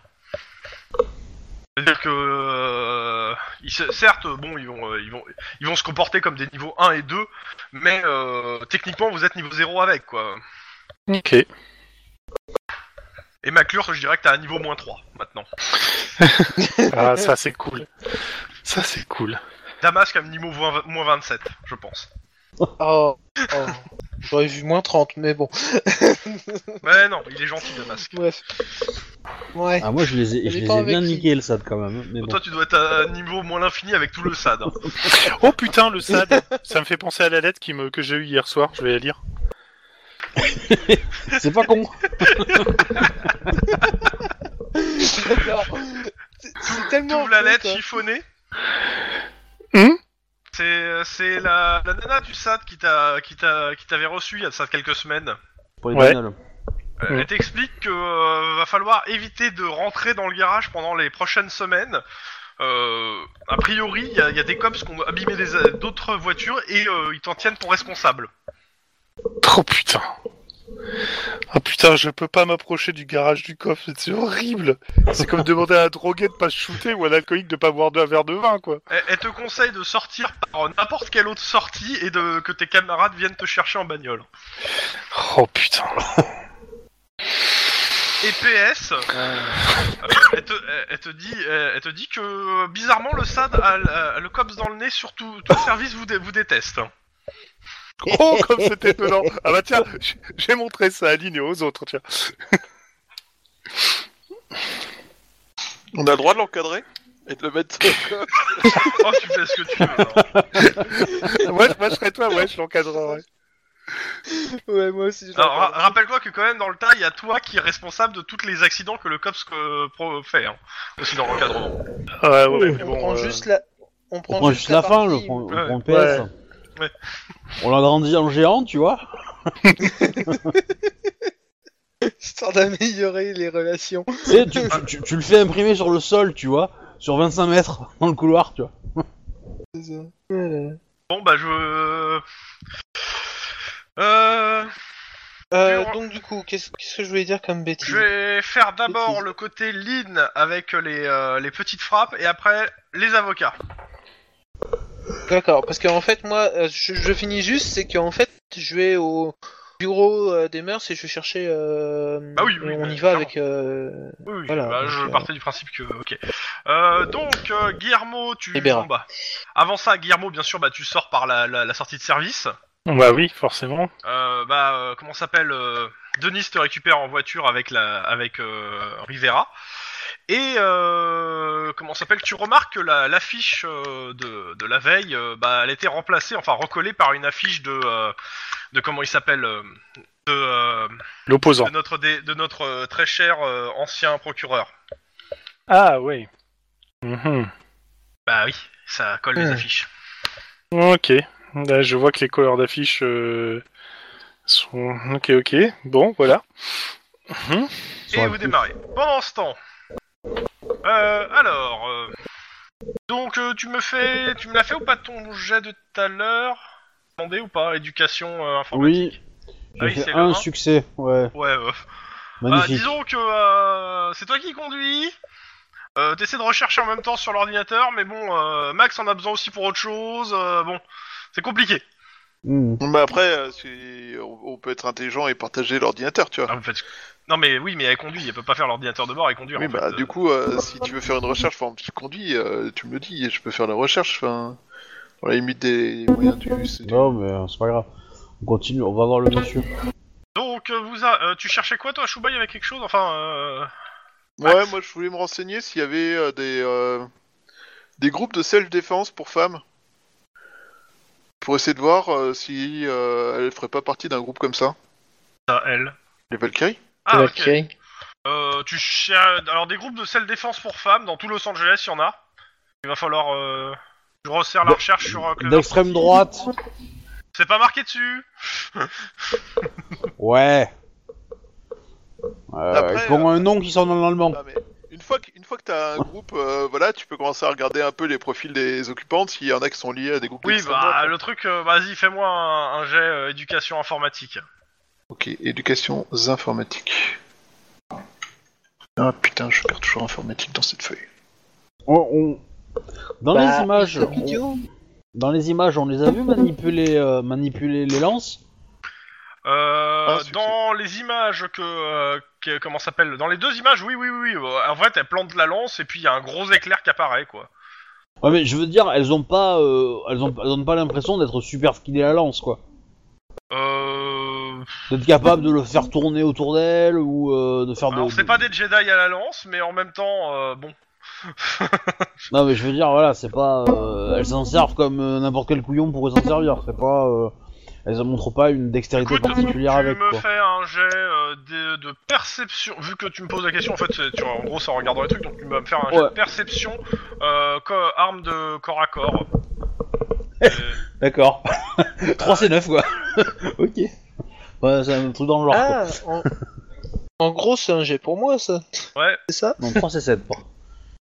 C'est-à-dire que euh, ils se- certes, bon, ils vont, euh, ils vont, ils vont se comporter comme des niveaux 1 et 2, mais euh, techniquement, vous êtes niveau 0 avec, quoi. Ok. Et McClure, je dirais que t'as un niveau moins 3 maintenant. Ah, ça c'est cool. Ça c'est cool. Damasque a un niveau moins moins 27, je pense. Oh, oh. J'aurais vu moins 30, mais bon. Mais non, il est gentil, Damasque. Bref. Ouais. Ah, moi, je les ai, Ça je les dépend ai bien avec qui. niqués, le SAD, quand même. hein. Mais bon. Toi, tu dois être à un niveau moins l'infini avec tout le SAD. hein. Oh putain, le SAD Ça me fait penser à la lettre qui me... que j'ai eue hier soir, je vais la lire. C'est pas con. D'accord. C'est- C'est tellement. T'ouvres la fou, lettre quoi. chiffonnée. Hmm c'est euh, c'est la, la nana du SAD qui t'a qui t'a qui t'avait reçu il y a ça quelques semaines. Pour les Ouais. banales. Euh, Mm. Elle t'explique que euh, va falloir éviter de rentrer dans le garage pendant les prochaines semaines. Euh, a priori, il y, a- il y a des cops qui ont abîmé des- d'autres voitures et euh, ils t'en tiennent pour responsable. Oh putain Oh putain, je peux pas m'approcher du garage du coffre, c'est- c'est horrible C'est comme demander à un drogué de pas se shooter ou à un alcoolique de pas boire de un verre de vin, quoi Elle, elle te conseille de sortir par euh, n'importe quelle autre sortie et de que tes camarades viennent te chercher en bagnole. Oh putain Et PS, euh, elle, te, elle- elle te dit, elle, elle te dit que euh, bizarrement le SAD a, l- a le cops dans le nez sur tout, tout service vous, dé- vous déteste. Oh, comme c'est étonnant Ah bah tiens, j- j'ai montré ça à Aline et aux autres, tiens. On a le droit de l'encadrer et de le mettre. euh, Oh tu fais ce que tu veux. alors. Moi, je- moi, je serais toi, ouais, je l'encadrerais. Ouais, moi aussi. je Alors, ra- l'entends. rappelle-toi que quand même dans le tas il y a toi qui est responsable de tous les accidents que le cops euh, pro- fait, hein. aussi dans l'encadrement. Ouais, ah, ouais, mais on bon... prend euh, juste la. On On prend, prend juste la fin, partie le, on, on Ouais. prend le PS. Ouais. On l'agrandit en géant, tu vois. Histoire d'améliorer les relations. Tu sais, tu, tu- tu- tu le fais imprimer sur le sol, tu vois, sur 25 mètres dans le couloir, tu vois. Euh, Bon bah je. Euh, Euh, Sur- donc du coup, qu'est-ce qu'est-ce que je voulais dire comme bêtise je vais faire d'abord le côté lean avec les, euh, les petites frappes et après les avocats. D'accord, parce qu'en fait, moi, euh, je, je finis juste, c'est qu'en fait, je vais au bureau euh, des mœurs et je vais chercher. euh, Ah oui, oui, on oui, y va clairement. avec. euh, Oui, oui, Voilà, bah, donc, je euh, partais du principe que. Ok. Euh, donc, euh, Guillermo, tu Libéra. combats. Avant ça, Guillermo, bien sûr, bah, tu sors par la, la- la sortie de service. Bah oui, forcément. Euh, bah, euh, comment s'appelle euh, Denis te récupère en voiture avec la, avec euh, Rivera. Et euh, comment s'appelle Tu remarques que la- l'affiche euh, de, de la veille, euh, bah, elle était remplacée, enfin recollée par une affiche de, euh, de comment il s'appelle euh, de, euh, L'opposant. de notre dé- de notre euh, très cher euh, ancien procureur. Ah oui. Mhm. Bah oui, ça colle les Hmm. affiches. Ok. Là, je vois que les couleurs d'affiche euh, sont. Ok, ok. Bon, voilà. Mhm. Et vous démarrez. Pendant ce temps, euh, alors, euh, donc euh, tu me fais, tu me l'as fait ou pas ton jet de tout à l'heure Demandé ou pas Éducation euh, informatique. Oui. Ah J'ai oui, fait c'est le un un. succès, ouais. Ouais. euh, euh, Magnifique. disons que euh, c'est toi qui conduis. Euh, T'essaies de rechercher en même temps sur l'ordinateur, mais bon, euh, Max en a besoin aussi pour autre chose. euh, bon, c'est compliqué. Mm. Mais après, euh, c'est- on on peut être intelligent et partager l'ordinateur, tu vois. Ah, vous faites- Non mais oui, mais elle conduit, elle peut pas faire l'ordinateur de bord et conduire. Oui, en fait, bah, euh, du coup, euh, si tu veux faire une recherche, enfin, je conduis, euh, tu me le dis, je peux faire la recherche, enfin, dans la limite des moyens du. c'est du- Non, mais euh, c'est pas grave. On continue, on va voir le monsieur. Donc euh, vous, a- euh, tu cherchais quoi toi, Chouba Il y avait quelque chose, enfin. Euh... Ouais, moi, je voulais me renseigner s'il y avait euh, des, euh, des groupes de self-défense pour femmes. Pour essayer de voir euh, si euh, elle ferait pas partie d'un groupe comme ça. à elle. Les Valkyries Ah, ok. ok. Euh, tu cher- Alors, des groupes de self-défense pour femmes, dans tout Los Angeles, il y en a. Il va falloir. Euh... Je resserre la De- recherche sur. euh, Clever D'extrême City. droite. C'est pas marqué dessus Ouais. Euh, Après, ils hein. ont un nom qui sort dans l'allemand. Ah, mais une fois que, une fois que t'as un groupe, euh, voilà, tu peux commencer à regarder un peu les profils des occupantes, s'il y en a qui sont liés à des groupes Oui, d'extrême bah, droite. le truc, euh, vas-y, fais-moi un, un jet euh, éducation informatique. Ok, éducations informatiques. Ah putain, je perds toujours informatique dans cette feuille. on- on- Dans Bah, les images, c'est on- idiot. dans les images, on les a vus manipuler, euh, manipuler les lances. Euh, Un succès. dans les images que, euh, que- comment ça s'appelle Dans les deux images, oui, oui, oui. oui. En fait, elle plante la lance et puis il y a un gros éclair qui apparaît, quoi. Ouais, mais je veux dire, elles ont pas, euh, elles ont, elles ont pas l'impression d'être super skillées à la lance, quoi. Euh... D'être capable de le faire tourner autour d'elle ou euh, de faire. de- Alors, c'est de- pas des Jedi à la lance, mais en même temps, euh, bon. Non, mais je veux dire, voilà, c'est pas. euh, elles s'en servent comme euh, n'importe quel couillon pourrait s'en servir. C'est pas. euh, elles en montrent pas une dextérité Écoute, particulière tu avec, me quoi. fais un jet euh, de, de perception. Vu que tu me poses la question, en fait, c'est- tu, en gros, ça regarde dans les trucs, donc tu vas me faire un jet Ouais. de perception, euh, co- arme de corps à corps. Euh, Et- D'accord. 3 c'est 9, quoi. ok. Ouais, c'est un truc dans le genre, quoi. Ah, en... en gros, c'est un jet pour moi, ça. Ouais. C'est ça Non, 3 c'est 7, quoi.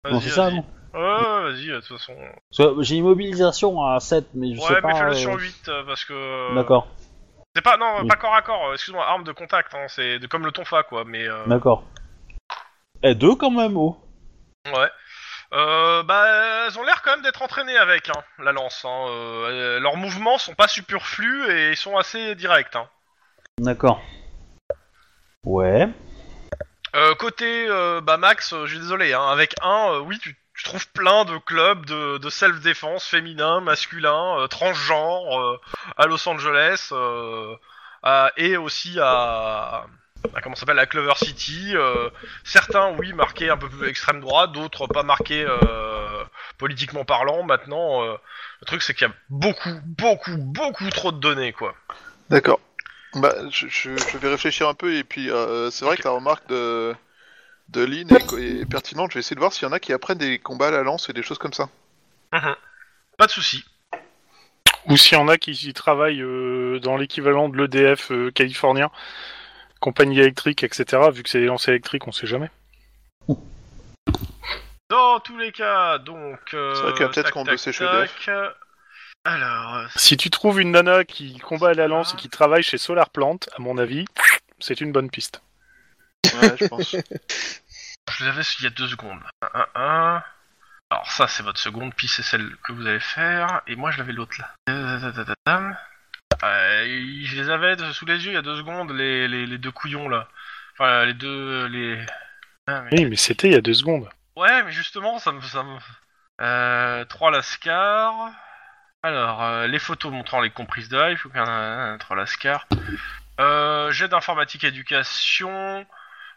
Non, vas-y, c'est ça, vas-y. non Ouais, ouais, vas-y, de toute façon. Parce que J'ai immobilisation à 7, mais je ouais, sais mais pas. fais-le euh, sur 8, euh, parce que. euh, D'accord, C'est pas, non, Oui. pas corps à corps, euh, excuse-moi, arme de contact, hein, c'est de- comme le tonfa, quoi, mais. euh, d'accord. Et 2 quand même, oh. Ouais. Euh, bah, elles ont l'air quand même d'être entraînées avec hein, la lance. Hein. Euh, euh, leurs mouvements sont pas superflus et ils sont assez directs. Hein. D'accord. Ouais. Euh, côté euh, bah, Max, euh, je suis désolé, hein, avec un, euh, oui, tu, tu trouves plein de clubs de, de self-défense féminin, masculin, euh, transgenre euh, à Los Angeles euh, à- et aussi à. à comment ça s'appelle à Clover City euh, certains oui marqués un peu plus extrême droite d'autres pas marqués euh, politiquement parlant maintenant euh, le truc c'est qu'il y a beaucoup beaucoup beaucoup trop de données quoi D'accord. Bah, je, je- je vais réfléchir un peu et puis euh, c'est vrai que la remarque de, de Lynn est, co- est pertinente. Je vais essayer de voir s'il y en a qui apprennent des combats à la lance et des choses comme ça. pas de souci Ou s'il y en a qui y travaillent euh, dans l'équivalent de l'EDF euh, californien, compagnie électrique, etc. Vu que c'est des lancers électriques, on sait jamais. Dans tous les cas, donc. euh, C'est vrai qu'il y a peut-être tac, qu'on tac, doit sécher tac. Alors, euh, Si tu trouves une nana qui combat à la lance et qui travaille chez Solar Plant, à mon avis, c'est une bonne piste. Ouais, je pense. je les avais il y a deux secondes. Un, un, un. Alors, ça, c'est votre seconde piste, c'est celle que vous allez faire. Et moi, je l'avais l'autre là. Tadadadadadam. Euh, y- je les avais de- sous les yeux il y a deux secondes, les, les, les deux couillons là. Enfin, les deux. euh, Les... Ah, mais- Oui, mais c'était il y a deux secondes. Ouais, mais justement, ça me. Ça me... Euh, 3 lascars. Alors, euh, les photos montrant les comprises d'œil, il faut qu'il y en ait un, 3 lascars. Euh, jet d'informatique éducation.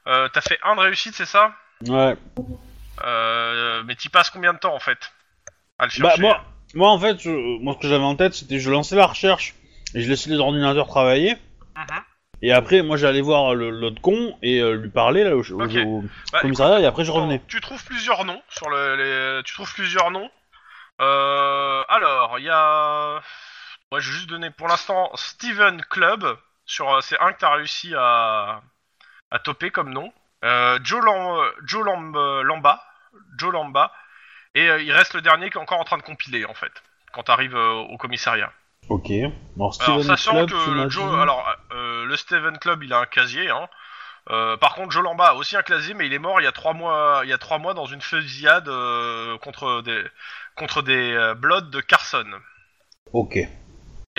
Euh, T'as fait un de réussite, c'est ça Ouais. euh, Mais t'y passes combien de temps en fait à le Bah, chercher hein. moi, moi en fait, je- moi ce que j'avais en tête, c'était je lançais la recherche et je laissais les ordinateurs travailler. Mhm. Et après, moi j'allais voir le- l'autre con et euh, lui parler là au, au- Ok. au Bah, commissariat et après je revenais. Tu trouves plusieurs noms sur le. les- Tu trouves plusieurs noms. Euh, alors, il y a. Moi, je vais juste donner pour l'instant Steven Club. Sur, euh, c'est un que t'as réussi à, à toper comme nom. Euh, Joe, Lam- euh, Joe Lam- euh, Lamba. Joe Lamba. Et euh, il reste le dernier qui est encore en train de compiler en fait. Quand t'arrives euh, au commissariat. Ok. Alors, Alors, Steven sachant Club, tu m'as que Joe, dit- alors, euh, le Steven Club, il a un casier. Hein. Euh, par contre, Joe Lamba a aussi un casier, mais il est mort il y a trois mois, il y a trois mois dans une fusillade euh, contre des contre des euh, Bloods de Carson. Ok.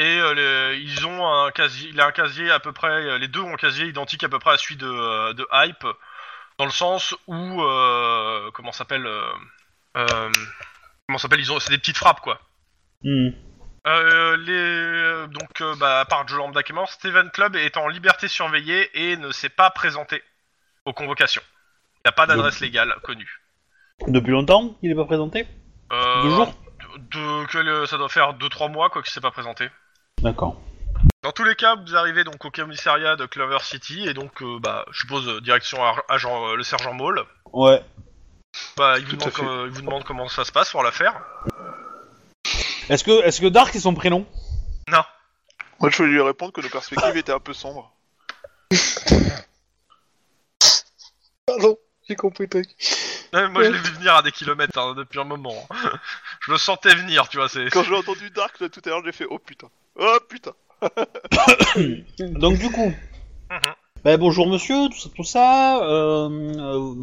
Et euh, les- ils ont un casier, il a un casier à peu près, euh, les deux ont un casier identique à peu près à celui de, euh, de Hype, dans le sens où euh, comment s'appelle euh, euh, comment s'appelle ils ont c'est des petites frappes quoi. Hmm. Euh, les... euh, Donc, euh, bah, à part Joe Lambda qui est mort, Steven Club est en liberté surveillée et ne s'est pas présenté aux convocations. Il n'a pas d'adresse légale connue. Depuis longtemps qu'il est pas présenté Euh, Deux jours de- que le- Ça doit faire 2-3 mois quoi qu'il s'est pas présenté. D'accord. Dans tous les cas, vous arrivez donc au commissariat de Clover City et donc, euh, bah, je suppose, euh, direction ar- agent, euh, le sergent Maul. Ouais. Bah, il, vous Tout à demande, fait. com- il vous demande comment ça se passe pour l'affaire. Est-ce que, est-ce que Dark c'est son prénom Non. Moi, je voulais lui répondre que nos perspectives étaient un peu sombres. Pardon, j'ai compris le truc. Non, mais moi, je l'ai vu venir à des kilomètres hein, depuis un moment. je le sentais venir, tu vois. c'est... Quand j'ai entendu Dark là, tout à l'heure, j'ai fait oh putain. Oh putain. Donc du coup, Ben, Mhm. bah, bonjour monsieur, tout ça, tout ça. euh, euh, euh,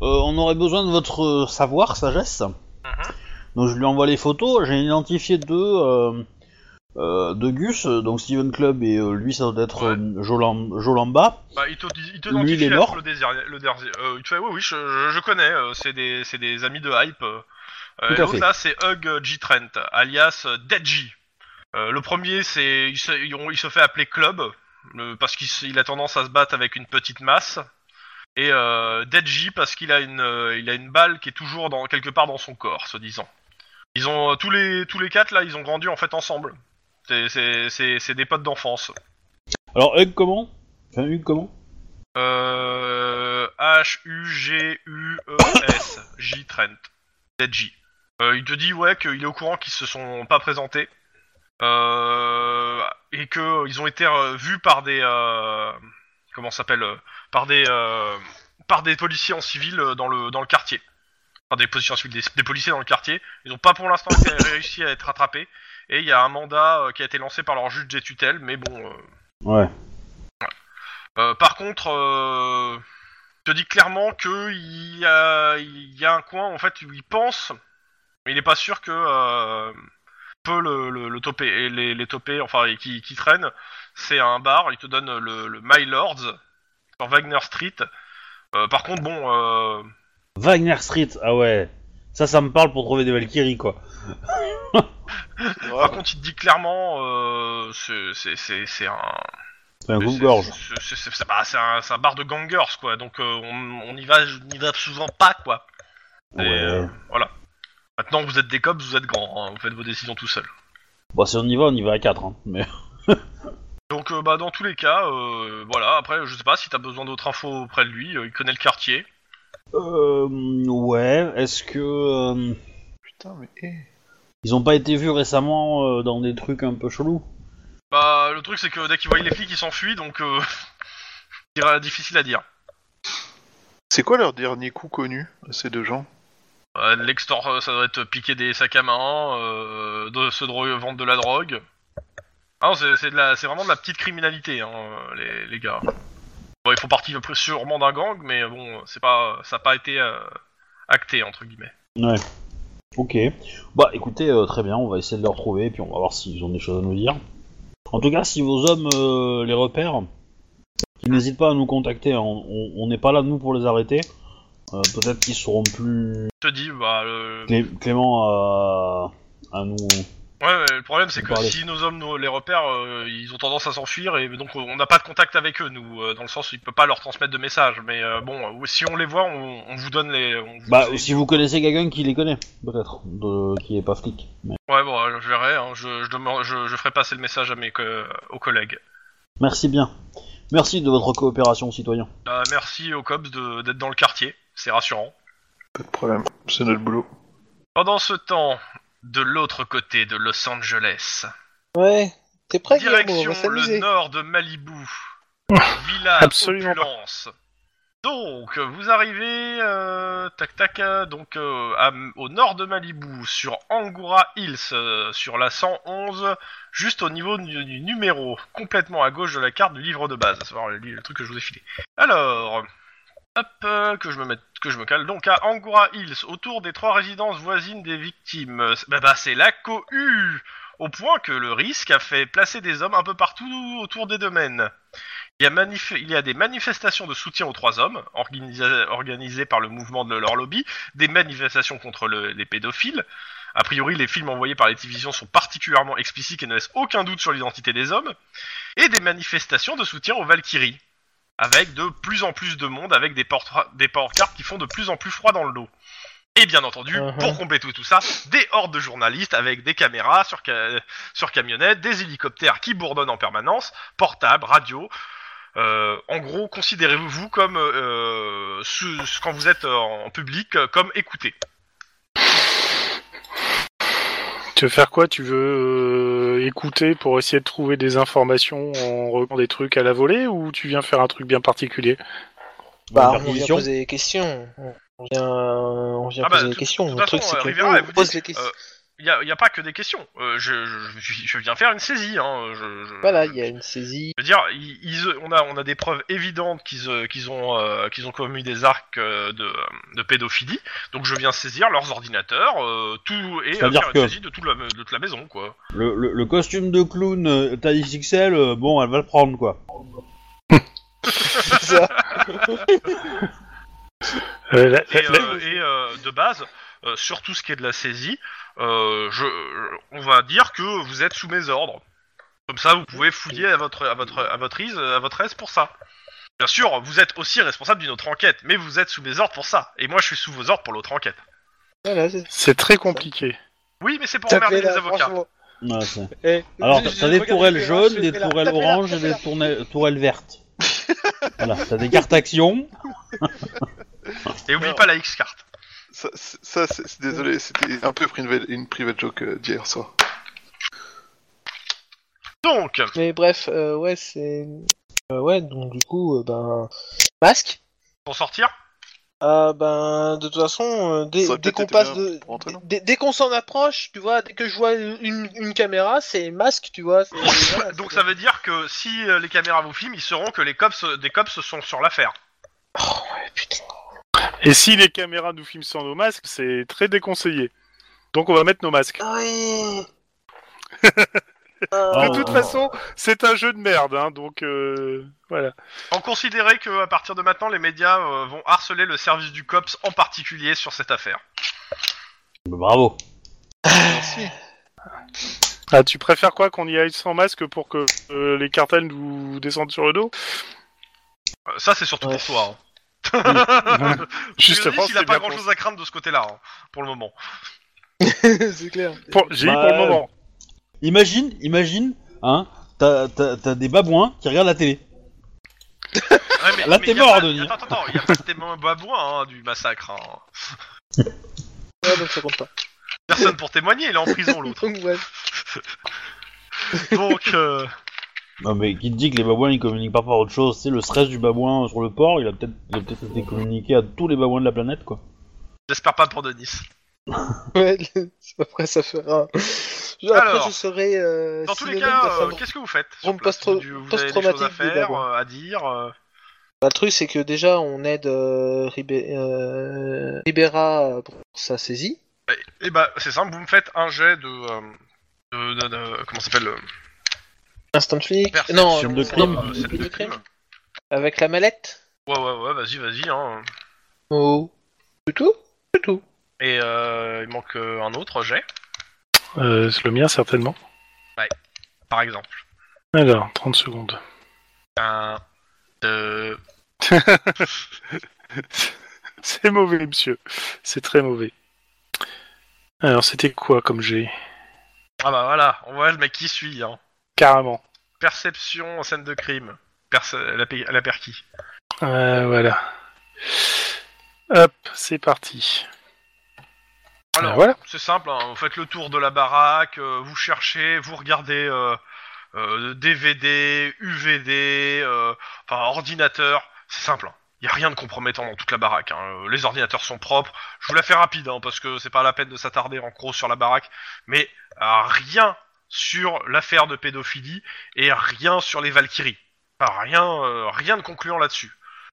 on aurait besoin de votre euh, savoir, sagesse. Mm-hmm. Donc je lui envoie les photos, j'ai identifié deux, euh, euh, deux Gus, euh, donc Steven Club et euh, lui ça doit être euh, Jolam- Jolamba. Bah, il te, dit- il te Lui, identifie il est avec mort Le désir, le désir- euh, il te fait, oui, oui, je, je- je connais, euh, c'est des, c'est des amis de hype. euh. Euh, Tout et à l'autre, fait. là, c'est Hug euh, G. Trent, alias euh, Deji. Euh, le premier, c'est il, se- ils ont- il se fait appeler Club, le- parce qu'il se- il a tendance à se battre avec une petite masse. Et euh, Deji, parce qu'il a, une, euh, il a une balle qui est toujours dans, quelque part dans son corps, se disant. Ils ont, euh, tous, les, tous les quatre, là, ils ont grandi en fait ensemble. C'est- C'est c'est- c'est des potes d'enfance. Alors Hug comment Enfin Hug comment Euh, H-U-G-U-E-S. E J. Trent. C'est J. Euh, il te dit, ouais, qu'il est au courant qu'ils se sont pas présentés. Euh, et que euh, ils ont été euh, vus par des. euh, comment ça s'appelle euh, Par des. euh, par des policiers en civil euh, dans le, dans le quartier. Enfin, des, policiers en civil, des, des policiers dans le quartier. Ils n'ont pas pour l'instant été- réussi à être rattrapés. Et il y a un mandat euh, qui a été lancé par leur juge des tutelles, mais bon, euh, Ouais. euh, par contre, euh, je te dis clairement que il y a, il y a un coin en fait où il pense, mais il n'est pas sûr que euh, peut le, le, le toper et les, les toper, enfin et qui, qui traîne. C'est un bar. Il te donne le, le My Lords sur Wagner Street. Euh, par contre, bon, euh, Wagner Street, ah ouais. Ça, ça me parle pour trouver des Valkyries quoi. Ah, par contre, il te dit clairement, euh, c'est- c'est- c'est c'est un C'est un coup de C'est- gorge. c'est- c'est- c'est- bah, C'est un, c'est un bar de gangers, quoi. Donc euh, on, on y va, on y va souvent pas, quoi. Et, Ouais. euh, voilà. Maintenant, vous êtes des cops, vous êtes grands. hein, Vous faites vos décisions tout seul. Bon, Bah, si on y va, on y va à 4. Hein. Mais... Donc, euh, bah, dans tous les cas, euh, voilà. Après, je sais pas si t'as besoin d'autres infos auprès de lui. euh, il connaît le quartier. Euh, ouais, est-ce que. euh, Putain, mais. eh. ils ont pas été vus récemment euh, dans des trucs un peu chelous Bah, le truc, c'est que dès qu'il voit les flics, il s'enfuit. Donc, euh, c'est difficile à dire. C'est quoi leur dernier coup connu, ces deux gens Euh, L'extor, euh, ça doit être piquer des sacs à main, euh, de, se dro- vendre de la drogue. Ah non, c'est c'est de la- c'est vraiment de la petite criminalité, hein, euh, les, les gars. Bon, ils font partie après, sûrement d'un gang, mais euh, bon, c'est pas, ça n'a pas été euh, acté, entre guillemets. Ouais. Ok. Bah écoutez, euh, très bien, on va essayer de les retrouver et puis on va voir s'ils ont des choses à nous dire. En tout cas, si vos hommes euh, les repèrent, qu'ils n'hésitent pas à nous contacter. hein. On- On on n'est pas là, nous, pour les arrêter. Euh, Peut-être qu'ils seront plus Je te dis, bah, le, Clé- Clément à, à nous. ouais, ouais, le problème, c'est Vous que parlez. si nos hommes nous, les repèrent, euh, ils ont tendance à s'enfuir, et donc euh, on n'a pas de contact avec eux, nous, euh, dans le sens où ils ne peuvent pas leur transmettre de messages. Mais euh, bon, euh, si on les voit, on, on vous donne les... on vous- Bah, si vous connaissez quelqu'un qui les connaît, peut-être, de- qui est pas flic. Mais- Ouais, bon, euh, je verrai, hein, je, je, demande- je, je ferai passer le message à mes co- aux collègues. Merci bien. Merci de votre coopération, citoyen. Euh, merci aux cops de- d'être dans le quartier, c'est rassurant. Pas de problème, c'est notre boulot. Pendant ce temps, de l'autre côté de Los Angeles, Ouais. T'es prêt, Guillermo On va direction le s'amuser. nord de Malibu, Villa Absolument pas. Opulence. Donc, vous arrivez, euh, tac tac, euh, donc euh, à- au nord de Malibu, sur Angura Hills, euh, sur la 111, juste au niveau du, du numéro, complètement à gauche de la carte du livre de base, à savoir le, li- le truc que je vous ai filé. Alors, hop, euh, que je me mette, que je me cale. Donc à Angura Hills, autour des trois résidences voisines des victimes, euh, bah, bah, c'est la cohue, au point que le risque a fait placer des hommes un peu partout autour des domaines. Il y, a manif- il y a des manifestations de soutien aux trois hommes, organisa- organisées par le mouvement de leur lobby, des manifestations contre le- les pédophiles. A priori, les films envoyés par les télévisions sont particulièrement explicites et ne laissent aucun doute sur l'identité des hommes. Et des manifestations de soutien aux Valkyries, avec de plus en plus de monde, avec des, portra- des pancartes qui font de plus en plus froid dans le dos. Et bien entendu, Mhm. pour compléter tout ça, des hordes de journalistes avec des caméras sur, ca- sur camionnettes, des hélicoptères qui bourdonnent en permanence, portables, radio, euh, en gros, considérez-vous comme, euh, sous- sous- quand vous êtes euh, en public, euh, comme écouté. Tu veux faire quoi Tu veux euh, écouter pour essayer de trouver des informations en regardant des trucs à la volée ou tu viens faire un truc bien particulier Bah, Une on vient perquisition. poser des questions. On vient, on vient Ah bah, poser de des toute- questions. de toute Le truc, façon, c'est euh, que Oh, Rivera, vous, elle vous on pose dit, les questions. euh, il n'y a, il y a pas que des questions. Euh, je, je- je- je viens faire une saisie. Hein. Je, je- Voilà, il y a une saisie. Je veux dire, ils, ils- on, a, on a des preuves évidentes qu'ils euh, qu'ils ont, euh, qu'ils ont commis des arcs euh, de, de pédophilie, donc je viens saisir leurs ordinateurs, euh, tout, et euh, C'est-à-dire faire une que- saisie de toute la, de toute la maison, quoi. Le, le- le costume de clown euh, taille XL, euh, bon, elle va le prendre quoi. C'est ça. Euh, la- la- Et, la- euh, et, euh, de base, euh, sur tout ce qui est de la saisie, euh, je, euh, on va dire que vous êtes sous mes ordres. Comme ça, vous pouvez fouiller à votre, à votre, à votre, aise, à votre aise pour ça. Bien sûr, vous êtes aussi responsable d'une autre enquête, mais vous êtes sous mes ordres pour ça, et moi je suis sous vos ordres pour l'autre enquête. Voilà, c'est C'est très compliqué. Oui, mais c'est pour Tapez emmerder Ah, les là, avocats. franchement. Ouais, c'est- Eh, Alors, je- t'as- je- t'as des regardez, tourelles regardez, jaunes, tapez des là, tourelles tapez là, oranges et tapez des là. tourne- tourelles vertes. voilà, t'as des cartes actions. Et oublie Alors. pas la X-carte. Ça, c'est- ça, c'est- c'est- désolé, c'était un peu privé- une private joke euh, d'hier soir. Donc, Mais bref, euh, ouais, c'est. euh, ouais, donc du coup, euh, ben. Masque pour sortir, Ah ben, de toute façon, euh, dès, Ça aurait dès peut-être qu'on été passe bien de. pour Antonin. Dès, dès qu'on s'en approche, tu vois, dès que je vois une, une caméra, c'est masque, tu vois. c'est- voilà, donc Ah, c'est- ça veut dire que si euh, les caméras vous filment, ils sauront que les cops, des cops sont sur l'affaire. Oh, ouais, putain. Et si les caméras nous filment sans nos masques, c'est très déconseillé. Donc on va mettre nos masques. Oui Ah, de toute ouais. façon, c'est un jeu de merde, hein, donc euh, voilà. En considérer que à partir de maintenant, les médias euh, vont harceler le service du cops en particulier sur cette affaire. Bah, Bravo. Merci. Ah, tu préfères quoi qu'on y aille sans masque pour que euh, les cartels nous descendent sur le dos Euh, ça, c'est surtout Ouais. pour toi. Hein. Justement, Je te dis, il a c'est pas bien grand pour- chose à craindre de ce côté-là, hein, pour le moment. c'est clair. pour- J'ai dit Bah, pour le moment. Imagine, imagine, hein, t'as t'as- t'as des babouins qui regardent la télé. Ouais, mais- Là, mais t'es y a mort, pas- Denis. Attends, attends, attends, il y a pas de témoin babouin hein, du massacre. hein. Ouais, donc ça compte pas. Personne pour témoigner, il est en prison l'autre. Donc, ouais. Donc, euh, Non mais qui te dit que les babouins ils communiquent pas par autre chose C'est le stress du babouin sur le port, il a peut-être il a peut-être été communiqué à tous les babouins de la planète quoi. j'espère pas pour Denis. Ouais, le- c'est après ça fera. Après, Alors, je serai. euh, Dans tous les synonyme cas, d'un euh, syndrome. qu'est-ce que vous faites sur syndrome place posttra- Vous- Vous avez des post-traumatique choses à du faire, babouin. euh, à dire euh, Bah, le truc, c'est que déjà, on aide euh, Ribé- euh, Ribera pour sa saisie. Eh bah, c'est simple, vous me faites un jet de. euh, de, de- de- comment ça s'appelle euh, Instant flic. perception, Non, de euh, crime. euh, scène de crime. avec la mallette. Ouais, ouais, ouais, vas-y, vas-y. Hein. Oh. C'est tout C'est tout. Et euh, il manque euh, un autre jet, Euh, c'est le mien, certainement. par exemple. Alors, 30 secondes. Un. deux, C'est mauvais, monsieur. C'est très mauvais. Alors, c'était quoi comme jet Ah bah voilà, on voit le mec qui suit. Hein. Carrément. Perception en scène de crime. Perce- la, pe- la perquis. Euh, voilà. Hop, c'est parti. Alors, Ah, voilà. c'est simple, hein, vous faites le tour de la baraque, euh, vous cherchez, vous regardez euh, euh, DVD, UVD, euh, enfin ordinateur, c'est simple. Il n'y a rien de compromettant dans toute la baraque. hein. Euh, Les ordinateurs sont propres. Je vous la fais rapide, hein, parce que c'est pas la peine de s'attarder en gros sur la baraque. Mais euh, rien sur l'affaire de pédophilie et rien sur les Valkyries. Enfin, rien, euh, rien de concluant là-dessus.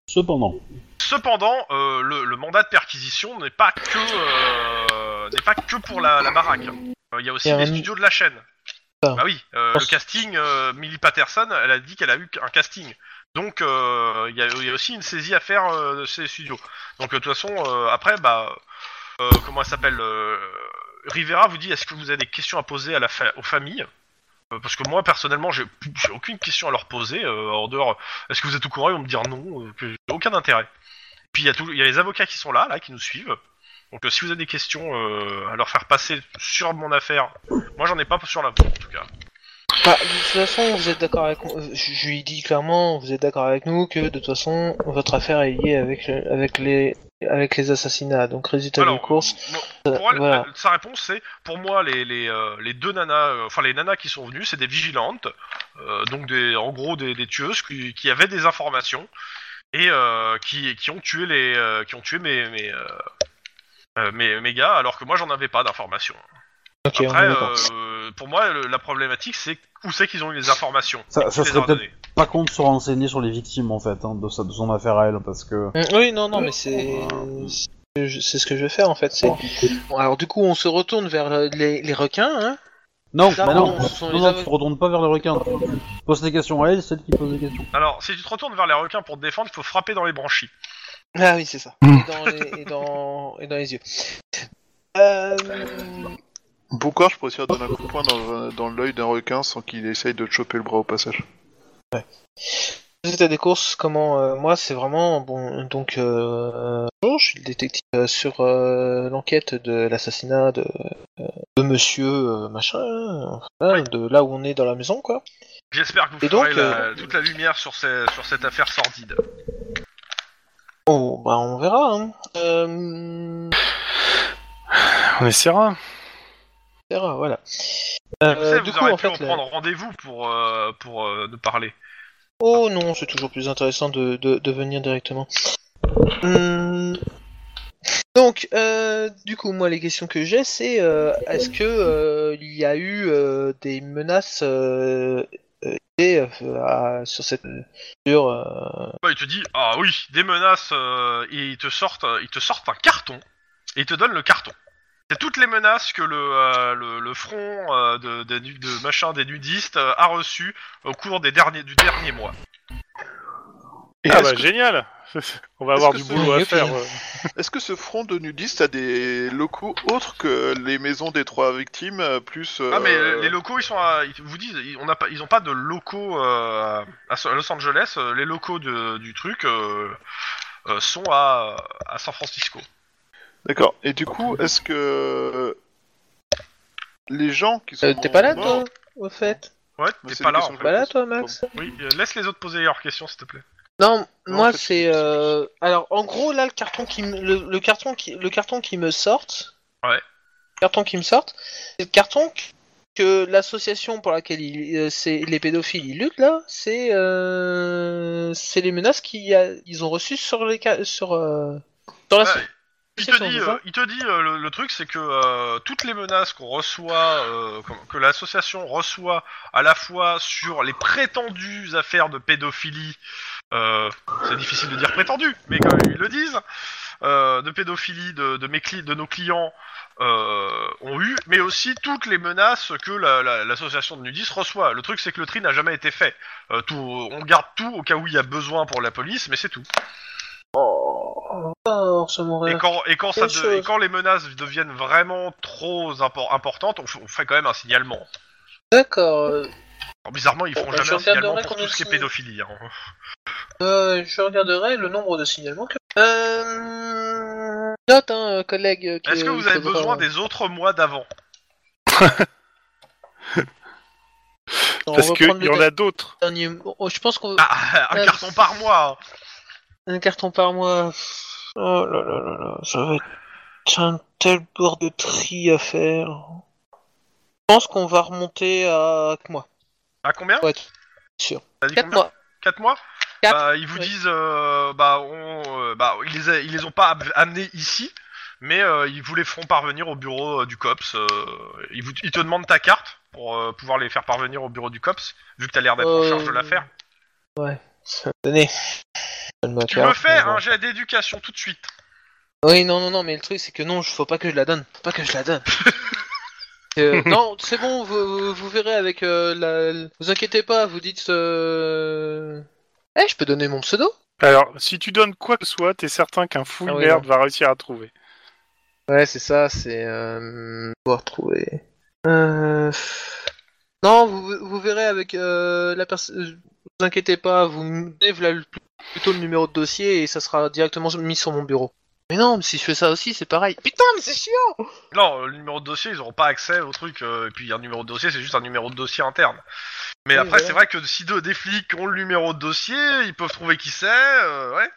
Cependant, Cependant, euh, le, le mandat de perquisition n'est pas que euh, n'est pas que pour la, la baraque. Euh, Il y a aussi Et les un- studios de la chaîne. Ah. Bah oui, euh, le casting, euh, Millie Patterson, elle a dit qu'elle a eu un casting. Donc euh, il y, a- il y a aussi une saisie à faire euh, de ces studios. Donc euh, de toute façon, euh, après, bah euh, comment elle s'appelle euh, Rivera vous dit est-ce que vous avez des questions à poser à la fa- aux familles Euh, parce que moi personnellement j'ai j'ai aucune question à leur poser euh, en dehors est-ce que vous êtes au courant ils vont me dire non euh, que j'ai aucun intérêt puis il y, a tout- il y a les avocats qui sont là, là, qui nous suivent. Donc euh, si vous avez des questions euh, à leur faire passer sur mon affaire, moi j'en ai pas sur la vôtre en tout cas. Bah, de toute façon, vous êtes d'accord avec euh, je, je lui dis clairement, vous êtes d'accord avec nous que de toute façon, votre affaire est liée avec le- avec les avec les assassinats. Donc résultat de Alors, euh, course. bon, pour elle, voilà. elle- sa réponse c'est pour moi les, les, euh, les deux nanas, euh, enfin les nanas qui sont venues, c'est des vigilantes, euh, donc des, en gros des, des tueuses qui, qui avaient des informations et euh, qui, qui ont tué les euh, qui ont tué mes mes, euh, euh, mes mes gars alors que moi j'en avais pas d'informations. Ok, on Après, est d'accord. euh, pour moi, le- la problématique, c'est où c'est qu'ils ont eu les informations. Ça, ça Qui les serait a peut-être données pas con de se renseigner sur les victimes en fait, hein, de, sa- de son affaire à elle, parce que. Mm, Oui, non, non, mais c'est c'est c'est ce que je vais faire en fait. C'est bon, alors du coup, on se retourne vers euh, les, les requins. Hein Non, Ça, bah non, non, ce sont non, les non, aveugles. tu te retournes pas vers le requin. Tu Poses des questions à elle, c'est elle qui pose des questions. Alors, si tu te retournes vers les requins pour te défendre, il faut frapper dans les branchies. Ah oui, c'est ça. Mm. Et dans les, et dans, et dans les yeux. Euh, Bon courage pour essayer de donner un coup de poing dans, dans l'œil d'un requin sans qu'il essaye de te choper le bras au passage. vous êtes à des courses, comment euh, Moi, c'est vraiment bon. Donc, euh, bonjour, je suis le détective euh, sur euh, l'enquête de l'assassinat de, euh, de Monsieur euh, machin, hein, voilà, de là où on est dans la maison, quoi. J'espère que vous Et ferez donc, la- euh, toute la lumière sur, ces- sur cette affaire sordide. Oh, bah on verra. Hein. Euh, On essaiera. verra, voilà. vous Euh, savez, du vous coup, aurez en pu fait, en la- prendre rendez-vous pour, euh, pour euh, nous parler. Oh non, c'est toujours plus intéressant de, de, de venir directement. Hum. Donc, euh, du coup, moi, les questions que j'ai, c'est euh, est-ce que euh, il y a eu euh, des menaces euh, euh, et, euh, à- sur cette sur euh, Bah, il te dit, ah oui, des menaces, euh, ils, te sortent, euh, ils te sortent un carton, et ils te donnent le carton. C'est toutes les menaces que le, euh, le, le front euh, de, des nu- de machin des nudistes euh, a reçues au cours des derniers, du dernier mois. Et ah est-ce bah que- génial On va avoir que du ce- boulot à Yuppie. faire. euh, ouais. Est-ce que ce front de nudistes a des locaux autres que les maisons des trois victimes, euh, plus... euh, Ah mais les locaux ils sont à, ils vous disent ils- on a pas ils ont pas de locaux euh, à à Los Angeles euh, les locaux de- du truc euh, euh, sont à, à San Francisco. D'accord. Et du coup, est-ce que... Les gens qui sont... euh, T'es pas là, morts- toi, au fait Ouais Mais t'es c'est pas une là. question en Pas fait. là, toi, Max Oui euh, laisse les autres poser leurs questions s'il te plaît. Non, Non, moi en fait, c'est c'est- euh, alors en gros là le carton qui me- le, le carton qui le carton qui me sorte. Ouais. Le carton qui me sorte, c'est le carton que- que l'association pour laquelle il, euh, c'est les pédophiles ils luttent là, c'est euh, c'est les menaces qu'ils a- ils ont reçues sur les ca- sur euh, dans la Ouais, Il te dit, euh, il te dit euh, le, le truc c'est que euh, toutes les menaces qu'on reçoit euh, comment- que l'association reçoit à la fois sur les prétendues affaires de pédophilie euh, c'est difficile de dire prétendu mais comme ils le disent euh, de pédophilie de, de mes cli- de nos clients euh, ont eu mais aussi toutes les menaces que la- la- l'association de nudistes reçoit le truc c'est que le tri n'a jamais été fait Euh, tout, on garde tout au cas où il y a besoin pour la police mais c'est tout Oh, ça m'aurait- et quand, et, quand ça Bonne de- chose. et quand les menaces deviennent vraiment trop impor- importantes, on, f- on fait quand même un signalement. D'accord. euh, Alors, bizarrement, ils font Bah, jamais je un signalement regarderai pour combien tout ce qui est de- pédophilie. hein. Euh, je regarderai le nombre de signalements que. Euh... Note, hein, collègue. euh, qui- Est-ce que vous avez faudra- besoin des autres mois d'avant On Parce va qu'il prendre le y en a d'autres. dernier. Oh, je pense qu'on. Ah, Un Euh, carton par mois hein. Un carton par mois. Oh là là là là, ça va être un tel bord de tri à faire. Je pense qu'on va remonter à 4 mois. À combien Ouais, T'as dit combien 4 mois. Quatre mois Quatre, Bah, Ils vous oui. disent, euh, bah, on, euh, bah, ils, les a- ils les ont pas am- amenés ici, mais euh, ils vous les feront parvenir au bureau euh, du COPS. euh, ils, vous, ils te demandent ta carte pour euh, pouvoir les faire parvenir au bureau du COPS, vu que t'as l'air d'être en charge de Euh, l'affaire. Tenez. Donne-moi Tu carte, me fais hein, mais bon. un jet d'éducation tout de suite. Oui, non, non, non, mais le truc, c'est que non, je- faut pas que je la donne. Faut pas que je la donne. Euh, non, c'est bon, vous, vous- vous verrez avec euh, la. Vous inquiétez pas, vous dites. Euh... Eh, je peux donner mon pseudo Alors, si tu donnes quoi que ce soit, t'es certain qu'un fou de Ah oui, merde va réussir à trouver. Ouais, c'est ça, c'est. Euh... On va retrouver. Euh... Non, vous, vous verrez avec euh, la personne. Vous inquiétez pas, vous me donnez voilà, le- plutôt le numéro de dossier et ça sera directement mis sur mon bureau. Mais non, mais si je fais ça aussi, c'est pareil. Putain, mais c'est chiant Non, euh, le numéro de dossier, ils n'auront pas accès au truc. euh, et puis un numéro de dossier, c'est juste un numéro de dossier interne. Mais Oui, après, voilà. c'est vrai que si deux, des flics ont le numéro de dossier, ils peuvent trouver qui c'est. euh, ouais.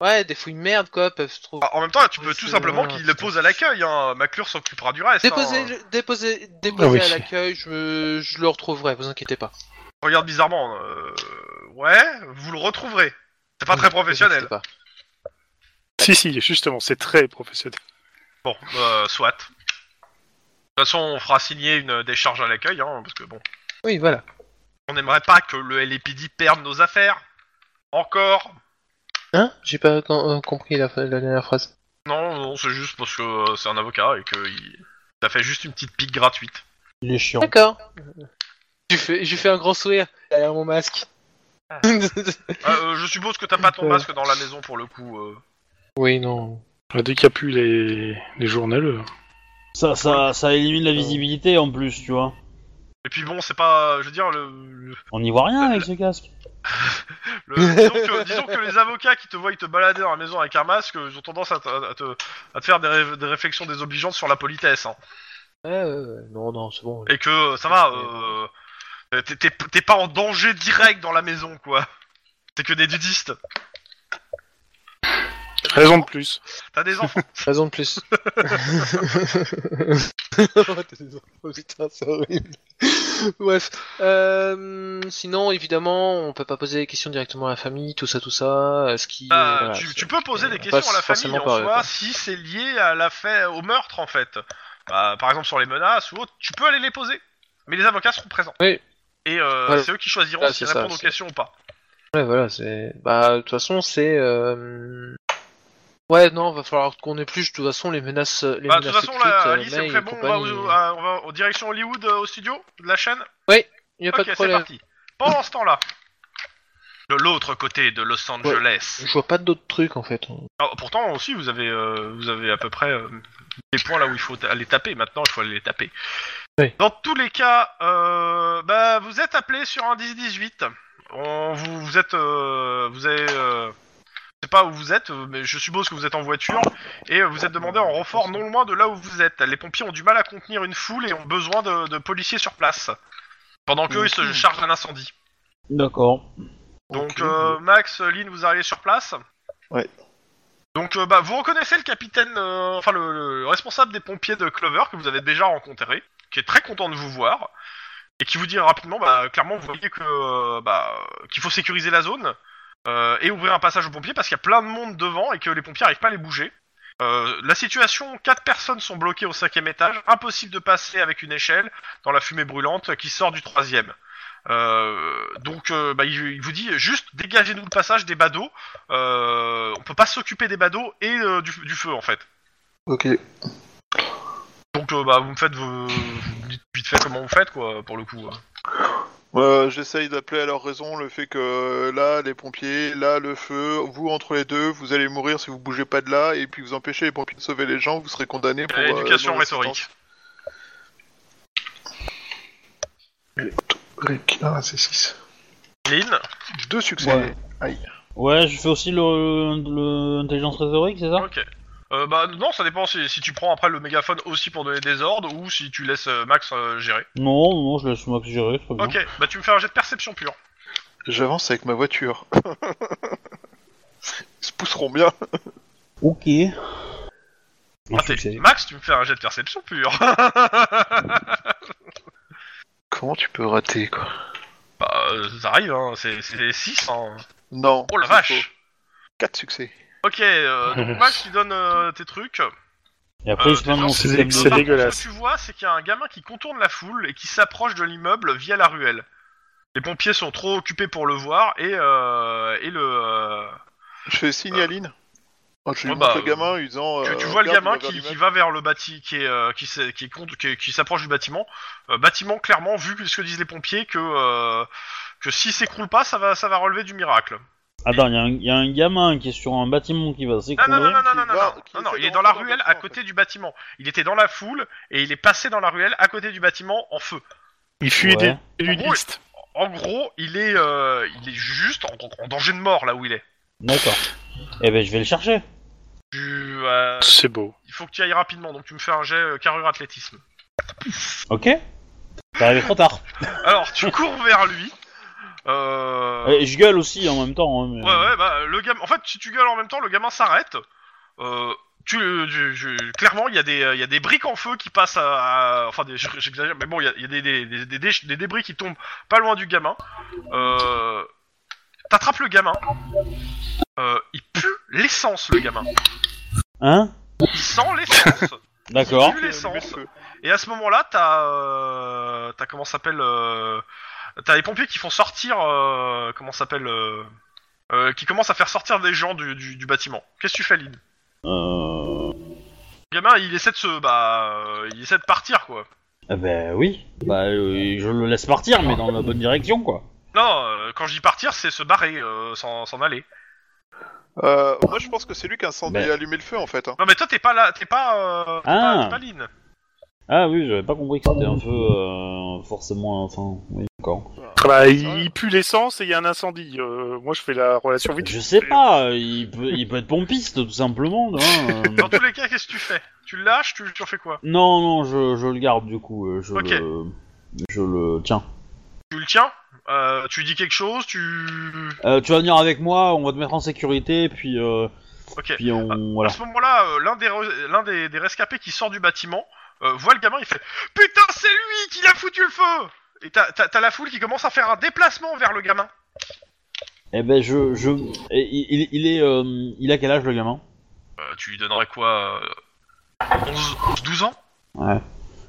Ouais, des fouilles merde quoi, peuvent se trouver. Ah, En même temps, tu peux Oui, tout c'est simplement vrai, qu'ils le putain. posent à l'accueil. Hein. McClure s'occupera du reste. Déposez, hein. le- déposez, déposez Ah oui. à l'accueil, je, je le retrouverai, vous inquiétez pas. Regarde bizarrement. euh, Ouais, vous le retrouverez. C'est pas très professionnel. Vous inquiétez Si, si, justement, c'est très professionnel. Bon, euh, soit. toute façon, on fera signer une décharge à l'accueil, hein, parce que bon, Oui, voilà. on n'aimerait pas que le LAPD perde nos affaires. Encore. Hein J'ai pas com- euh, compris la, la dernière phrase. Non, non, c'est juste parce que euh, c'est un avocat et que il... ça fait juste une petite pique gratuite. Il est chiant. D'accord. J'ai fait, j'ai fait un grand sourire derrière mon masque. Ah, euh, je suppose que t'as pas ton masque dans la maison pour le coup. euh. oui, non. Dès qu'il n'y a plus les, les journaux, euh, Ça, ça, ça élimine la visibilité en plus, tu vois. Et puis bon, c'est pas, je veux dire le. le- On n'y voit rien avec ce casque. le- disons, que, disons que les avocats qui te voient te balader dans la maison avec un masque, euh, ils ont tendance à, te- à te, à te faire des, ré- des réflexions désobligeantes sur la politesse. hein. Ouais, ouais, ouais. Non, non, c'est bon. et que euh, ça va, euh, euh, t'es- t'es t'es pas en danger direct dans la maison, quoi. T'es que des dudistes. raison de plus. T'as des enfants. Raison de plus. oh, putain, c'est horrible. Bref. Euh, sinon, évidemment, on peut pas poser des questions directement à la famille, tout ça, tout ça. Est-ce qui. Bah, voilà, tu, c'est- tu peux poser des on questions passe à la famille forcément en hein. par eux, soi quoi. si c'est lié à la fait, au meurtre, en fait. Bah, par exemple, sur les menaces ou autre, tu peux aller les poser. Mais les avocats seront présents. Oui. Et euh, Voilà. c'est eux qui choisiront Ah, s'ils c'est ça, répondent aux c'est- questions ou pas. Ouais, voilà, c'est. Bah, de toute façon, c'est. euh, Ouais, non, va falloir qu'on épluche de toute façon les menaces. Les Bah, de menaces toute façon, écrites, là, euh, Alice, c'est mail très et bon. bah, euh, ah, On va, compagnie. euh. au- à- on va en direction Hollywood euh, au studio de la chaîne. Y a pas Ok, de c'est problème. parti. Pendant ce temps-là, de l'autre côté de Los Angeles. Je vois pas d'autres trucs en fait. Alors, Ah, pourtant aussi, vous avez, euh, vous avez à peu près euh, des points là où il faut ta- aller taper. Maintenant, il faut aller les taper. Oui. Dans tous les cas, euh, bah, vous êtes appelé sur un 10-18. On- Vous, vous êtes, euh, vous avez, euh, je sais pas où vous êtes, euh, mais je suppose que vous êtes en voiture et euh, vous êtes demandé en renfort non loin de là où vous êtes. Les pompiers ont du mal à contenir une foule et ont besoin de, de policiers sur place. Pendant qu'eux, ils se chargent d'un incendie. D'accord. Donc Ok. euh, Max, Lynn, vous arrivez sur place. Ouais. Donc euh, bah vous reconnaissez le capitaine, euh, enfin le, le responsable des pompiers de Clover que vous avez déjà rencontré, qui est très content de vous voir et qui vous dit rapidement, bah clairement vous voyez que euh, bah qu'il faut sécuriser la zone euh, et ouvrir un passage aux pompiers parce qu'il y a plein de monde devant et que les pompiers n'arrivent pas à les bouger. Euh, la situation, quatre personnes sont bloquées au cinquième étage, impossible de passer avec une échelle dans la fumée brûlante qui sort du troisième. Euh, donc, euh, bah, il, il vous dit juste dégagez-nous le passage des badauds. Euh, on peut pas s'occuper des badauds et euh, du, du feu en fait. Ok. Donc, euh, bah, vous me faites vos- vous me dites vite fait comment vous faites quoi pour le coup. hein. Euh, J'essaye d'appeler à leur raison le fait que euh, là, les pompiers, là, le feu, vous entre les deux, vous allez mourir si vous bougez pas de là, et puis vous empêchez les pompiers de sauver les gens, vous serez condamnés pour. euh, Éducation non-assistance. rhétorique. Rick, ah, c'est 6. Lynn, Deux succès. Ouais. Ouais, je fais aussi le, le- intelligence rhétorique, c'est ça ok. Euh, bah non, ça dépend si, si tu prends après le mégaphone aussi pour donner des ordres ou si tu laisses euh, Max euh, gérer. Non, non, je laisse Max gérer, c'est pas bien. Ok, bah tu me fais un jet de perception pure. J'avance avec ma voiture. Ils se pousseront bien. Ok. Un Ah, t'es- succès. Max, tu me fais un jet de perception pure. Bah, Comment tu peux rater, quoi bah euh, ça arrive, hein. c'est 6. Hein. Non. Oh la vache. 4 succès. Ok, euh, donc Max, tu donnes euh, tes trucs. Et après, Euh, il se met dans c'est ses des- habits. c'est des- Par contre, dégueulasse. Ce que tu vois, c'est qu'il y a un gamin qui contourne la foule et qui s'approche de l'immeuble via la ruelle. Les pompiers sont trop occupés pour le voir et, euh, et le. euh, Je fais signe à Lynn. Oh, je lui Ah. ouais, montre bah, le gamin en lui disant. tu, tu euh, vois le regarde, gamin il va vers qui, qui l'immeuble. va vers le bâti, qui est euh, qui s'est- qui est contre- qui- qui s'approche du bâtiment. Euh, bâtiment clairement vu que ce que disent les pompiers que euh, que si s'écroule pas, ça va ça va relever du miracle. Attends, il y a un- il y, a un gamin qui est sur un bâtiment qui va Non non non s'écrouler. non non qui non non, va- qui non, non, essaie il est de dans la rentrer dans le ruelle à bâtiment, en côté du bâtiment. Il était dans la foule et il est passé dans la ruelle à côté du bâtiment en feu. Il fuit Ouais. des des En gros, ludistes. En gros, il est euh, il est juste en- en danger de mort là où il est. D'accord. Eh ben, je vais le chercher. Tu, euh, C'est beau. il faut que tu ailles rapidement, donc tu me fais un jet euh, carrure athlétisme. Ok T'es arrivé trop tard. Alors, tu cours vers lui. Euh... Et Eh, je gueule aussi en même temps. hein, mais- Ouais, ouais, bah, le gamin. En fait, si tu gueules en même temps, le gamin s'arrête. Euh, tu, tu- tu- Clairement, il y, a des, euh, il y a des briques en feu qui passent à. à- Enfin, des... j'exagère, mais bon, il y a, il y a des, des, des, des déch- des débris qui tombent pas loin du gamin. Euh... T'attrapes le gamin. Euh, il pue l'essence, le gamin. Hein Il sent l'essence. D'accord. Tu Euh, l'essence. lui met le feu. Et à ce moment-là, t'as, euh, t'as comment ça s'appelle, euh, t'as les pompiers qui font sortir, euh, comment ça s'appelle, euh, euh, qui commencent à faire sortir des gens du, du, du bâtiment. Qu'est-ce que tu fais, Lynn Euh... Le gamin, il essaie de se, bah, euh, il essaie de partir, quoi. Ah bah oui. Bah euh, je le laisse partir, mais dans la bonne direction quoi. Non, euh, quand je dis partir, c'est se barrer, euh, s'en s'en aller. Euh, moi, je pense que c'est lui qui a incendie- Ben. allumé le feu en fait. hein. Non, mais toi, t'es pas là, t'es pas, euh, t'es Ah. pas, t'es pas Lynn. Ah oui, j'avais pas compris que c'était un feu euh, forcément. Enfin, oui, d'accord. Bah, il, il pue l'essence et il y a un incendie. Euh, moi, je fais la relation vite. Je sais pas. euh, Il peut, il peut être pompiste tout simplement. tu vois, euh. Dans tous les cas, qu'est-ce que tu fais Tu le lâches, tu, tu en fais quoi Non, non, je, je le garde du coup. euh, Je Ok. le, je le tiens. Tu le tiens Euh, Tu lui dis quelque chose Tu. Euh, tu vas venir avec moi. On va te mettre en sécurité, puis euh, Ok. Ah. puis on À voilà. ce moment-là, euh, l'un des, re- l'un des, des rescapés qui sort du bâtiment euh, voit le gamin, il fait Putain, c'est lui qui a foutu le feu Et t'as, t'as- t'as la foule qui commence à faire un déplacement vers le gamin. Eh ben je je. et il, il- il est euh, il a quel âge le gamin Euh, tu lui donnerais quoi euh, 11, 11, 12 ans Ouais.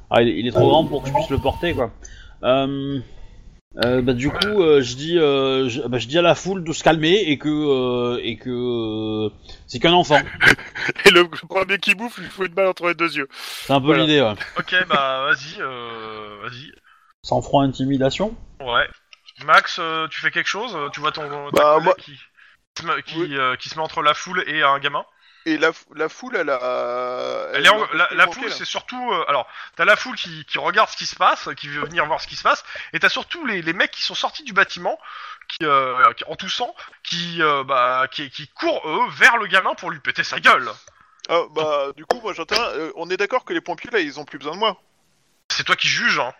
Ah, il, est- il est trop grand pour que je puisse le porter, quoi. Euh, euh, bah, du coup, euh, je dis, euh, je, bah, je dis à la foule de se calmer et que, euh, et que euh, c'est qu'un enfant. Et le premier qui bouffe, il faut une balle entre les deux yeux. C'est un peu Voilà. l'idée. Ouais. Ok, bah vas-y, euh, vas-y. Sans froid, intimidation. Ouais. Max, euh, tu fais quelque chose Euh, Tu vois ton ta Bah, collègue moi- qui, qui, se met- qui, Oui. euh, qui se met entre la foule et un gamin. Et la, f- la foule, elle a. Elle est en- elle est la, la bloquée, foule, là. c'est surtout. euh, alors, t'as la foule qui, qui regarde ce qui se passe, qui veut venir voir ce qui se passe, et t'as surtout les, les mecs qui sont sortis du bâtiment, qui, euh, qui- en toussant, qui, euh, bah, qui, qui courent eux vers le gamin pour lui péter sa gueule. Ah, bah, du coup, moi j'entends. euh, on est d'accord que les pompiers là, ils ont plus besoin de moi. C'est toi qui juges. Hein.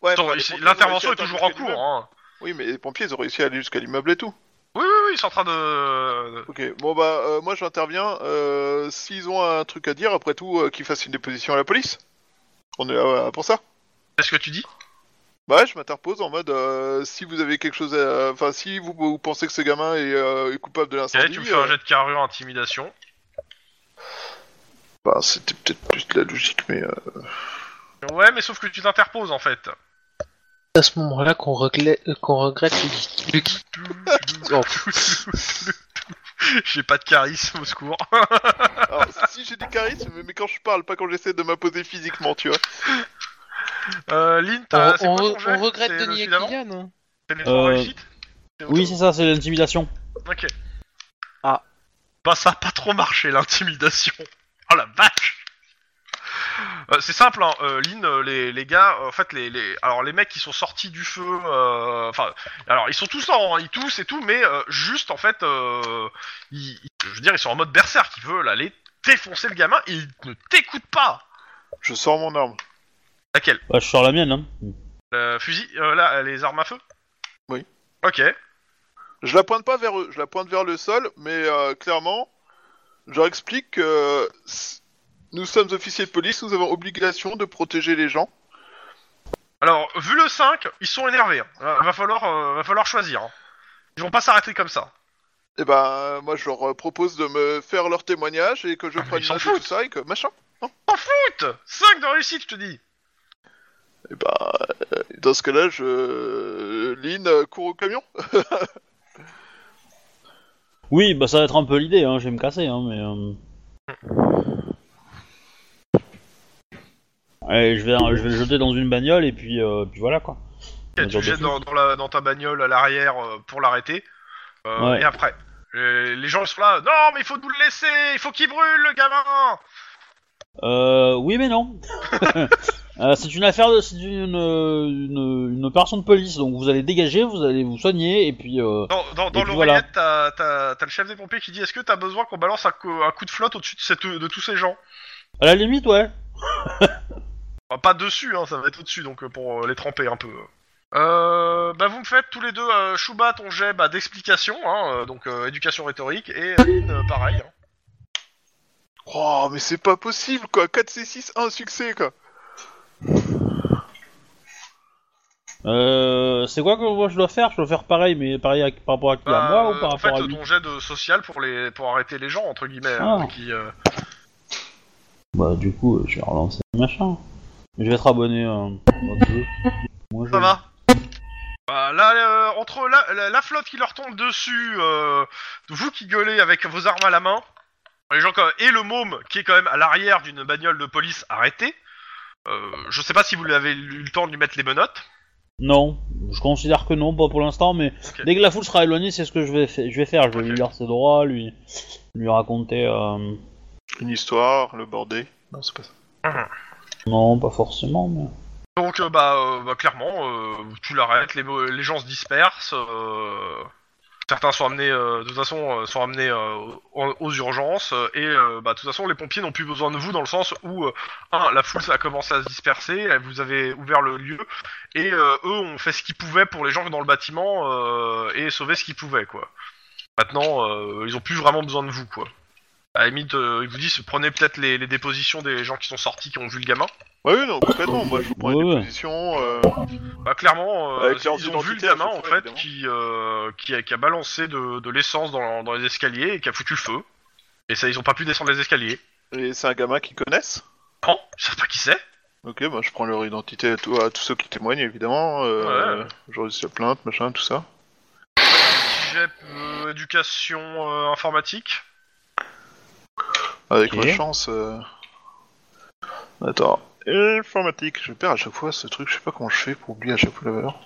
Ouais, Attends, bah, les c'est- pompiers, ils ont réussi L'intervention à est atteindre toujours en jusqu'à cours. l'immeuble. Hein. Oui, mais les pompiers, ils ont réussi à aller jusqu'à l'immeuble et tout. Oui, oui, oui, ils sont en train de. Ok, bon bah, euh, moi j'interviens. euh, S'ils ont un truc à dire, après tout, euh, qu'ils fassent une déposition à la police. On est là euh, pour ça. Qu'est-ce que tu dis Bah, je m'interpose en mode euh, si vous avez quelque chose à. Enfin, si vous, vous pensez que ce gamin est, euh, est coupable de Ok, l'incendie. Eh, Tu me fais un euh, jet de carrure intimidation. Bah, c'était peut-être plus de la logique, mais. euh, Ouais, mais sauf que tu t'interposes en fait. C'est à ce moment-là qu'on regrette, euh, qu'on regrette le- le Oh. J'ai pas de charisme au secours. Alors, Ah, si j'ai du charisme, mais quand je parle, pas quand j'essaie de m'imposer physiquement, tu vois. Euh, Lynn, On, t'as- c'est on- quoi ton on jet regrette C'est euh, de le nier celui d'avant Kylian. hein. C'est les trois Euh, réussites C'est autre Oui, chose c'est ça, c'est l'intimidation. Ok. Ah. Bah, ça a pas trop marché l'intimidation. Oh la vache Euh, c'est simple, hein. euh, Lynn, euh, les, les gars, euh, en fait, les, les, alors les mecs qui sont sortis du feu, euh, enfin, alors ils sont tous en, ils tous et tout, mais euh, juste en fait, euh, ils- ils- je veux dire, ils sont en mode berserk, ils veulent aller défoncer le gamin et ils ne t'écoutent pas. Je sors mon arme. Laquelle Bah, je sors la mienne. Hein. Le fusil, euh, là, les armes à feu Oui. Ok. Je la pointe pas vers eux, je la pointe vers le sol, mais euh, clairement, je leur explique que euh, s- nous sommes officiers de police, nous avons obligation de protéger les gens. Alors, vu le 5, ils sont énervés. hein. Euh, Va falloir, euh, va falloir choisir. hein. Ils vont pas s'arrêter comme ça. Et ben, euh, moi, je leur euh, propose de me faire leur témoignage et que je Ah, mais prenne ils s'en note de foutent. tout ça et que machin. Pute 5 de réussite, je te dis Et bah, euh, dans ce cas-là, je. euh, Lynn euh, court au camion. Oui, bah ça va être un peu l'idée. Hein. Je vais me casser, hein, mais. euh, Allez, je vais, je vais le jeter dans une bagnole et puis, euh, puis voilà quoi. Ok, Attends, Tu le jettes dessus. dans, dans la- dans ta bagnole à l'arrière euh, pour l'arrêter. Euh, Ouais. Et après. Et les gens ils sont là, non mais il faut nous le laisser, il faut qu'il brûle le gamin Euh, oui, mais non. Euh, c'est une affaire de, c'est une, euh, une, une opération de police, donc vous allez dégager, vous allez vous soigner, et puis euh, Dans, dans, dans Et puis l'oreillette, t'as- t'as t'as le chef des pompiers qui dit, est-ce que t'as besoin qu'on balance un, co- un coup de flotte au-dessus de, cette- de tous ces gens à la limite, ouais. Enfin, pas dessus, hein, ça va être au-dessus, donc euh, pour euh, les tremper un peu. Euh, bah vous me faites tous les deux, euh, Chouba, ton jet bah, d'explication, hein, euh, donc euh, éducation rhétorique, et Aline, euh, pareil. hein. Oh, mais c'est pas possible quoi 4C6, un succès quoi Euh, c'est quoi que moi je dois faire Je dois faire pareil, mais pareil à- par rapport à qui Bah, À moi euh, ou par en fait, rapport à lui ton jet de social pour, les, pour arrêter les gens, entre guillemets, hein, Ah. euh, qui... euh, Bah du coup, euh, je vais relancer le machin. Je vais être abonné euh, à deux. Moi, je- Ça va Bah, là, euh, entre la, la- la flotte qui leur tombe dessus, euh, vous qui gueulez avec vos armes à la main, les gens quand- et le môme qui est quand même à l'arrière d'une bagnole de police arrêtée. euh, je sais pas si vous avez eu le temps de lui mettre les menottes. Non, je considère que non, pas pour l'instant, mais Ok. dès que la foule sera éloignée, c'est ce que je vais, fa- je vais faire. Je vais Ok. lui lire ses droits, lui, lui raconter. euh, Une histoire, le bordel. Non, c'est pas ça. Non, pas forcément, mais. Donc euh, bah, euh, bah, clairement, euh, tu l'arrêtes, les, les gens se dispersent. euh, certains sont amenés, euh, de toute façon, euh, sont amenés euh, aux, aux urgences. euh, et euh, bah, de toute façon, les pompiers n'ont plus besoin de vous dans le sens où, euh, un, la foule ça a commencé à se disperser, euh, vous avez ouvert le lieu, et euh, eux ont fait ce qu'ils pouvaient pour les gens dans le bâtiment euh, et sauver ce qu'ils pouvaient, quoi. Maintenant, euh, ils ont plus vraiment besoin de vous, quoi. À la limite, euh, ils vous disent prenez peut-être les, les dépositions des gens qui sont sortis, qui ont vu le gamin. Ouais, oui, non, complètement. Moi, je prends Ouais, une ouais. déposition. euh, Bah clairement, euh, Avec leurs ils ont vu le identités, gamin à chaque en fois, fait évidemment. qui, euh, qui, a, qui a balancé de, de l'essence dans, dans les escaliers et qui a foutu le feu. Et ça, ils ont pas pu descendre les escaliers. Et c'est un gamin qu'ils connaissent. Non, je sais pas qui c'est. Ok, bah, je prends leur identité à, tout- à tous ceux qui témoignent, évidemment. Euh, Ouais. J'enregistre la plainte, machin, tout ça. J'ai euh, éducation euh, informatique. Avec Ok. ma chance. euh, Attends. Informatique. Je perds à chaque fois ce truc. Je sais pas comment je fais pour oublier à chaque fois la valeur.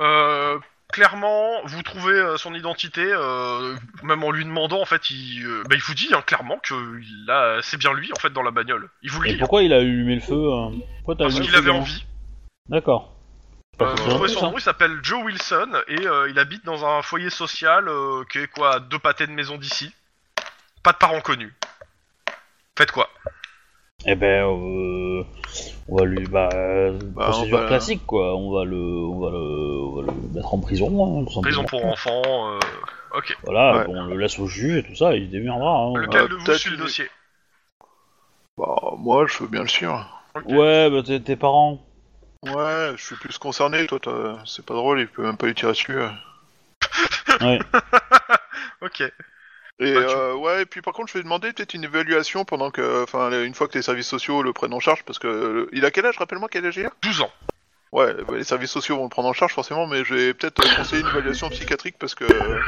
Euh, clairement, vous trouvez euh, son identité, euh, même en lui demandant en fait, il, euh, bah, il vous dit hein, clairement que il a- c'est bien lui en fait dans la bagnole. Il vous le Et dit. hein, pourquoi il a allumé le feu euh, Pourquoi t'as Parce allumé qu'il le feu avait devant envie. D'accord. Euh, C'est vous trouvez son ça. nom, il s'appelle Joe Wilson et euh, il habite dans un foyer social euh, qui est quoi, à deux pâtés de maison d'ici. Pas de parents connus. Faites quoi Eh ben, euh, on va lui, bah, euh, Bah, procédure on va- classique, quoi. On va le, on va le, on va le mettre en prison, hein, tout simplement. Prison pour enfants. euh, Ok. Voilà, Ouais. bon, on le laisse au juge et tout ça, il se démerdera. hein. Lequel va de vous peut-être suit le lui- dossier Bah, moi, je veux bien le suivre. Ok. Ouais, bah, t'es- tes parents. Ouais, je suis plus concerné. Toi, t'as- c'est pas drôle. Il peut même pas lui tirer dessus. euh. Ok. Et Bah, tu- euh, ouais, et puis par contre, je vais demander peut-être une évaluation pendant que, enfin, les- une fois que les services sociaux le prennent en charge, parce que euh, il a quel âge Rappelle-moi quel âge il a 12 ans. Ouais, bah, les services sociaux vont le prendre en charge forcément, mais je vais peut-être euh, conseiller une évaluation psychiatrique parce que euh,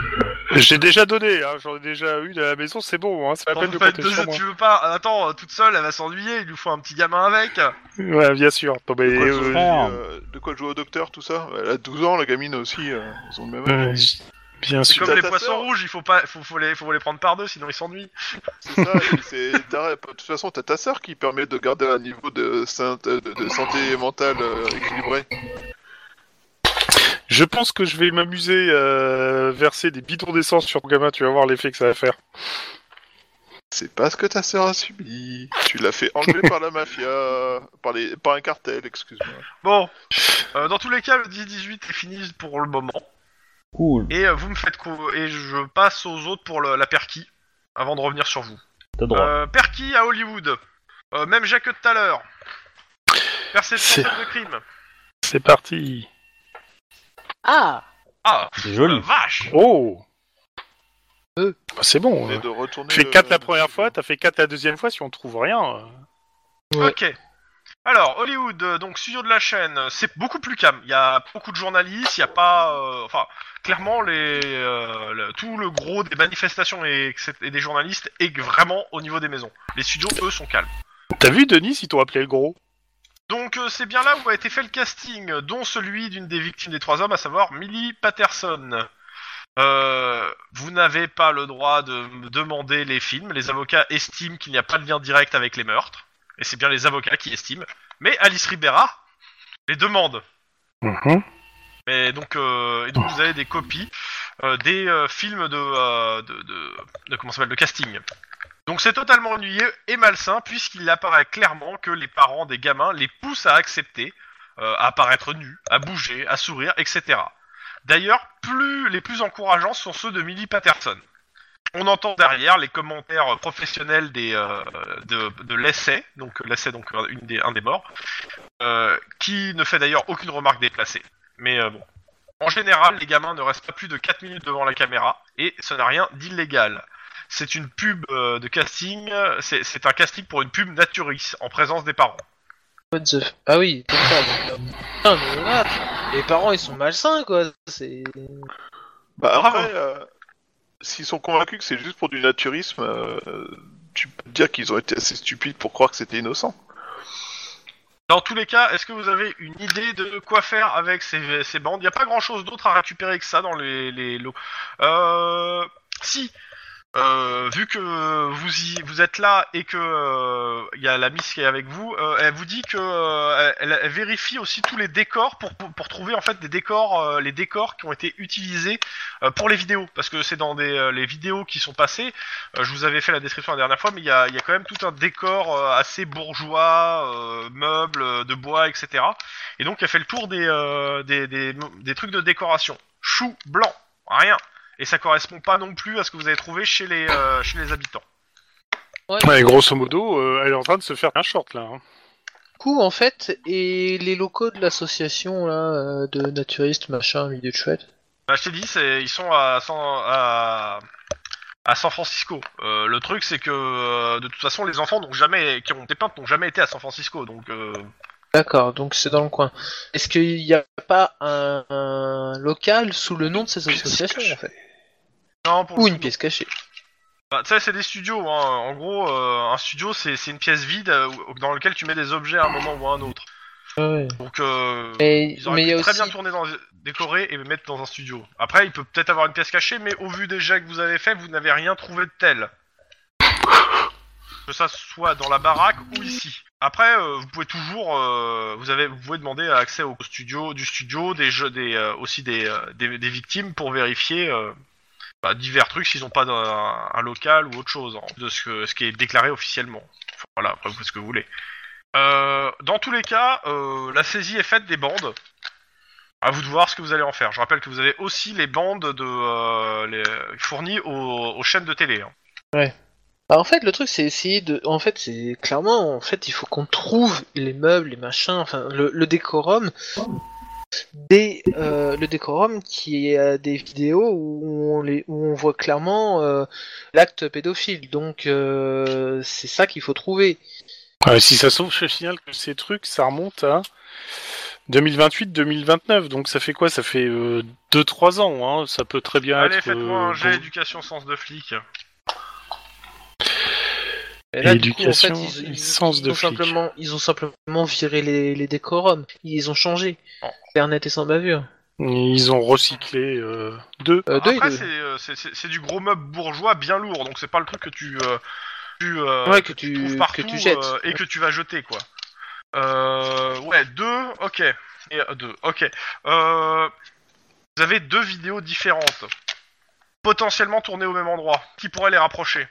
J'ai déjà donné, hein, j'en ai déjà eu à la maison, c'est bon, hein, c'est pas la T'en peine de veux pas compter une sur deuxième, moi. tu veux pas Attends, euh, toute seule, elle va s'ennuyer. Il lui faut un petit gamin avec. Ouais, bien sûr. Non, mais, de quoi, euh, jouer, frère. euh, de quoi jouer au docteur, tout ça. Elle a 12 ans, la gamine aussi, euh, ils ont le même âge. euh, bien C'est sûr. comme les ta poissons sœur. rouges. Il faut pas, faut, faut les, faut les prendre par deux, sinon ils s'ennuient. C'est ça, et c'est t'as- de toute façon, t'as ta sœur qui permet de garder un niveau de, sain- de- de santé mentale euh, équilibré. Je pense que je vais m'amuser euh, verser des bidons d'essence sur ton gamin, tu vas voir l'effet que ça va faire. C'est pas ce que ta sœur a subi. Tu l'as fait enlever par la mafia, par, les, par un cartel, excuse-moi. Bon. Euh, dans tous les cas, le 10-18 est fini pour le moment. Cool. Et euh, vous me faites cou- et je passe aux autres pour le- la perquis avant de revenir sur vous. T'as droit. Euh, perquis à Hollywood. Euh, même Jacques que tout à l'heure. C'est- Perception de crime. C'est parti. Ah Ah, C'est la joli. vache. Oh Euh. Bah, C'est bon. Et euh. de retourner. Tu fais euh, 4 la première fois, t'as fait 4 la deuxième fois, si on trouve rien. euh. Ouais. Ok. Alors, Hollywood, euh, donc studio de la chaîne, euh, c'est beaucoup plus calme. Il y a beaucoup de journalistes, il n'y a pas. euh, Enfin, clairement, les, euh, le- tout le gros des manifestations et, et des journalistes est vraiment au niveau des maisons. Les studios, eux, sont calmes. T'as vu, Denis, ils t'ont appelé le gros Donc euh, c'est bien là où a été fait le casting, euh, dont celui d'une des victimes des trois hommes, à savoir Millie Patterson. Euh, vous n'avez pas le droit de me demander les films. Les avocats estiment qu'il n'y a pas de lien direct avec les meurtres. Et c'est bien les avocats qui estiment. Mais Alice Ribera les demande. Mais donc, euh, et donc vous avez des copies euh, des euh, films de, euh, de, de, de- comment ça s'appelle de casting. Donc c'est totalement ennuyeux et malsain puisqu'il apparaît clairement que les parents des gamins les poussent à accepter, euh, à apparaître nus, à bouger, à sourire, etc. D'ailleurs, plus les plus encourageants sont ceux de Millie Patterson. On entend derrière les commentaires professionnels des, euh, de, de l'essai, donc l'essai donc euh, une des, un des morts, euh, qui ne fait d'ailleurs aucune remarque déplacée. Mais euh, bon. En général, les gamins ne restent pas plus de 4 minutes devant la caméra, et ce n'a rien d'illégal. c'est une pub euh, de casting, euh, c'est c'est un casting pour une pub Naturis, en présence des parents. What the f- Ah oui, comme ça. donc, euh, putain, mais là, les parents ils sont malsains quoi. C'est. Bah Bravo. après, euh, s'ils sont convaincus que c'est juste pour du naturisme, euh, tu peux te dire qu'ils ont été assez stupides pour croire que c'était innocent. Dans tous les cas, est-ce que vous avez une idée de quoi faire avec ces, ces bandes Il n'y a pas grand-chose d'autre à récupérer que ça dans les, les lots. Euh, si, euh, vu que vous y, vous êtes là et que euh, il y a la miss qui est avec vous, euh, elle vous dit que euh, elle, elle vérifie aussi tous les décors pour, pour, pour trouver en fait des décors, euh, les décors qui ont été utilisés euh, pour les vidéos, parce que c'est dans des, euh, les vidéos qui sont passées. Euh, je vous avais fait la description la dernière fois, mais il y a, il y a quand même tout un décor euh, assez bourgeois, euh, meubles euh, de bois, etc. Et donc elle fait le tour des, euh, des, des, des trucs de décoration. Chou blanc, rien. Et ça correspond pas non plus à ce que vous avez trouvé chez les, euh, chez les habitants. Ouais, grosso modo, euh, elle est en train de se faire un short là. hein. coup en fait et les locaux de l'association là euh, de naturistes machin milieu de chouette. Bah, je t'ai dit, c'est, ils sont à San, à, à San Francisco. Euh, le truc, c'est que euh, de toute façon, les enfants n'ont jamais, qui ont été peintes n'ont jamais été à San Francisco. Donc, euh, D'accord, donc c'est dans le coin. Est-ce qu'il n'y a pas un, un local sous le nom de ces associations en fait non, pour le Ou une coup, pièce cachée Bah, tu sais, c'est des studios. Hein. En gros, euh, un studio, c'est c'est une pièce vide euh, où- dans laquelle tu mets des objets à un moment ou à un autre. Donc, euh, Mais ils mais auraient il y a pu très aussi bien tourner dans, décorer et mettre dans un studio. Après, il peut peut-être avoir une pièce cachée, mais au vu des jets que vous avez fait, vous n'avez rien trouvé de tel. Que ça soit dans la baraque ou ici. Après, euh, vous pouvez toujours, euh, vous avez, vous pouvez demander accès au studio, du studio, des jeux, des, euh, aussi des, euh, des, des victimes pour vérifier euh, bah, divers trucs s'ils n'ont pas d'un- un, local ou autre chose en plus de ce, que- ce qui est déclaré officiellement. Enfin, voilà, après vous faites ce que vous voulez. Euh, dans tous les cas, euh, la saisie est faite des bandes. À vous de voir ce que vous allez en faire. Je rappelle que vous avez aussi les bandes de euh, les- fournies aux, aux chaînes de télé. hein. Bah, en fait, le truc, c'est essayer de. En fait, c'est clairement, en fait, il faut qu'on trouve les meubles, les machins, enfin, le, le décorum. Des, euh, le décorum qui est à des vidéos où on, les, où on voit clairement euh, l'acte pédophile. Donc, euh, c'est ça qu'il faut trouver. Euh, si ça sauve, je signale que ces trucs, ça remonte à 2028-2029. Donc ça fait quoi Ça fait 2-3 ans. Hein. Ça peut très Ah, bien Allez, être. faites-moi euh, un jet bon. éducation sens de flic. Euh, Et Éducation et sens de ont flic. simplement, ils ont simplement viré les, les décorums. Ils ont changé. Internet et sans bavure. Ils ont recyclé euh, deux. Euh, deux et Après, deux. c'est, euh, c'est- c'est c'est du gros meuble bourgeois bien lourd, donc c'est pas le truc que tu, euh, tu, euh, Ouais, que tu tu- trouves partout que tu jettes. euh, et que tu vas jeter, quoi. Euh, ouais, deux, ok. Et euh, deux, ok. Euh, vous avez deux vidéos différentes, potentiellement tournées au même endroit, qui pourrait les rapprocher,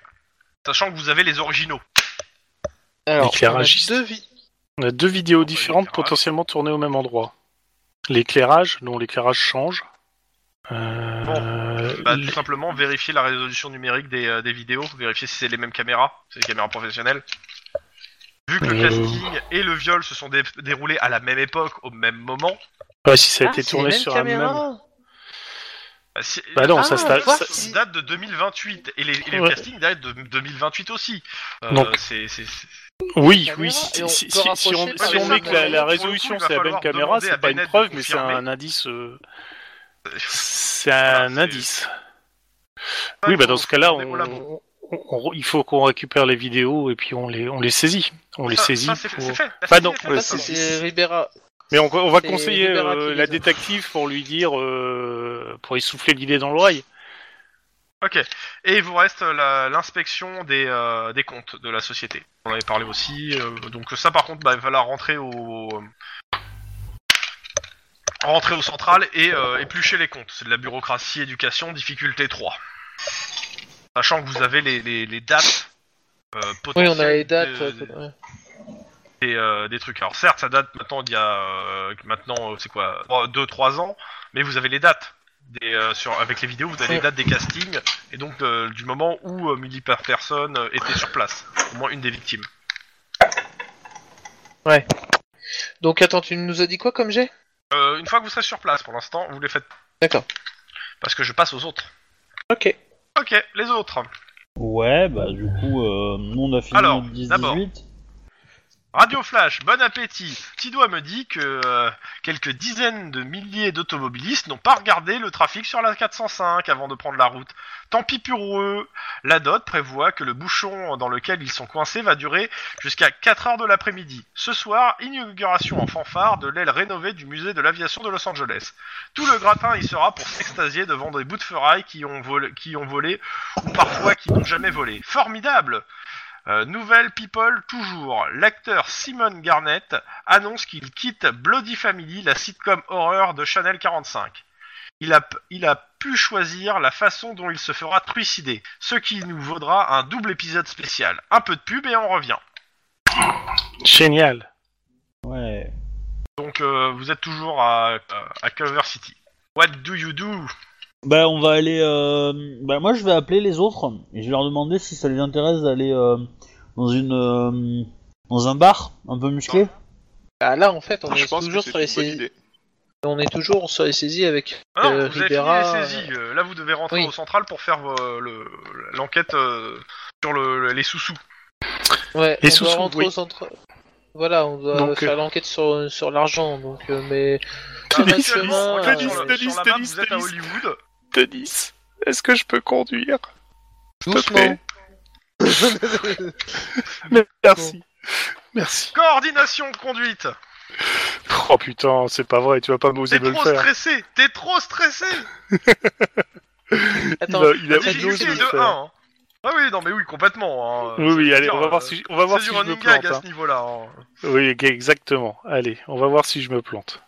sachant que vous avez les originaux. Alors, on a L'éclairagiste. deux vies. On a deux vidéos Bon, différentes bah, l'éclairage. potentiellement tournées au même endroit. L'éclairage, non, l'éclairage change. Euh, Bah, l- tout simplement vérifier la résolution numérique des, euh, des vidéos, vérifier si c'est les mêmes caméras, c'est des caméras professionnelles. Vu que le Euh. casting et le viol se sont dé- déroulés à la même époque, au même moment. ouais, si ça a Ah, été c'est tourné les mêmes sur un même. caméras. bah, c'est- Bah non, Ah, ça, ça- ça- ça- ça date de 2028 et, les, et le Ouais. casting date de 2028 aussi. Euh, Donc, c'est c'est- c'est- Oui, Caméra, oui. Si, et on si- si- peut si rapprocher on, par si on exemple, met que la, pour la le coup, résolution il va c'est la bonne falloir caméra, demander à c'est pas une Bennett de preuve, mais c'est confirmer. un indice. euh, c'est- C'est Voilà, un Ah, c'est- indice. Oui, bah dans ce cas-là, on- Voilà, bon. on- on- il faut qu'on récupère les vidéos et puis on les, on les saisit. On les Ça- saisit. ça, c'est- pour- c'est fait. La Bah saisie non, est faite, ouais, maintenant. Ça, c'est- c'est Ribera. Mais on, on va C'est conseiller Libéra qui euh, les la a. détective pour lui dire, euh, pour lui souffler l'idée dans l'oreille. Ok. Et il vous reste euh, la- l'inspection des, euh, des comptes de la société. On en avait parlé aussi. euh, donc ça, par contre, bah, il va falloir rentrer au euh, rentrer au central et euh, éplucher les comptes. C'est de la bureaucratie, éducation, difficulté 3. Sachant que vous avez les, les, les dates euh, Oui, potentielles on a les dates. de- euh, des, euh, des trucs. Alors certes, ça date maintenant d'il y a euh, maintenant euh, c'est quoi 2-3 ans, mais vous avez les dates. Des, euh, sur, avec les vidéos, vous avez les dates des castings et donc euh, du moment où euh, Millie Person euh, était sur place, au moins une des victimes. Donc attends, tu nous as dit quoi comme jet Euh, une fois que vous serez sur place, pour l'instant, vous les faites D'accord. parce que je passe aux autres. Ok. Ok, les autres. Ouais, bah du coup, euh, nous on a fini Alors, notre 10-18. d'abord. Radio Flash, bon appétit. Petit doigt me dit que euh, quelques dizaines de milliers d'automobilistes n'ont pas regardé le trafic sur la 405 avant de prendre la route. Tant pis pour eux. La dot prévoit que le bouchon dans lequel ils sont coincés va durer jusqu'à 4 heures de l'après-midi. Ce soir, inauguration en fanfare de l'aile rénovée du musée de l'aviation de Los Angeles. Tout le gratin y sera pour s'extasier devant des bouts de ferraille qui ont, volé, qui ont volé ou parfois qui n'ont jamais volé. Formidable euh, nouvelle People toujours. L'acteur Simon Garnett annonce qu'il quitte Bloody Family, la sitcom horreur de Chanel 45. Il a, p- il a pu choisir la façon dont il se fera trucider, ce qui nous vaudra un double épisode spécial. Un peu de pub et on revient. Génial. Ouais. Donc euh, vous êtes toujours à, à Culver City. What do you do Bah on va aller... euh, Bah moi je vais appeler les autres et je vais leur demander si ça les intéresse d'aller euh, dans une... euh, Dans un bar un peu musclé. Ah, là, en fait, on Je est pense que toujours c'est sur les une bonne saisies. idée. On est toujours sur les saisies avec Ah non, euh, vous avez fini Ribera. les saisies. Euh, Là, vous devez rentrer Oui. au central pour faire euh, le- l'enquête euh, sur le- le- les sous-sous. Ouais, Les on doit sous-sous, rentrer oui. au centre. Voilà, on doit Donc, euh, faire l'enquête sur, sur l'argent, donc euh, mais Ah, Tennis, sur tennis, la- tennis, sur la- tennis, sur la map, tennis, vous êtes à tennis. Hollywood. Denis, est-ce que je peux conduire doucement. Merci. Merci. Coordination de conduite. Oh putain, c'est pas vrai, tu vas pas m'oser T'es me le trop faire. stressé. T'es trop stressé. Attends, il a, il a La très osé difficulté me est le de faire. 1. Ah oui, non mais oui, complètement. hein. Oui, oui, C'est- allez, on va euh, voir si, je- on va voir c'est si du je me running gag plante. à hein. ce niveau-là. hein. Oui, exactement. Allez, on va voir si je me plante.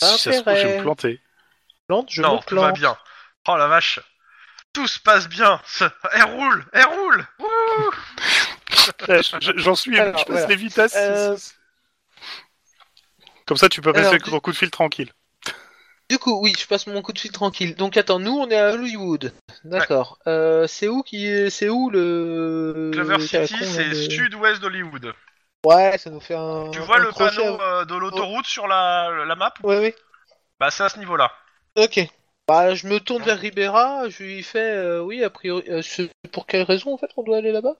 Si ça se trouve, je vais me Intérêt. planter. plante, je non, me tout va plante. bien. Oh la vache. Tout se passe bien. Ce- Elle roule, elle roule. Ouh. Eh, je- je- J'en suis, Alors, je passe voilà. les vitesses. Euh, Comme ça, tu peux passer alors, ton coup de fil tranquille. Du coup, oui, je passe mon coup de fil tranquille. Donc attends, nous on est à Hollywood. D'accord. Euh, c'est où qui est- c'est où Euh, le Clover City, Con, là, c'est le- sud-ouest d'Hollywood. Ouais, ça nous fait un Tu vois un le crochet panneau à- Oh. euh, de l'autoroute sur la, la map Ouais, ouais. Bah c'est à ce niveau-là. OK. Bah, je me tourne vers Ribera, je lui fais euh, oui, a priori euh, c'est pour quelle raison en fait on doit aller là-bas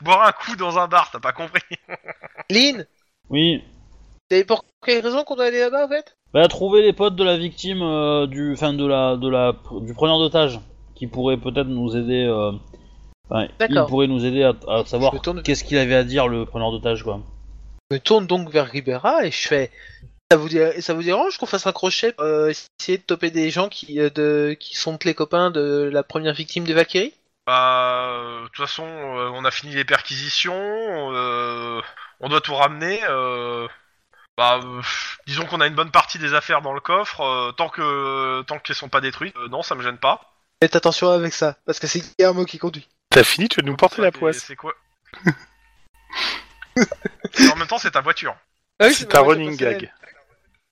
Boire un coup dans un bar, t'as pas compris Lynn, Oui. c'est pour quelle raison qu'on doit aller là-bas en fait Bah trouver les potes de la victime euh, du... Enfin de la... de la... du preneur d'otage qui pourrait peut-être nous aider... euh, Enfin, il D'accord. pourrait nous aider à, à savoir Je me tourne- qu'est-ce qu'il avait à dire le preneur d'otage quoi. Je me tourne donc vers Ribera et je fais ça vous, dé- ça vous dérange qu'on fasse un crochet pour euh, essayer de toper des gens qui, euh, de... qui sont les copains de la première victime des Valkyries Bah, euh, de toute façon, euh, on a fini les perquisitions, euh, on doit tout ramener. euh, bah, euh, pff, disons qu'on a une bonne partie des affaires dans le coffre, euh, tant que tant qu'elles sont pas détruites, euh, non, ça me gêne pas. Faites attention avec ça, parce que c'est Guillermo qui conduit. T'as fini, tu vas nous porter Ça, la Ah, c'est- poisse. C'est quoi Et En même temps, c'est ta voiture. Ah oui, C'est ma un voiture running personnelle. gag.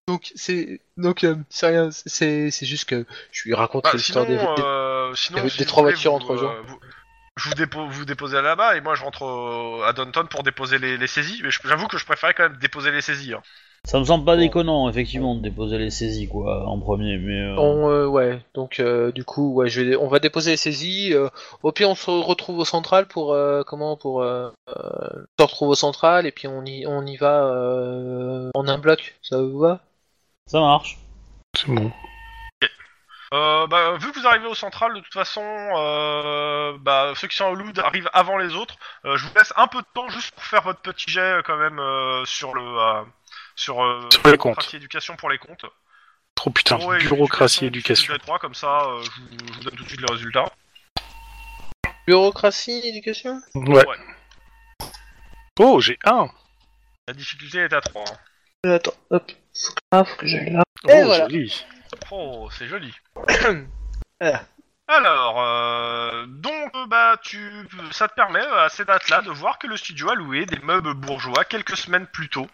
Donc, c'est donc, euh, c'est rien, c'est c'est juste que je lui raconte Bah, l'histoire sinon, des. euh, sinon, des- si des vous trois voulez, voitures en vous, trois jours. euh, vous- je vous, dépo- vous déposez là-bas et moi je rentre euh, à Downton pour déposer les, les saisies. Mais je- j'avoue que je préférais quand même déposer les saisies. hein. Ça me semble pas Bon. déconnant, effectivement, de déposer les saisies, quoi, en premier, mais... euh, On, euh, ouais, donc euh, du coup, ouais, je vais, on va déposer les saisies. euh, au pire, on se retrouve au central pour euh, comment pour euh, euh, on se retrouve au central et puis on y on y va euh, en un bloc. Ça vous va Ça marche. C'est bon. Euh, bah, vu que vous arrivez au central, de toute façon, euh, bah, ceux qui sont à Hollywood arrivent avant les autres. Euh, je vous laisse un peu de temps juste pour faire votre petit jet euh, quand même euh, sur le euh, sur, euh, Sur les comptes. bureaucratie éducation pour les comptes. Trop putain, Bureau et bureaucratie, je éducation. vous donne trois, comme ça, euh, je, vous, je vous donne tout de suite les résultats. Bureaucratie, éducation. Ouais. Ouais. Oh, j'ai un. La difficulté est à hein. 3. Euh, Attends, hop, faut que, ah, faut que j'aille là. Oh, Et voilà. joli. Oh, c'est joli. Voilà. Alors, euh, donc, euh, bah, tu, ça te permet euh, à ces dates-là de voir que le studio a loué des meubles bourgeois quelques semaines plus tôt.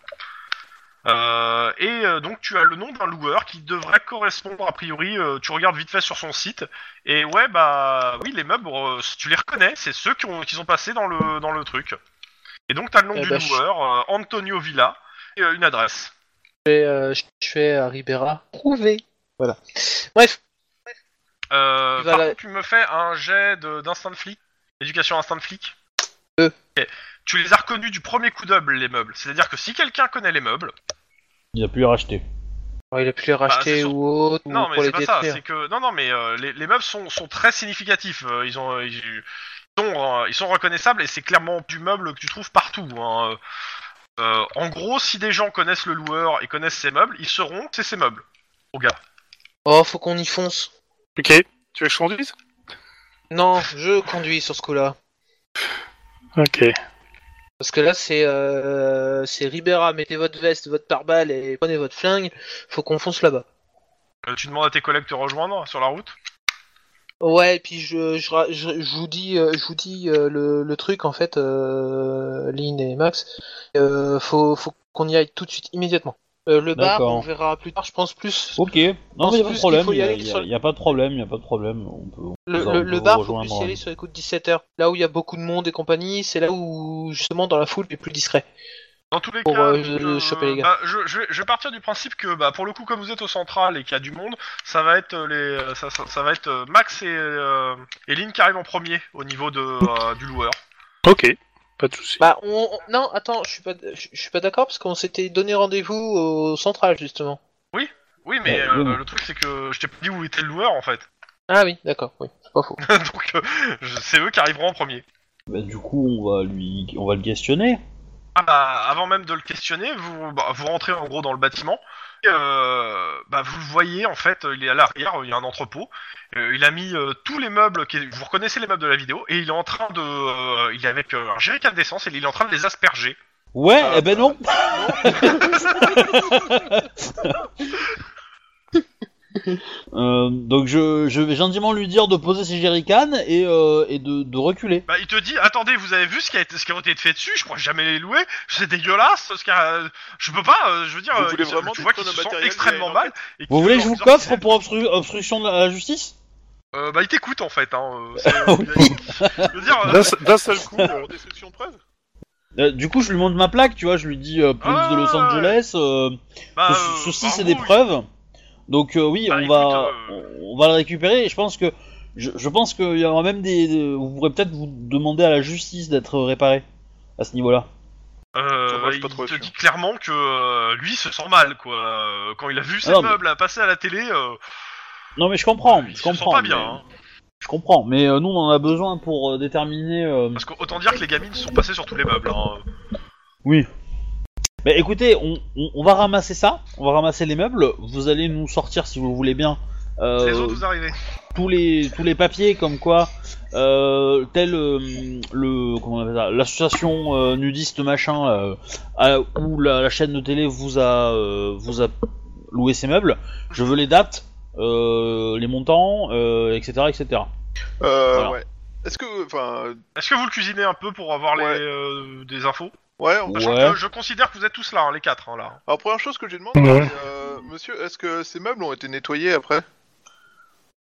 Euh, et euh, donc, tu as le nom d'un loueur qui devrait correspondre, a priori, euh, tu regardes vite fait sur son site. Et ouais, bah, oui, les meubles, euh, tu les reconnais, c'est ceux qui, ont, qui sont passés dans le, dans le truc. Et donc, t'as le nom Eh du bah, je- loueur, euh, Antonio Villa, et euh, une adresse. Je fais, euh, je fais à Ribera prouver. Voilà. Bref. Euh, Tu vas par la- contre, tu me fais un jet de- d'instinct de flic, éducation instinct de flic. Deux. Ok. Tu les as reconnus du premier coup d'œil, les meubles. C'est-à-dire que si quelqu'un connaît les meubles, Il a pu les racheter. Alors, il a pu les Bah, c'est racheter sûr- ou autre, Non, ou mais pour c'est les pas ça. détruire. C'est que non, non, mais euh, les, les meubles sont, sont très significatifs. euh, Ils ont, ils, ils sont, euh, ils sont reconnaissables et c'est clairement du meuble que tu trouves partout. hein. Euh, en gros, si des gens connaissent le loueur et connaissent ses meubles, ils sauront que c'est ses meubles. Au gars. Oh, faut qu'on y fonce. Ok, tu veux que je conduise Non, je conduis sur ce coup-là. Ok. Parce que là, c'est euh, c'est Ribera, mettez votre veste, votre pare-balles et prenez votre flingue. Faut qu'on fonce là-bas. Euh, tu demandes à tes collègues de te rejoindre sur la route. Ouais, et puis je, je, ra- je, je vous dis, euh, je vous dis euh, le, le truc en fait, euh, Lynn et Max. Euh, faut faut qu'on y aille tout de suite, immédiatement. Euh, le bar, D'accord. Oh, on verra plus tard, je pense plus. Ok, non, pense mais y a pas de plus problème, qu'il faut y y a, aller y a- sur- y a pas de problème, y a pas de problème, on peut. on Le, peut- le, on le peut bar, faut rejoindre. plus y aller sur les coups de 17h. Là où il y a beaucoup de monde et compagnie, c'est là où justement dans la foule, tu es plus discret. Dans tous les Pour, cas, euh, je- choper les gars. bah, je, je vais, je vais partir du principe que, bah, pour le coup, comme vous êtes au central et qu'il y a du monde, ça va être euh, les, ça, ça- ça va être euh, Max et, euh, et Lynn qui arrivent en premier au niveau de, euh, du loueur. Ok, pas de souci. Bah, on, on- non, attends, je suis pas, je, je suis pas d'accord parce qu'on s'était donné rendez-vous au central justement. Oui, mais Ouais, euh, oui, oui. le truc c'est que je t'ai pas dit où était le loueur en fait. Ah oui, d'accord, oui, c'est pas faux. Donc euh, je- c'est eux qui arriveront en premier. Bah, du coup, on va lui, on va le questionner. Ah bah, avant même de le questionner, vous, bah, vous rentrez en gros dans le bâtiment. Et, euh, bah, vous le voyez en fait, il est à l'arrière, il y a un entrepôt. Euh, il a mis euh, tous les meubles, qui, vous reconnaissez les meubles de la vidéo, et il est en train de, euh, il est avec euh, un jerrycan d'essence et il est en train de les asperger. Ouais, Ah, eh ben non. Euh, donc je, je vais gentiment lui dire de poser ses jerrycans et, euh, et de, de reculer. Bah, il te dit, attendez, vous avez vu ce qui a été, ce qui a été fait dessus Je crois jamais les louer. C'est dégueulasse. Ce qui a- je peux pas. euh, je veux dire, Vous euh, voulez il- vraiment tu vois qu'ils détruire se le sent matériel extrêmement de la mal. et Vous qu'il voulez est que je vous en disant, coffre pour obstru- obstruction à la justice Euh, bah, il t'écoute en fait. Hein. euh, c'est- je veux dire, euh, D'un se- d'un seul coup. euh, Pour destruction de preuve Euh, Du coup, je lui montre ma plaque, tu vois, je lui dis euh, police Ah, de Los ouais. Angeles. euh, bah, Ce- euh, ceci, en c'est gros, des preuves. Donc euh, oui, Bah, on écoute, va, euh, on- on va le récupérer. Et je pense que, je, je pense qu'il y aura même des, des- vous pourrez peut-être vous demander à la justice d'être réparée à ce niveau-là. Euh, Moi, je suis pas il trop te sûr. dit clairement que euh, lui se sent mal quoi. Euh, Quand il a vu ces Alors, Ah mais- meubles à passer à la télé, euh, Non, mais je comprends, il je se comprends. Ah sent pas mais- bien. hein. Je comprends, mais euh, nous on en a besoin pour euh, déterminer. euh, Parce qu'autant dire que les gamines sont passées sur tous les meubles. Hein. Oui. Mais écoutez, on, on- on va ramasser ça, on va ramasser les meubles. Vous allez nous sortir, si vous voulez bien, euh, Les autres vous arrivez. tous les tous les papiers comme quoi euh, tel euh, le comment on appelle ça, l'association euh, nudiste machin euh, à- où la, la chaîne de télé vous a euh, vous a loué ses meubles. Je veux les dates, euh, les montants, euh, etc., etc. Euh, Voilà. ouais. Est-ce que. Enfin. euh, Est-ce que vous le cuisinez un peu pour avoir les, Ouais. euh, des infos Ouais, on- Sachant Ouais. que je considère que vous êtes tous là, hein, les quatre hein, là. Alors, première chose que j'ai demandé, Ouais. euh, monsieur, est-ce que ces meubles ont été nettoyés après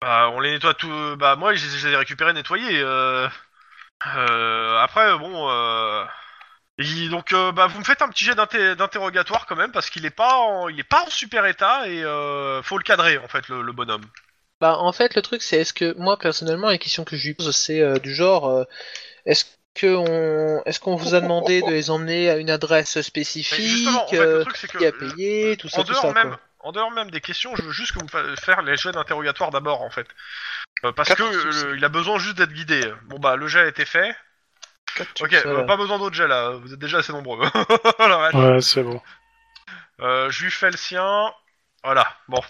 Bah, on les nettoie tout. Bah, moi, je les je les ai récupérés, nettoyés. Euh... euh, Après, bon. Euh... il- Donc, euh, bah, vous me faites un petit jet d'inté- d'interrogatoire quand même, parce qu'il est pas, en... il est pas en super état et euh, faut le cadrer en fait, le, le bonhomme. Bah, en fait, le truc, c'est est-ce que moi, personnellement, la question que je lui pose, c'est euh, du genre euh, est-ce que on, est-ce qu'on vous a demandé de les emmener à une adresse Mais spécifique justement, en fait, euh, le truc c'est que Qui a payé Tout ça, en tout dehors ça. même, quoi. en dehors même des questions, je veux juste que vous fa- faire les jets d'interrogatoire d'abord en fait, Euh, parce Quatre que succès. euh, il a besoin juste d'être guidé. Bon bah, le jet a été fait. Ok, succès, euh, ouais. pas besoin d'autres jets là. Vous êtes déjà assez nombreux. La vache. Ouais, c'est bon. Euh, je lui fais le sien. Voilà. Bon.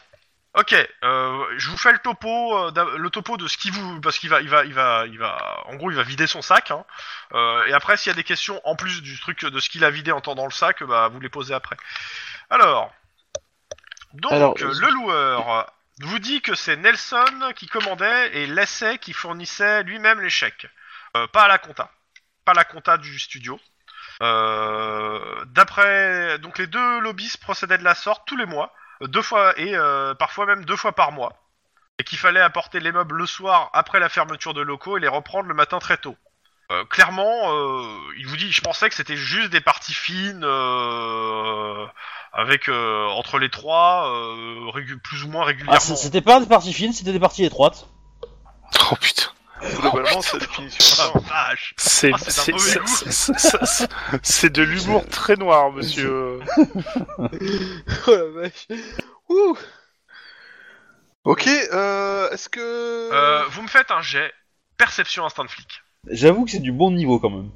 Ok. euh, je vous fais le topo, euh, d'a- le topo de ce qu'il vous, parce qu'il va, il va, il va, il va. En gros, il va vider son sac. hein. Euh, et après, s'il y a des questions en plus du truc de ce qu'il a vidé en tendant le sac, bah, vous les posez après. Alors. Donc, Alors, euh, je- le loueur euh, vous dit que c'est Nelson qui commandait et Lessay qui fournissait lui-même les chèques. Euh, pas à la compta. Pas à la compta du studio. Euh, d'après donc les deux lobbies procédaient de la sorte tous les mois, euh, deux fois et euh, parfois même deux fois par mois, et qu'il fallait apporter les meubles le soir après la fermeture de locaux et les reprendre le matin très tôt. Euh, clairement, euh, il vous dit, je pensais que c'était juste des parties fines euh, avec euh, entre les trois euh, régu- plus ou moins régulièrement. Ah, c- c'était pas des parties fines, c'était des parties étroites. Oh putain. Globalement, c'est la définition. Oh, vache C'est Ah, c'est d'un c'est- mauvais c'est- c'est- c'est- c'est- c'est de l'humour très noir, monsieur. Oh la vache. Ouh. Ok, euh, est-ce que. Euh, Vous me faites un jet perception instinct de flic. J'avoue que c'est du bon niveau quand même.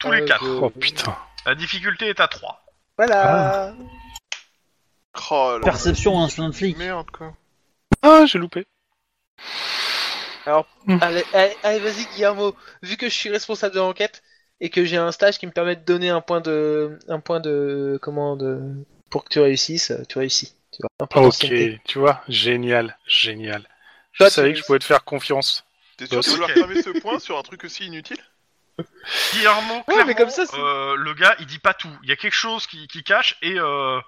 Tous Euh, les quatre. je- Oh putain. Ah. La difficulté est à 3. Voilà. Oh, là, Perception, instinct de flic. Merde, quoi. Ah, j'ai loupé. Allez, allez, allez, vas-y Guillermo. Vu que je suis responsable de l'enquête et que j'ai un stage qui me permet de donner un point de, un point de, comment de, pour que tu réussisses, euh, tu réussis. Tu vois, un point Ok, d'ancienneté. tu vois, génial, génial. Je Toi, tu- savais que je pouvais te faire confiance. T'es sûr Boss. que tu veux leur cramer ce point sur un truc aussi inutile Guillermo, clairement, mais comme ça, c'est- euh, le gars, il dit pas tout. Il y a quelque chose qui, qui cache et, euh,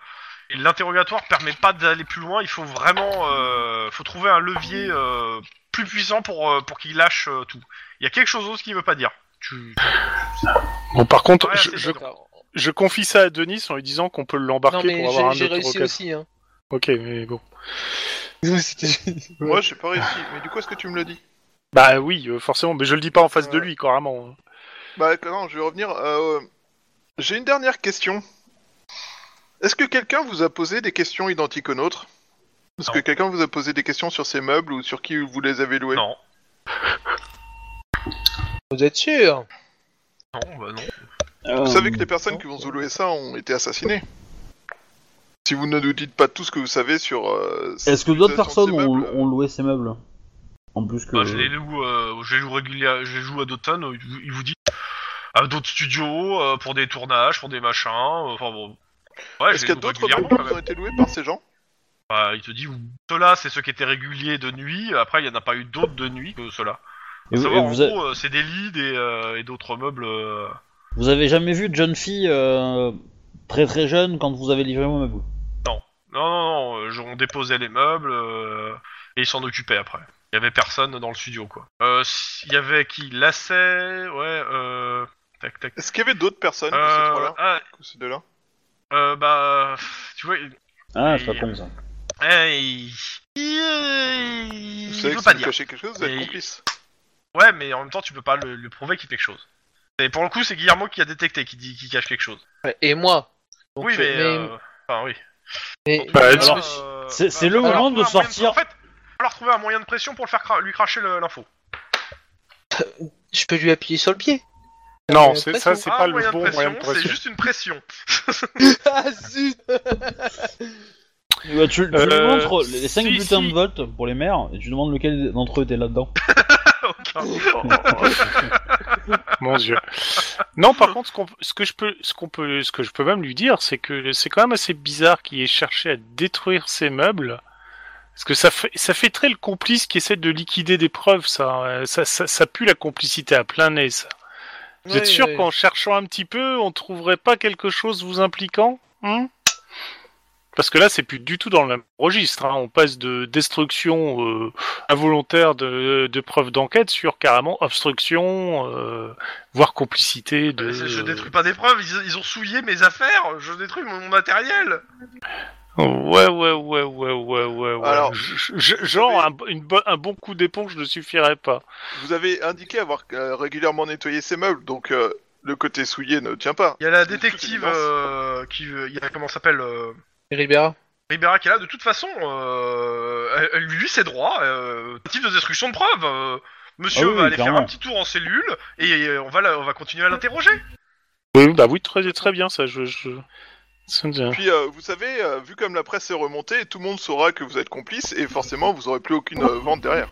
et l'interrogatoire permet pas d'aller plus loin. Il faut vraiment, euh, faut trouver un levier euh, plus puissant pour euh, pour qu'il lâche euh, tout. Il y a quelque chose d'autre qu'il veut pas dire. Tu... Bon, par contre, Ouais, je, c'est je- bon. D'accord. je confie ça à Denis en lui disant qu'on peut Non l'embarquer mais pour avoir j'ai- un j'ai autre réussi requête. aussi. Hein. Ok, mais bon. Moi, j'ai pas réussi. Mais du coup, est-ce que tu me le dis Bah oui, euh, forcément, mais je le dis pas en face de lui, carrément. Bah, non, je vais revenir. euh, J'ai une dernière question. Est-ce que quelqu'un vous a posé des questions identiques aux nôtres Est-ce que Non. quelqu'un vous a posé des questions sur ces meubles ou sur qui vous les avez loués Non, Vous êtes sûr non, bah non. Euh, Vous savez que les personnes qui vont vous louer ça ont été assassinées. Si vous ne nous dites pas tout ce que vous savez sur. euh, Est-ce que cette d'autres utilisation personnes de ces ont, meubles, euh, ont loué ces meubles En plus que. Bah, je les loue, euh, je les loue régulièrement, je les loue à d'autres tonnes, euh, ils vous- ils vous disent à d'autres studios euh, pour des tournages, pour des machins. euh, Enfin bon. Ouais, je Est-ce les qu'il y a loue d'autres régulièrement meubles quand qui même. ont été loués par ces gens Bah, il te dit, ceux-là, c'est ceux qui étaient réguliers de nuit. Après, il n'y en a pas eu d'autres de nuit que ceux-là. Et vous, Savoir, et en vous a- gros, euh, c'est des lits des, euh, et d'autres meubles. euh. vous avez jamais vu de jeune fille euh, très très jeune quand vous avez livré mon meuble Non, non, non, euh, je- on déposait les meubles euh, et ils s'en occupaient après. Il y avait personne dans le studio, quoi. Euh, s- Il y avait qui Lasset, ouais, euh... Tac, tac. Est-ce qu'il y avait d'autres personnes que ces Euh, trois-là ah, que ces deux-là euh, bah, tu vois, il- Ah, Et- c'est pas con ça. eh, il... il- il Vous savez veut que pas si vous dire. cachez quelque chose, vous êtes Mais- complice. Ouais, mais en même temps, tu peux pas le, le prouver qu'il fait quelque chose. Et pour le coup, c'est Guillermo qui a détecté, qui dit, qui cache quelque chose. Ouais, Et moi. Donc, oui, je- mais, euh, enfin, oui. mais- Bah, Alors, elle- Alors, euh, c'est- bah, c'est le faut leur moment trouver de un moyen sortir. En fait, faut leur trouver un moyen de pression pour le faire cra- lui cracher le- l'info. je peux lui appuyer sur le pied. Non, Euh, c'est- ça, pression. c'est Un pas le moyen de bon pression, moyen de C'est pression. juste une pression. ah zut Bah, tu, tu lui Euh, montres les 5 si, bulletins si. de vote pour les maires et tu demandes lequel d'entre eux était là-dedans. Aucun. Mon Dieu. Non, par contre, ce, qu'on- ce que je peux, ce qu'on peut, ce que je peux même lui dire, c'est que c'est quand même assez bizarre qu'il ait cherché à détruire ses meubles, parce que ça fait, ça fait très le complice qui essaie de liquider des preuves. Ça, Euh, ça, ça, ça pue la complicité à plein nez. Ça. Vous êtes Ouais, sûr ouais. qu'en cherchant un petit peu, on trouverait pas quelque chose vous impliquant hein Parce que là, c'est plus du tout dans le même registre. hein. On passe de destruction euh, involontaire de, de preuves d'enquête sur carrément obstruction, euh, voire complicité de. Je Euh. détruis pas des preuves, ils, ils ont souillé mes affaires, je détruis mon, mon matériel. Ouais, ouais, ouais, ouais, ouais, ouais. ouais. Alors, Je- je- genre, un, bo- une bo- un bon coup d'éponge ne suffirait pas. Vous avez indiqué avoir euh, régulièrement nettoyé ces meubles, donc euh, le côté souillé ne tient pas. Il y a la De toute détective évidence. euh, qui, veut- il y a comment ça s'appelle euh, Ribera. Ribera qui est là. De toute façon, euh, elle- elle lui ses droits, euh, type de destruction de preuves. euh, monsieur Ah oui, va aller clairement. faire un petit tour en cellule et euh, on va, la- on va continuer à l'interroger. Oui, bah oui, très, très bien, ça. Je, je... ça me dit- Puis euh, vous savez, euh, vu comme la presse est remontée, tout le monde saura que vous êtes complice et forcément vous aurez plus aucune euh, vente derrière.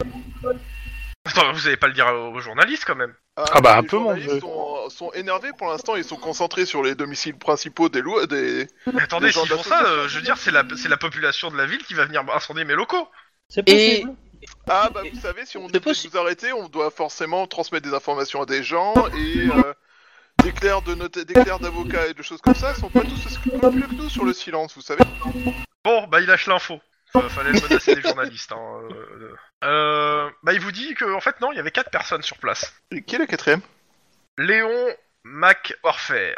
Attends, mais vous allez pas le dire aux journalistes quand même. Ah bah, un Euh, les peu, mon journalistes Dieu. sont, euh, sont énervés pour l'instant, ils sont concentrés sur les domiciles principaux des lois. Des... Mais attendez, Les gens s'ils font ça, d'association. euh, je veux dire, c'est la, c'est la population de la ville qui va venir incendier mes locaux. C'est Et- possible. Ah bah vous savez, si on C'est dit de possible. vous arrêter, on doit forcément transmettre des informations à des gens et euh, des clercs de notaires, des clercs d'avocats et de choses comme ça sont pas tous scrupuleux que nous sur le silence, vous savez. Bon, bah il lâche l'info. Euh, fallait le menacer des journalistes. Hein. euh, euh, bah il vous dit que en fait non, il y avait quatre personnes sur place. Et qui est la quatrième Léon Mac Orfer.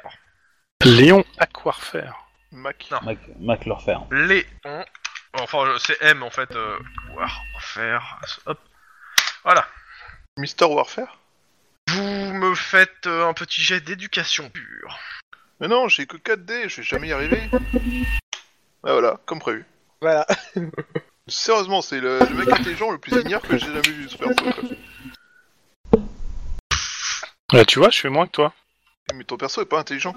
Léon, à quoi refaire Mac. Non. Mac, Mac leur faire. Léon. Enfin, je- c'est M en fait. Euh... Warfer. Warfare. Hop. Voilà. Mister Warfare Vous me faites euh, un petit jet d'éducation pure. Mais non, j'ai que 4D, je vais jamais y arriver. Ah voilà, comme prévu. Voilà. Sérieusement, c'est le, le mec intelligent le plus ignare que j'ai jamais vu, ce perso. quoi. Bah, tu vois, je fais moins que toi. Mais ton perso est pas intelligent.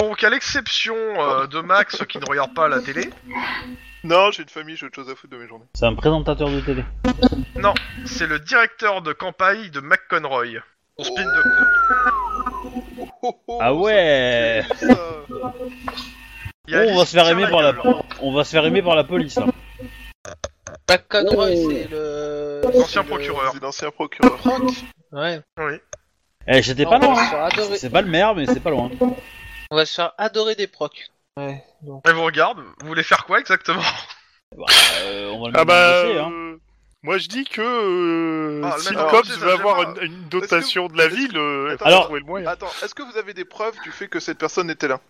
Donc, à l'exception euh, de Max qui ne regarde pas la télé, Non, j'ai une famille, j'ai autre chose à foutre de mes journées. C'est un présentateur de télé. c'est le directeur de campagne de McConroy. Son spin doctor. Oh, oh, Ah ça ouais pue, ça. Il y a Oh, on va Alice se faire qui tient aimer par la gueule. On va se faire aimer par la police là. Pat Conroy, Oh. c'est le. L'ancien c'est le- procureur. C'est l'ancien procureur. Franck Ouais. Eh, j'étais Non, pas on loin. va se hein. faire adorer- C'est pas le maire, mais c'est pas loin. On va se faire adorer des procs. Ouais. donc. Elle vous regarde, vous voulez faire quoi exactement Euh, on va le Ah bah. négocier, hein. euh, Moi je dis que euh, Ah, si mais le non, cops je sais, veut ça, avoir j'aime une, une dotation de la est-ce que- ville, euh, il faut Alors- trouver le moyen. Attends, est-ce que vous avez des preuves du fait que cette personne était là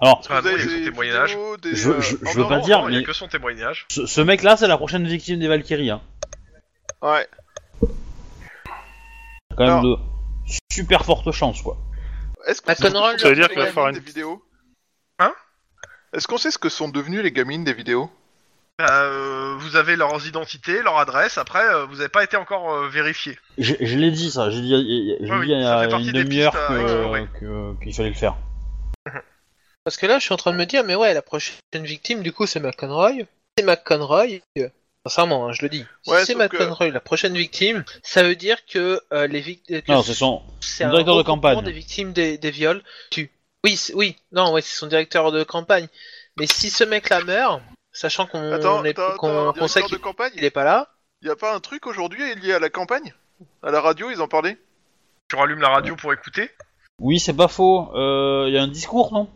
Alors, Est-ce que Ah, vous avez oui, c'était des Moyen Âge. vidéos, des, Je- euh, je- je en veux or- pas Non, dire, non, Il n'y mais- a que son témoignage. ce, ce mec-là, c'est la prochaine victime des Valkyries. Hein. Ouais. Quand même Alors- de super fortes chances, quoi. Est-ce qu'on Bah, sait ce que Conroy, sont Ça veut dire devenues qu'il va les falloir gamines une- des vidéos Hein Est-ce qu'on sait ce que sont devenues les gamines des vidéos Bah, euh, vous avez leurs identités, leur adresse, après, euh, vous n'avez pas été encore euh, vérifié. Je, je l'ai dit ça, j'ai dit, je l'ai Ah oui, dit il y ça a fait partie une des demi-heure pistes euh, à que- explorer. que- qu'il fallait le faire. Parce que là, je suis en train de me dire, mais ouais, la prochaine victime, du coup, c'est McConroy. C'est McConroy. euh, Sincèrement, hein, je le dis. Si Ouais, c'est sauf que- McConroy, la prochaine victime, ça veut dire que euh, les victimes. Non, c'est son. c'est Son directeur de regroupement campagne. des victimes des, des viols tue. Oui, c'est- oui, non, ouais, c'est son directeur de campagne. Mais si ce mec-là meurt, sachant qu'on Attends, Euh, on est- attends, qu'on- attends, qu'on sait directeur de qu'il campagne, il est pas là, il y a pas un truc aujourd'hui lié à la campagne À la radio, ils en parlaient Tu rallumes la radio pour écouter. Oui, c'est pas faux. Euh, Il y a un discours, non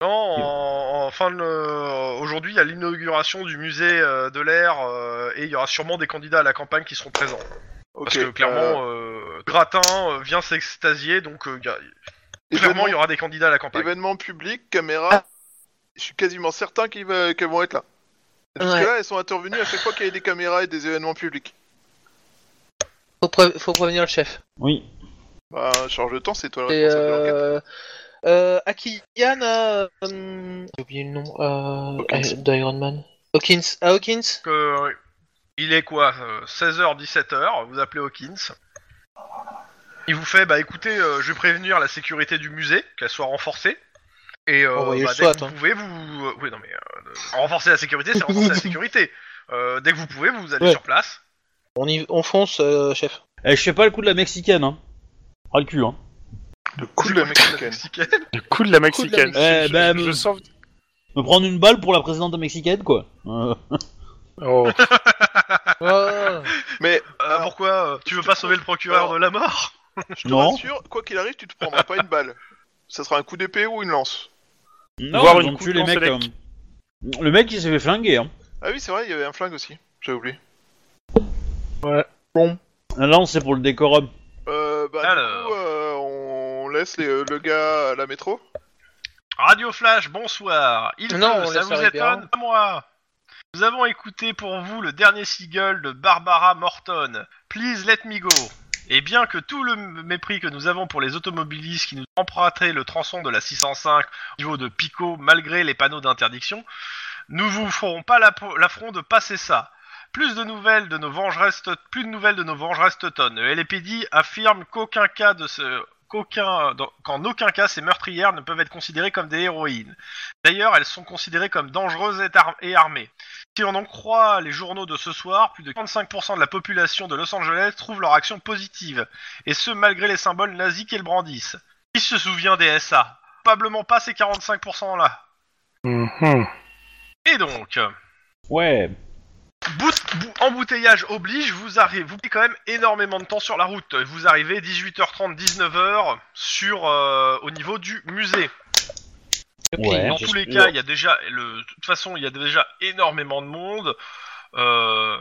Non, en, en fin de, euh, aujourd'hui, il y a l'inauguration du musée euh, de l'air euh, et il y aura sûrement des candidats à la campagne qui seront présents. Ok, Parce que clairement, euh, Gratin euh, vient s'extasier, donc euh, y a- clairement, il euh, y événement, aura des candidats à la campagne. événement public, caméra. Ah. Je suis quasiment certain qu'ils va- qu'elles vont être là. Parce Ouais. que là, elles sont intervenues à chaque fois qu'il y avait des caméras et des événements publics. faut, pré- faut prévenir le chef. Oui. Bah, charge de temps, c'est toi le Et, responsable de l'enquête. euh, euh, Akiyan a. euh, J'ai oublié le nom. Euh, Hawkins. d'Iron Man. Hawkins. Ah, Hawkins Donc, euh, il est quoi euh, 16h, 17h, vous appelez Hawkins. Il vous fait, bah écoutez, euh, je vais prévenir la sécurité du musée, qu'elle soit renforcée. Et euh, Envoyez bah, le dès que SWAT, hein. vous pouvez, vous... euh, oui, non mais... euh, euh, renforcer la sécurité, c'est renforcer la sécurité. Euh, dès que vous pouvez, vous allez Ouais. sur place. On, y, on fonce, euh, chef. Eh, je fais pas le coup de la mexicaine, hein. Ras le cul, hein. Le coup C'est de la quoi, c'est mexicaine. mexicaine. Le coup de la mexicaine. Eh, Je- ben, je- je euh, sens- Me prendre une balle pour la présidente mexicaine, quoi. Euh, Oh. Oh. Mais Euh, pourquoi euh, Tu veux pas sauver le procureur de la mort je te Non. rassure, quoi qu'il arrive, tu te prendras pas une balle. Ça sera un coup d'épée ou une lance. non, Voir ils une ont coupe tué les en mecs. select. euh, Le mec, il s'est fait flinguer, hein. Ah oui, c'est vrai, il y avait un flingue aussi. J'avais oublié. Là, on sait pour le décorum. Euh, bah, Alors. du coup, euh, on laisse les- euh, le gars à la métro. Radio Flash, bonsoir. Il Non, pleut, on ça laisse vous la réparation. étonne Pas moi. Nous avons écouté pour vous le dernier single de Barbara Morton, Please Let Me Go. Et bien que tout le m- mépris que nous avons pour les automobilistes qui nous ont emprunté le tronçon de la 605 au niveau de Pico malgré les panneaux d'interdiction, nous vous ferons pas la po- l'affront de passer ça. Plus de nouvelles de nos vengeresses, plus de nouvelles de nos vengeresses teutones. Le LAPD affirme qu'aucun cas de ce qu'aucun, dans- qu'en aucun cas ces meurtrières ne peuvent être considérées comme des héroïnes. D'ailleurs, elles sont considérées comme dangereuses et, ar- et armées. Si on en croit les journaux de ce soir, plus de 45% de la population de Los Angeles trouve leur action positive, et ce malgré les symboles nazis qu'elles brandissent. Qui se souvient des SA Probablement pas ces 45% là. Mhm. Et donc, Ouais. bout- bout- embouteillage oblige, vous arrivez, vous prenez quand même énormément de temps sur la route. Vous arrivez 18h30, 19h sur euh, au niveau du musée. Ouais. Dans tous les cas, il y a déjà, le, de toute façon, il y a déjà énormément de monde. Euh,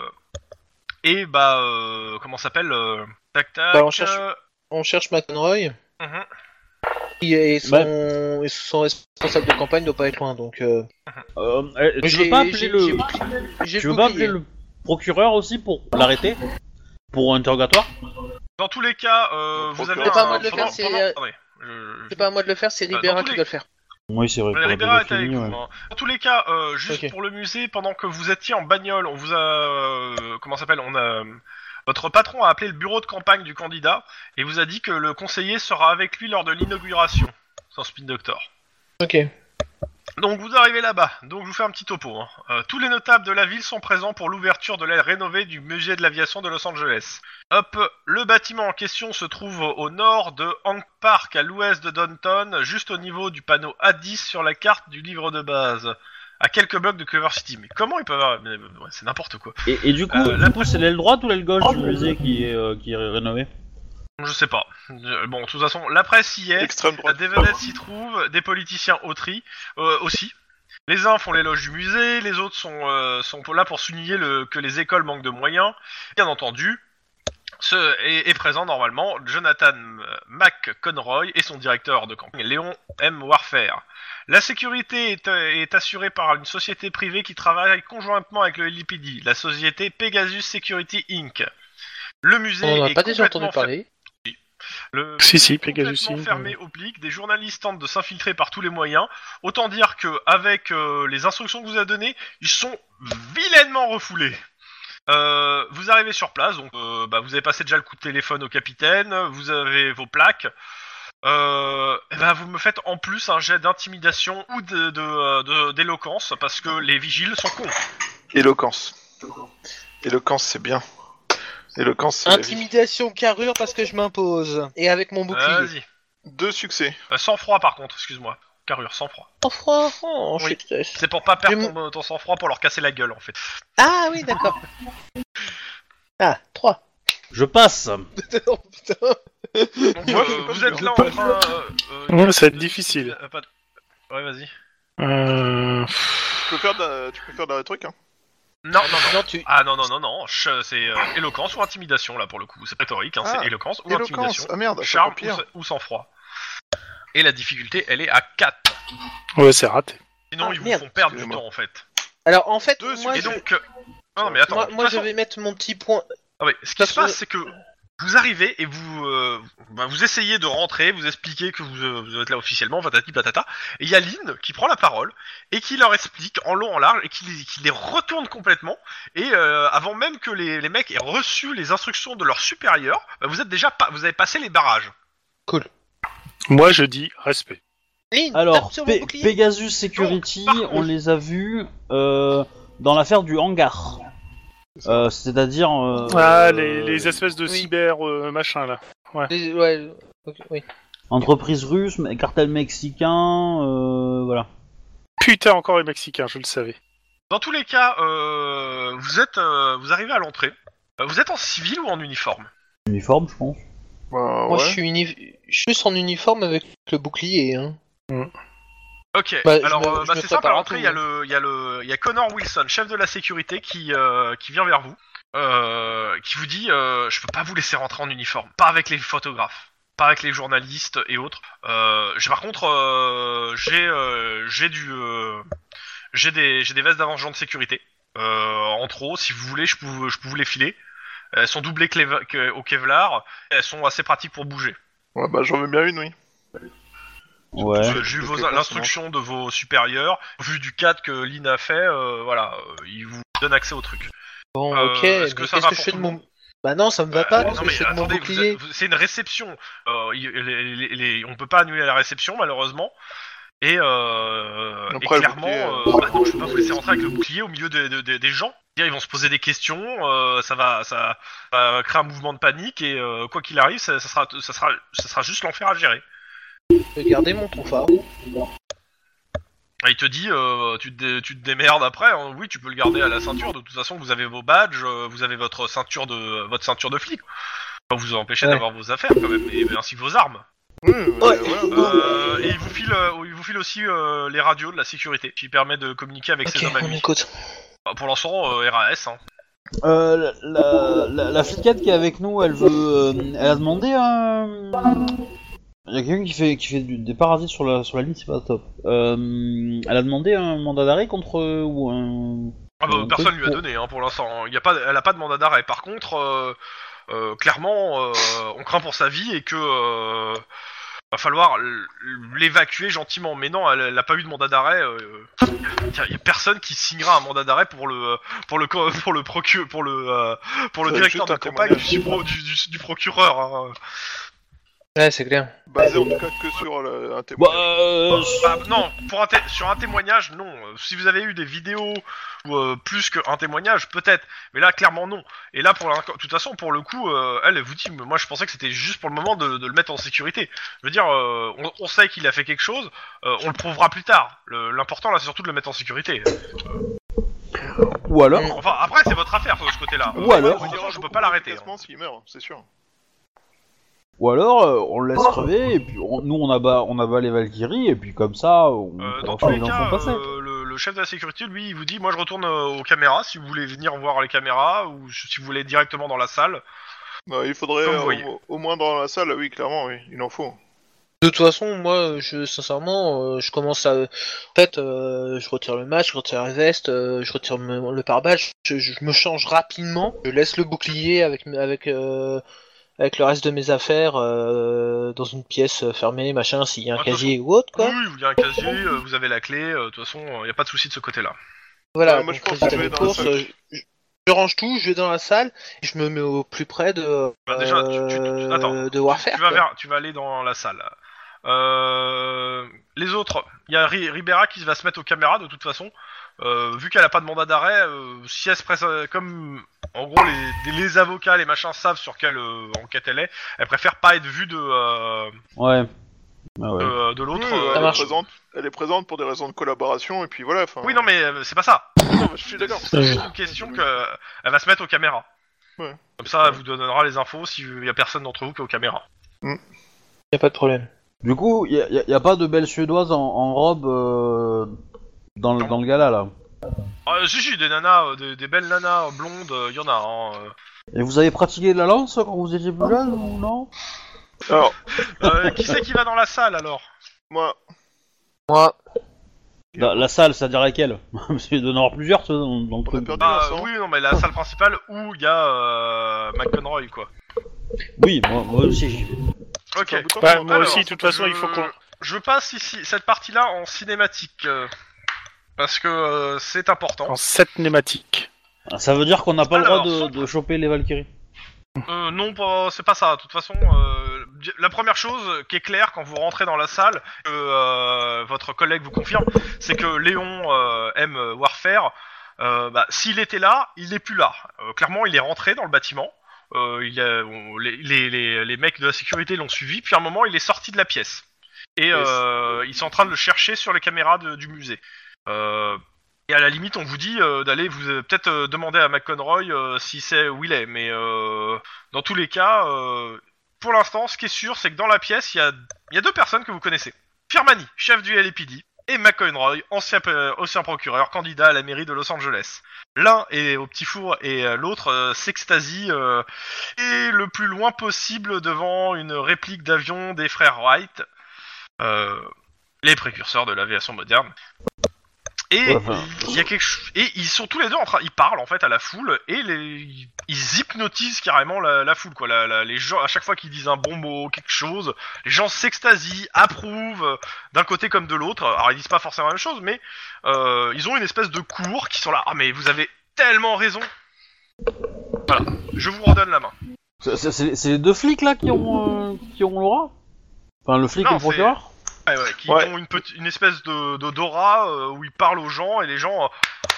et bah, euh, comment ça s'appelle euh, Tac tac. Bah, on cherche- euh, On cherche McConroy. mhm. Il est son, Bah. et son responsable de campagne doit pas être loin, donc. euh, Euh, eh, tu j'ai- veux pas j'ai- appeler le. j'ai- j'ai Tu veux pas bouclier. appeler le procureur aussi pour l'arrêter Pour interrogatoire Dans tous les cas, euh, vous avez C'est pas à un- moi de le pendant- faire, c'est, pendant- euh, attendez, je- je- C'est pas à moi de le faire, c'est Bah, dans Ribera tous qui les- doit le faire. Oui, c'est vrai. Valérie pour la Béra est avec pédophilie, nous, ouais. hein. Dans tous les cas, euh, juste Ok. pour le musée, pendant que vous étiez en bagnole, on vous a. euh, comment ça s'appelle On a. euh, Votre patron a appelé le bureau de campagne du candidat et vous a dit que le conseiller sera avec lui lors de l'inauguration, sans spin doctor. Ok. Donc vous arrivez là-bas, donc je vous fais un petit topo. hein. Euh, tous les notables de la ville sont présents pour l'ouverture de l'aile rénovée du musée de l'aviation de Los Angeles. Hop, le bâtiment en question se trouve au nord de Hank Park, à l'ouest de Downton, juste au niveau du panneau A10 sur la carte du livre de base, à quelques blocs de Culver City. Mais comment ils peuvent... mais, euh, ouais, c'est n'importe quoi. Et, et du coup, Euh, du la- coup, c'est l'aile droite ou l'aile gauche du musée qui est, euh, qui est rénovée Je sais pas. Euh, Bon, de toute façon, la presse y est, Extrême droite. des vedettes s'y trouvent, des politiciens au tri, euh, aussi. Les uns font l'éloge du musée, les autres sont, euh, sont là pour souligner le- que les écoles manquent de moyens. Bien entendu, ce est, est présent normalement Jonathan euh, McConroy et son directeur de campagne, Léon M. Warfare. La sécurité est, euh, est assurée par une société privée qui travaille conjointement avec le LPD, la société Pegasus Security Inc. Le musée On n'en a est pas déjà entendu complètement parler. le Si, si, Pegasus. complètement si. fermé au public, des journalistes tentent de s'infiltrer par tous les moyens. Autant dire que avec euh, les instructions que vous avez données, ils sont vilainement refoulés. Euh, vous arrivez sur place, donc euh, bah, vous avez passé déjà le coup de téléphone au capitaine, vous avez vos plaques. Euh, eh ben, vous me faites en plus un jet d'intimidation ou de- de, euh, de- d'éloquence parce que les vigiles sont cons. Éloquence. Éloquence, c'est bien. Éloquence, c'est la vie. Intimidation carrure parce que je m'impose. Et avec mon bouclier. Vas-y. Deux succès. Euh, sans froid par contre, excuse-moi. Carrure, sans froid. Sans froid, oh, Oui. je suis- C'est pour pas perdre Mais- ton, ton sang froid pour leur casser la gueule en fait. Ah oui, d'accord. Ah, 3. Je passe oh putain. Donc, Moi, euh, je sais pas vous si êtes je là en peux train. euh, euh, Ouais, ça va être difficile. Euh, pas de- Ouais, vas-y. Euh, Tu peux faire d'un tu peux faire d'un truc, hein. Non, non, non. Non, tu. Ah non, non, non, non. Ch- C'est euh, éloquence ou intimidation, là, pour le coup. C'est rhétorique, hein, Ah, c'est éloquence ou Éloquence. intimidation. Ah merde, c'est Charme encore ou, pire. ou sang-froid. Et la difficulté, elle est à 4. Ouais, c'est raté. Sinon, Ah, ils vous merde. font perdre du Excusez-moi. temps, en fait. Alors en fait, Deux moi, Et succès. je... donc... euh, Non, non, mais attends. moi, de toute moi, je façon- vais mettre mon petit point. Ah ouais, ce qui Parce se passe, que- c'est que vous arrivez et vous, euh, bah, vous essayez de rentrer, vous expliquez que vous, euh, vous êtes là officiellement, patati patata, et il y a Lynn qui prend la parole et qui leur explique en long, en large, et qui les, qui les retourne complètement, et euh, avant même que les, les mecs aient reçu les instructions de leur supérieur, bah, vous êtes déjà pas, vous avez passé les barrages. Moi, je dis respect. Lynn, tape Alors, sur mon Pe- bouclier. Pegasus Security, Donc, par on les a vus euh, dans l'affaire du hangar. Euh, C'est-à-dire. euh, Ah, les, les espèces de oui. cyber euh, machin là. Les- Ouais, ok, oui. Entreprise russe, mais cartel mexicain, euh, voilà. Putain, encore les Mexicains, je le savais. Dans tous les cas, euh, vous êtes, euh, vous arrivez à l'entrée. Euh, Vous êtes en civil ou en uniforme Uniforme, je pense. Bah, Moi, ouais. je suis uni- je suis juste en uniforme avec le bouclier. Hein. Ok, Bah, je alors me- euh, je bah, me c'est prépare simple, à à l'entrée, tout, il y, a hein. le- il y, a le- il y a Connor Wilson, chef de la sécurité, qui, euh, qui vient vers vous, euh, qui vous dit euh, Je peux pas vous laisser rentrer en uniforme, pas avec les photographes, pas avec les journalistes et autres. Euh, j'ai- par contre, euh, j'ai euh, j'ai du. euh, j'ai des, j'ai des vestes d'avant-genre de sécurité. Euh, en trop, si vous voulez, je peux, vous- je peux vous les filer. Elles sont doublées cleva- que- au Kevlar, elles sont assez pratiques pour bouger. Ouais, bah, j'en veux bien une, oui. Ouais. Euh, J'ai eu Ok, vos- forcément. l'instruction de vos supérieurs, vu du cadre que Lynn a fait, euh, voilà, euh, ils vous donnent accès au truc. Bon, Euh, Ah, ok. est-ce mais que Qu'est-ce ça que, va je pour fais tout de le mon. Bah non, ça me va pas. Euh, Qu'est-ce non, que mais je fais de mon attendez, vous bouclier êtes- vous- c'est une réception. Euh, il- les- les- les- on peut pas annuler la réception, malheureusement. Et, euh, Après, et le clairement, bouclier, euh, bah non, je peux pas vous laisser rentrer avec le bouclier au milieu des- des- des- des gens. C'est-à-dire, Ils vont se poser des questions, euh, ça va, ça va créer un mouvement de panique et euh, quoi qu'il arrive, ça, ça sera, ça sera, ça sera juste l'enfer à gérer. Je vais garder mon trophard. Ah, il te dit, euh, tu, te dé- tu te démerdes après. hein. Oui, tu peux le garder à la ceinture. De toute façon, vous avez vos badges, euh, vous avez votre ceinture de votre ceinture de flic. Pas vous empêcher Ouais. d'avoir vos affaires quand même, et, ainsi que vos armes. Oui, ouais, Ouais. ouais. Euh, et il vous file, euh, il vous file aussi euh, les radios de la sécurité, qui permet de communiquer avec Ok, ses hommes à on lui. écoute. Bah, Pour l'instant, euh, RAS. Hein. Euh, la, la, la- la fliquette qui est avec nous, elle veut, euh, elle a demandé. Euh... Il y a quelqu'un qui fait, qui fait du- des parasites sur la, sur la ligne, c'est pas top. Euh, elle a demandé un mandat d'arrêt contre euh, ou un Ah bah, Donc, personne lui a pour- donné hein, pour l'instant. Il Y a pas, elle a pas de mandat d'arrêt. Par contre, euh, euh, clairement, euh, on craint pour sa vie et que euh, va falloir l- l'évacuer gentiment. Mais non, elle n'a pas eu de mandat d'arrêt. euh, Il y, a personne qui signera un mandat d'arrêt pour le pour le co- pour le procure pour le euh, pour le Ça, directeur juste de un la campagne témoignage. du, pro- du, du- du procureur. hein. Ouais, c'est clair. Bah, Basé en tout cas que sur le- un témoin. Bah, euh, Bah, non, pour un té- sur un témoignage, non. Euh, Si vous avez eu des vidéos ou euh, plus qu'un témoignage, peut-être. Mais là, clairement, non. Et là, pour la- de toute façon, pour le coup, euh, elle elle vous dit, mais moi, je pensais que c'était juste pour le moment de, de le mettre en sécurité. Je veux dire, euh, on, on sait qu'il a fait quelque chose, euh, on le prouvera plus tard. Le- L'important, là, c'est surtout de le mettre en sécurité. ou alors, Enfin, après, c'est votre affaire, de ce côté-là. Ou alors- De toute façon, je peux pas l'arrêter. hein. Efficacement s'il meurt, c'est sûr. ou alors euh, on le laisse crever et puis on- nous on abat, on abat les Valkyries et puis comme ça Euh, on pourra dans pas tous les les enfants cas, passer. euh, le, le chef de la sécurité, lui, il vous dit, moi je retourne euh, aux caméras, si vous voulez venir voir les caméras, ou si vous voulez directement dans la salle. Non, il faudrait Comme euh, vous voyez. au, au moins dans la salle, oui, clairement, oui, il en faut. De toute façon, moi, je sincèrement, euh, je commence à. En fait, euh, je retire le match, je retire la veste, euh, je retire me- le pare-balles, je, je me change rapidement, je laisse le bouclier avec avec euh, avec le reste de mes affaires euh, dans une pièce euh, fermée, machin, s'il y a un Ah, casier ou autre, quoi. oui, il y a un casier, euh, vous avez la clé, euh, de toute façon, il n'y a pas de souci de ce côté-là. Voilà. Ouais, moi, je donc, pense résultat que je vais des dans la courses, salle. euh, je, je range tout, je vais dans la salle, et je me mets au plus près de Bah, déjà, tu- tu- tu- euh, attends, de Warfare. Tu vas, quoi. vers- tu vas aller dans la salle. Euh, les autres, il y a Ri- Ribera qui va se mettre aux caméras de toute façon. Euh, vu qu'elle a pas de mandat d'arrêt, euh, si elle se presse, euh, comme en gros les, les avocats, les machins savent sur quelle euh, enquête elle est, elle préfère pas être vue de, euh, Ouais. Ah ouais. de, de l'autre. Oui, euh, elle, est marche. présente, hein. elle est présente pour des raisons de collaboration, et puis voilà. enfin, Oui, non, mais euh, c'est pas ça. non, je suis d'accord. C'est juste une question que euh, elle va se mettre aux caméras. Ouais. Comme ça, elle vous donnera les infos s'il y a personne d'entre vous qui est aux caméras. Y a pas de problème. Du coup, il y, a- y a pas de belle suédoise en, en robe euh, dans, le, dans le gala là. Ah, si, si, des nanas, euh, des, des belles nanas blondes, il y en a. Hein, euh. Et vous avez pratiqué de la lance quand vous étiez plus jeune ou non Alors, Euh, qui c'est qui va dans la salle alors moi, Moi, la, la salle, c'est-à-dire laquelle Parce qu'il doit y en avoir plusieurs tu sais, dans, dans le on a truc. perdu Bah, Vincent. oui, non, mais la salle principale où il y a euh, McConroy, quoi. Oui, moi, moi aussi j'y vais. Ok. Enfin, autant Bah, qu'on- moi Alors, aussi, de toute façon, il faut qu'on. Je passe ici cette partie-là en cinématique. euh, parce que euh, c'est important. En sept cinématiques. Ah, Ça veut dire qu'on n'a pas Alors, le droit de, centre. de choper les Valkyries. Euh, non, pas- c'est pas ça. De toute façon, euh, la première chose qui est claire quand vous rentrez dans la salle, que euh, votre collègue vous confirme, c'est que Léon euh, aime Warfare. Euh, bah, S'il était là, il n'est plus là. Euh, clairement, il est rentré dans le bâtiment. Euh, il a- on- les, les- les- les mecs de la sécurité l'ont suivi. Puis à un moment, il est sorti de la pièce. Et euh, ils sont en train de le chercher sur les caméras de- du musée. Euh, et à la limite, on vous dit euh, d'aller vous euh, peut-être euh, demander à McConroy euh, si c'est où il est, mais euh, dans tous les cas, euh, pour l'instant, ce qui est sûr, c'est que dans la pièce, il y a, il y a deux personnes que vous connaissez. Firmani, chef du LAPD, et McConroy, ancien, euh, ancien procureur, candidat à la mairie de Los Angeles. L'un est au petit four et euh, l'autre euh, s'extasie euh, et le plus loin possible devant une réplique d'avion des frères Wright, euh, les précurseurs de l'aviation moderne. Et Ouais, enfin, il y a quelque chose- et ils sont tous les deux en train ils parlent en fait à la foule et les... ils hypnotisent carrément la, la foule quoi La- la- les gens à chaque fois qu'ils disent un bon mot quelque chose les gens s'extasient approuvent euh, d'un côté comme de l'autre alors ils disent pas forcément la même chose mais euh, ils ont une espèce de cours qui sont là ah mais vous avez tellement raison voilà je vous redonne la main c'est- c'est c'est- c'est les deux flics là qui ont, euh, qui ont Laura Enfin, le flic Non, et le procureur Ah, Ouais, ouais, qui Ouais. ont une, petite- une espèce de, de d'aura euh, où ils parlent aux gens et les gens euh,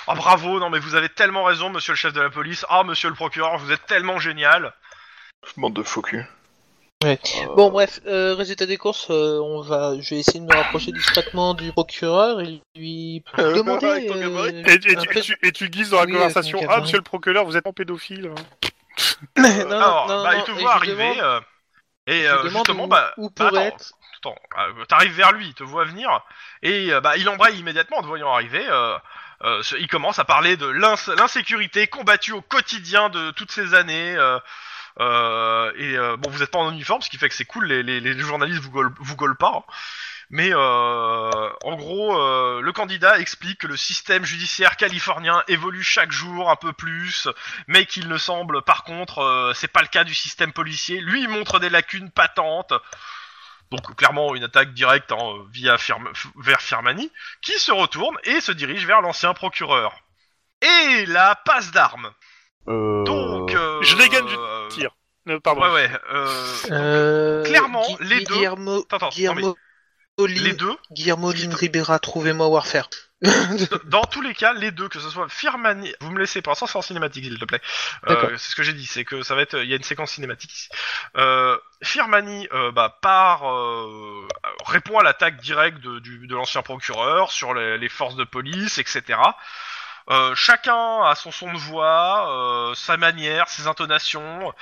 ah bravo non mais vous avez tellement raison monsieur le chef de la police ah monsieur le procureur vous êtes tellement génial Bande de faux cul. Bon bref, euh, résultat des courses, euh, on va, je vais essayer de me rapprocher discrètement du procureur et lui Euh, demander. euh, avec ton gabarit Et, et tu- un et peu- tu, et tu guises dans la Oui, conversation avec mon Ah, cadran. monsieur le procureur, vous êtes en pédophile. hein. non, non, Alors, non, bah, non, il te et voit je arriver. demande- euh, et je euh, demande justement, où, bah, où bah, pourrait attends, être. attends, euh, t'arrives vers lui, il te voit venir. Et euh, bah, il embraye immédiatement en te voyant arriver. euh, euh, ce- il commence à parler de l'ins- l'insécurité combattue au quotidien de toutes ces années. euh, euh, et euh, bon, vous êtes pas en uniforme, ce qui fait que c'est cool, les, les- les journalistes vous gaulent, vous gaulent pas. hein. Mais euh, en gros, euh, le candidat explique que le système judiciaire californien évolue chaque jour un peu plus, mais qu'il ne semble, par contre, euh, c'est pas le cas du système policier. Lui, il montre des lacunes patentes. Donc clairement une attaque directe hein, via Firm- f- vers Firmani, qui se retourne et se dirige vers l'ancien procureur. Et la passe d'armes. Euh, Donc euh, je dégaine du euh, tir. Euh, pardon. Ouais ouais. euh, Euh, clairement, Gui- les deux- Guillermo, attends, attends, non, mais Guillermo, Lin- les deux Guillermo Lin Ribera, trouvez-moi Warfare. D- dans tous les cas, les deux, que ce soit Firmani, vous me laissez pour l'instant, c'est en cinématique, s'il te plaît. Euh, D'accord. c'est ce que j'ai dit, c'est que ça va être, il y a une séquence cinématique ici. Euh, Firmani, euh, bah, part, euh, répond à l'attaque directe de, du- de l'ancien procureur sur les, les forces de police, etc. Euh, chacun a son son de voix, euh, sa manière, ses intonations.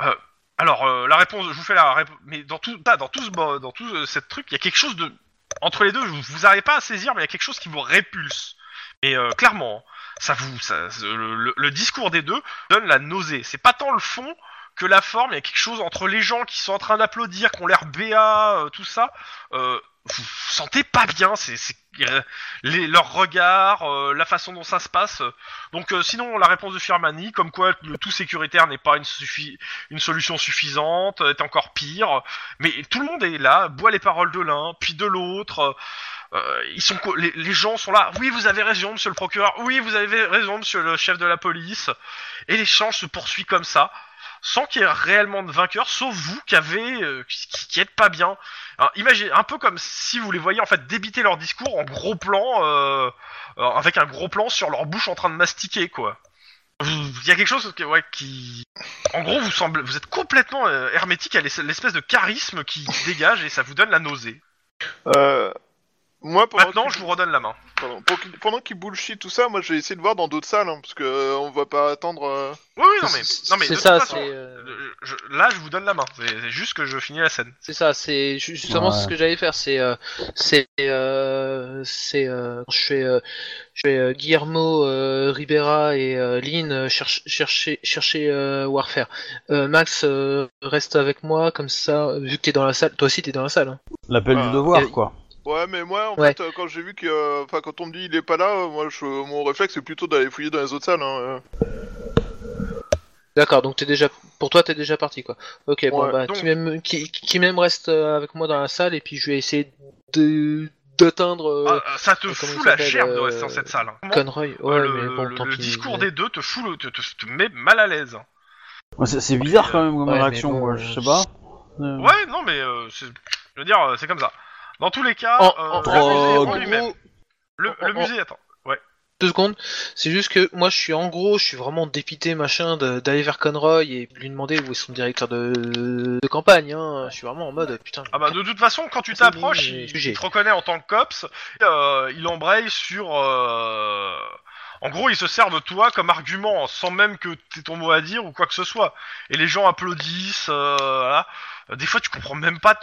Euh, alors, euh, la réponse, je vous fais la réponse, mais dans tout, ah, dans tout ce, bo- dans tout ce- cette truc, il y a quelque chose de, entre les deux, vous, vous arrivez pas à saisir, mais il y a quelque chose qui vous répulse. Et euh, clairement, ça vous, ça- ce- le, le- le discours des deux donne la nausée. C'est pas tant le fond que la forme. Il y a quelque chose entre les gens qui sont en train d'applaudir, qui ont l'air béat, euh, tout ça. euh, vous vous sentez pas bien. C'est c'est- euh, les- leurs regards, euh, la façon dont ça se passe. euh. Donc, euh, sinon, la réponse de Firmani, comme quoi le tout sécuritaire n'est pas une, suffi- une solution suffisante, est encore pire. Mais tout le monde est là, boit les paroles de l'un, puis de l'autre. euh, euh, ils sont co- les, les gens sont là. Oui, vous avez raison, monsieur le procureur. Oui, vous avez raison, monsieur le chef de la police. Et l'échange se poursuit comme ça, sans qu'il y ait réellement de vainqueur, sauf vous qui avez, euh, qui, qui- qui êtes pas bien. Alors, imaginez, un peu comme si vous les voyez en fait débiter leur discours en gros plan, euh, euh, avec un gros plan sur leur bouche en train de mastiquer, quoi. Vous- Il y a quelque chose que- ouais, qui, en gros, vous semblez, vous êtes complètement euh, hermétique à l'es- l'espèce de charisme qui qui dégage et ça vous donne la nausée. Euh, moi, pendant Maintenant, qu'il- je vous redonne la main. pardon, pour qu'il- pendant qu'il bullshit tout ça, moi, j'ai essayé de voir dans d'autres salles, hein, parce que euh, on va pas attendre. euh, Oui, oui, non, mais, non, mais c'est de ça, toute façon, c'est, euh, le- je- là, je vous donne la main. C'est c'est juste que je finis la scène. C'est ça, c'est ju- justement Ouais. c'est ce que j'allais faire. C'est, euh, c'est, euh, c'est, euh, je fais, euh, je fais euh, Guillermo, euh, Ribera et euh, Lynn euh, cherch- chercher, chercher euh, Warfare. Euh, Max, euh, reste avec moi comme ça. euh, Vu que t'es dans la salle, toi aussi t'es dans la salle. hein. L'appel euh, Ah, du devoir, et- quoi. Ouais, mais moi, en Ouais. fait, euh, quand j'ai vu que, euh, enfin, quand on me dit il est pas là, euh, moi, je- mon réflexe c'est plutôt d'aller fouiller dans les autres salles. Hein, euh. D'accord, donc t'es déjà, pour toi t'es déjà parti quoi. Ok, bon Ouais, bah donc- qui même, qui, qui même reste euh, avec moi dans la salle et puis je vais essayer de d'atteindre euh, Ah, ah, ça te euh, comment fout il la s'appelle, gerbe de euh, rester dans cette salle. hein. Conroy. Ouais, le, mais bon, le- tant le pis. discours des deux te fout le, te, te- te met mal à l'aise. Ouais, C'est c'est bizarre quand même comme Ouais, mais réaction, bon, quoi, je sais pas. Euh, Ouais, non, mais euh, c'est- je veux dire, euh, c'est comme ça. Dans tous les cas, En- euh, en- le musée en en gros- lui-même. Le, le en- en- musée, attends. deux secondes. C'est juste que moi, je suis en gros, je suis vraiment dépité, machin, de- d'aller vers Conroy et lui demander où est son directeur de, de campagne. Hein. Je suis vraiment en mode putain. Ah bah de toute façon, quand tu C'est t'approches, lui, il, jugé. il te reconnaît en tant que cops. et, euh, il embraye sur. euh, En gros, il se sert de toi comme argument, sans même que t'aies ton mot à dire ou quoi que ce soit. Et les gens applaudissent. euh, voilà. Des fois, tu comprends même pas t-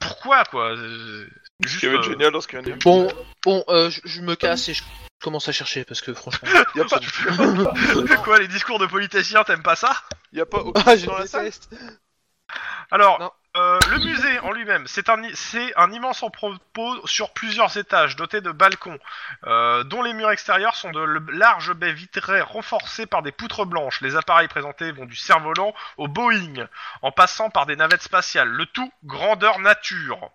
pourquoi, quoi. Euh, Ce Juste, qui avait euh, de génial dans ce qu'il vient de dire. Bon, bon, euh, je- je me casse et je commence à chercher parce que franchement. Y a pas, tu fais quoi, les discours de politiciens, t'aimes pas ça y a Ah, pas aucun dans la salle. Alors, Non. euh, le musée en lui-même, c'est un, i- c'est un immense entrepôt sur plusieurs étages, doté de balcons, euh, dont les murs extérieurs sont de l- larges baies vitrées renforcées par des poutres blanches. Les appareils présentés vont du cerf-volant au Boeing, en passant par des navettes spatiales. Le tout grandeur nature.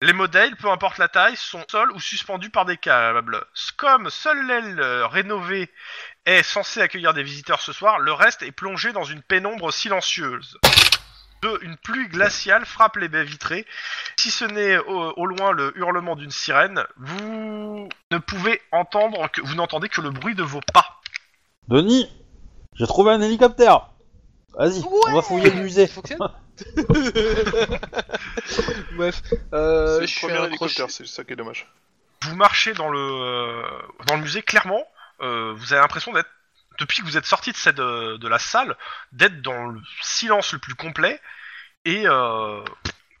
Les modèles, peu importe la taille, sont seuls ou suspendus par des câbles. Comme seule l'aile euh, rénovée est censée accueillir des visiteurs ce soir, le reste est plongé dans une pénombre silencieuse. Deux, une pluie glaciale frappe les baies vitrées. Si ce n'est au, au loin le hurlement d'une sirène, vous ne pouvez entendre que vous n'entendez que le bruit de vos pas. Denis, j'ai trouvé un hélicoptère. Vas-y, on va fouiller le musée. Bref, C'est euh, le je suis premier accroché. hélicoptère, c'est ça qui est dommage. Vous marchez dans le euh, dans le musée clairement. euh, vous avez l'impression d'être depuis que vous êtes sorti de cette euh, de la salle d'être dans le silence le plus complet et euh,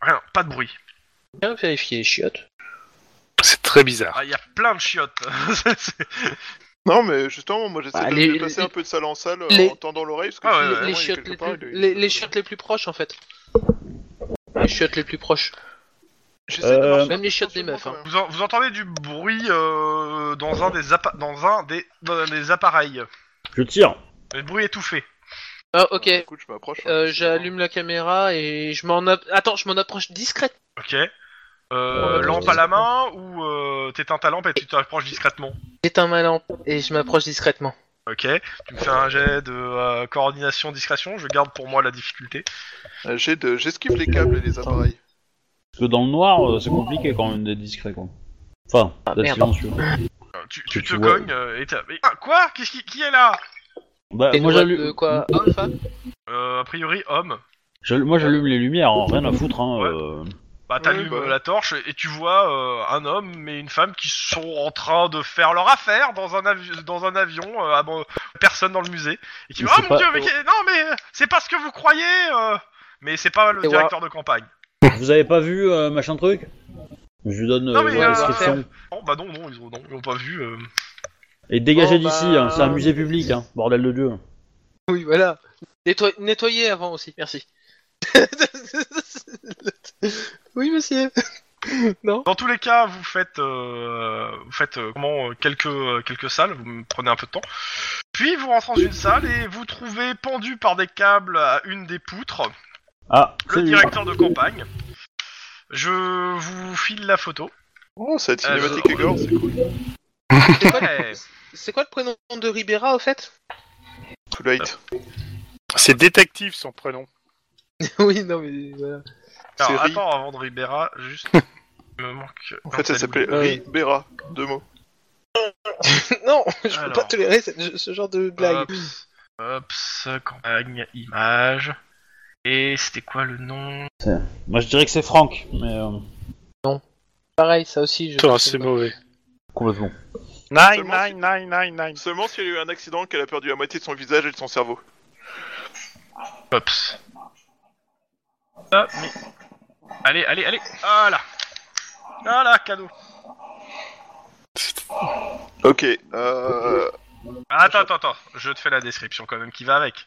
rien, pas de bruit. Bien vérifié, chiotte. C'est très bizarre. Ah, Il y a plein de chiottes. C'est- Non, mais justement, moi j'essaie Bah, de les- me déplacer les- un peu de salle en salle euh, les- en tendant l'oreille parce que Ah ouais, si, ouais, vraiment, les il est chiottes quelque les part, plus, il est- les, les chiottes les plus proches en fait. Les chiottes les plus proches. J'essaie de Euh, marcher Même les chiottes des meufs, tranquillement, hein. quand même. Vous, en- vous entendez du bruit euh, dans un des appa- dans un des dans des appareils. Je tire. Le bruit étouffé. Ah, ok. Alors, Écoute, je m'approche. hein. Euh, J'allume la caméra et je m'en app- attends, je m'en approche discrète. Ok. Euh, Ouais, lampe ouais. à la main ou euh, t'éteins ta lampe et tu t'approches discrètement. J'éteins ma lampe et je m'approche discrètement. Ok. Tu me fais un jet de euh, coordination discrétion. Je garde pour moi la difficulté. Euh, j'ai de- J'esquive les câbles et les appareils. Parce que dans le noir, euh, c'est compliqué quand même d'être discret, quoi. Enfin, Ah, d'être merde. silencieux. Euh, Tu, Que tu te tu vois. cognes euh, et t'as- mais- ah, quoi Qu'est-ce qui, qui est là Bah, Et moi, moi j'allume... de quoi Homme, femme euh, A priori homme. j'allume- moi, j'allume les lumières, hein, rien à foutre, hein. Ouais. euh. Bah t'allumes bah. euh, la torche et tu vois euh, un homme mais une femme qui sont en train de faire leur affaire dans un, avi- dans un avion, euh, à bon- personne dans le musée, et qui Mais va, ah c'est mon pas- dieu, mais que- non mais euh, c'est pas ce que vous croyez, euh, mais c'est pas le Et directeur de campagne. Vous avez pas vu euh, machin truc Je lui donne euh, Non, mais, la euh, description. Non bah non, non, ils ont, non, ils ont pas vu. euh. Et dégagez Bon, d'ici, bah, hein, c'est un musée public, hein, bordel de dieu. Oui, voilà. Nettoy- Nettoyer avant aussi, merci. oui, monsieur. Non Dans tous les cas, vous faites, euh, vous faites euh, comment euh, quelques euh, quelques salles, vous me prenez un peu de temps. Puis vous rentrez dans une salle et vous trouvez pendu par des câbles à une des poutres Ah, le salut. directeur de campagne. Je vous file la photo. Oh, cette Euh, cinématique est gore, c'est cool. C'est quoi, le- Ouais. c'est quoi le prénom de Ribera, au fait Too late. Ah, C'est détective son prénom. Oui, non, mais voilà. Alors, Série. attends, avant de Ribera, juste. Il me manque. En fait, ça s'appelait Ouais. Ribera, deux mots. non, je peux Alors. Euh, pas tolérer ce, ce genre de blague. Ops, Ops, campagne, image. Et c'était quoi le nom Moi, je dirais que c'est Franck, mais euh, Pareil, ça aussi, je... Putain, c'est mauvais. complètement. Nine, Seulement nine, nine, nine, nine. Seulement s'il y a eu un accident qu'elle a perdu la moitié de son visage et de son cerveau. Ops. Ah, mais. Allez, allez, allez Voilà Voilà, cadeau Ok, euh... Bah, Attends, attends, attends, je te fais la description quand même qui va avec.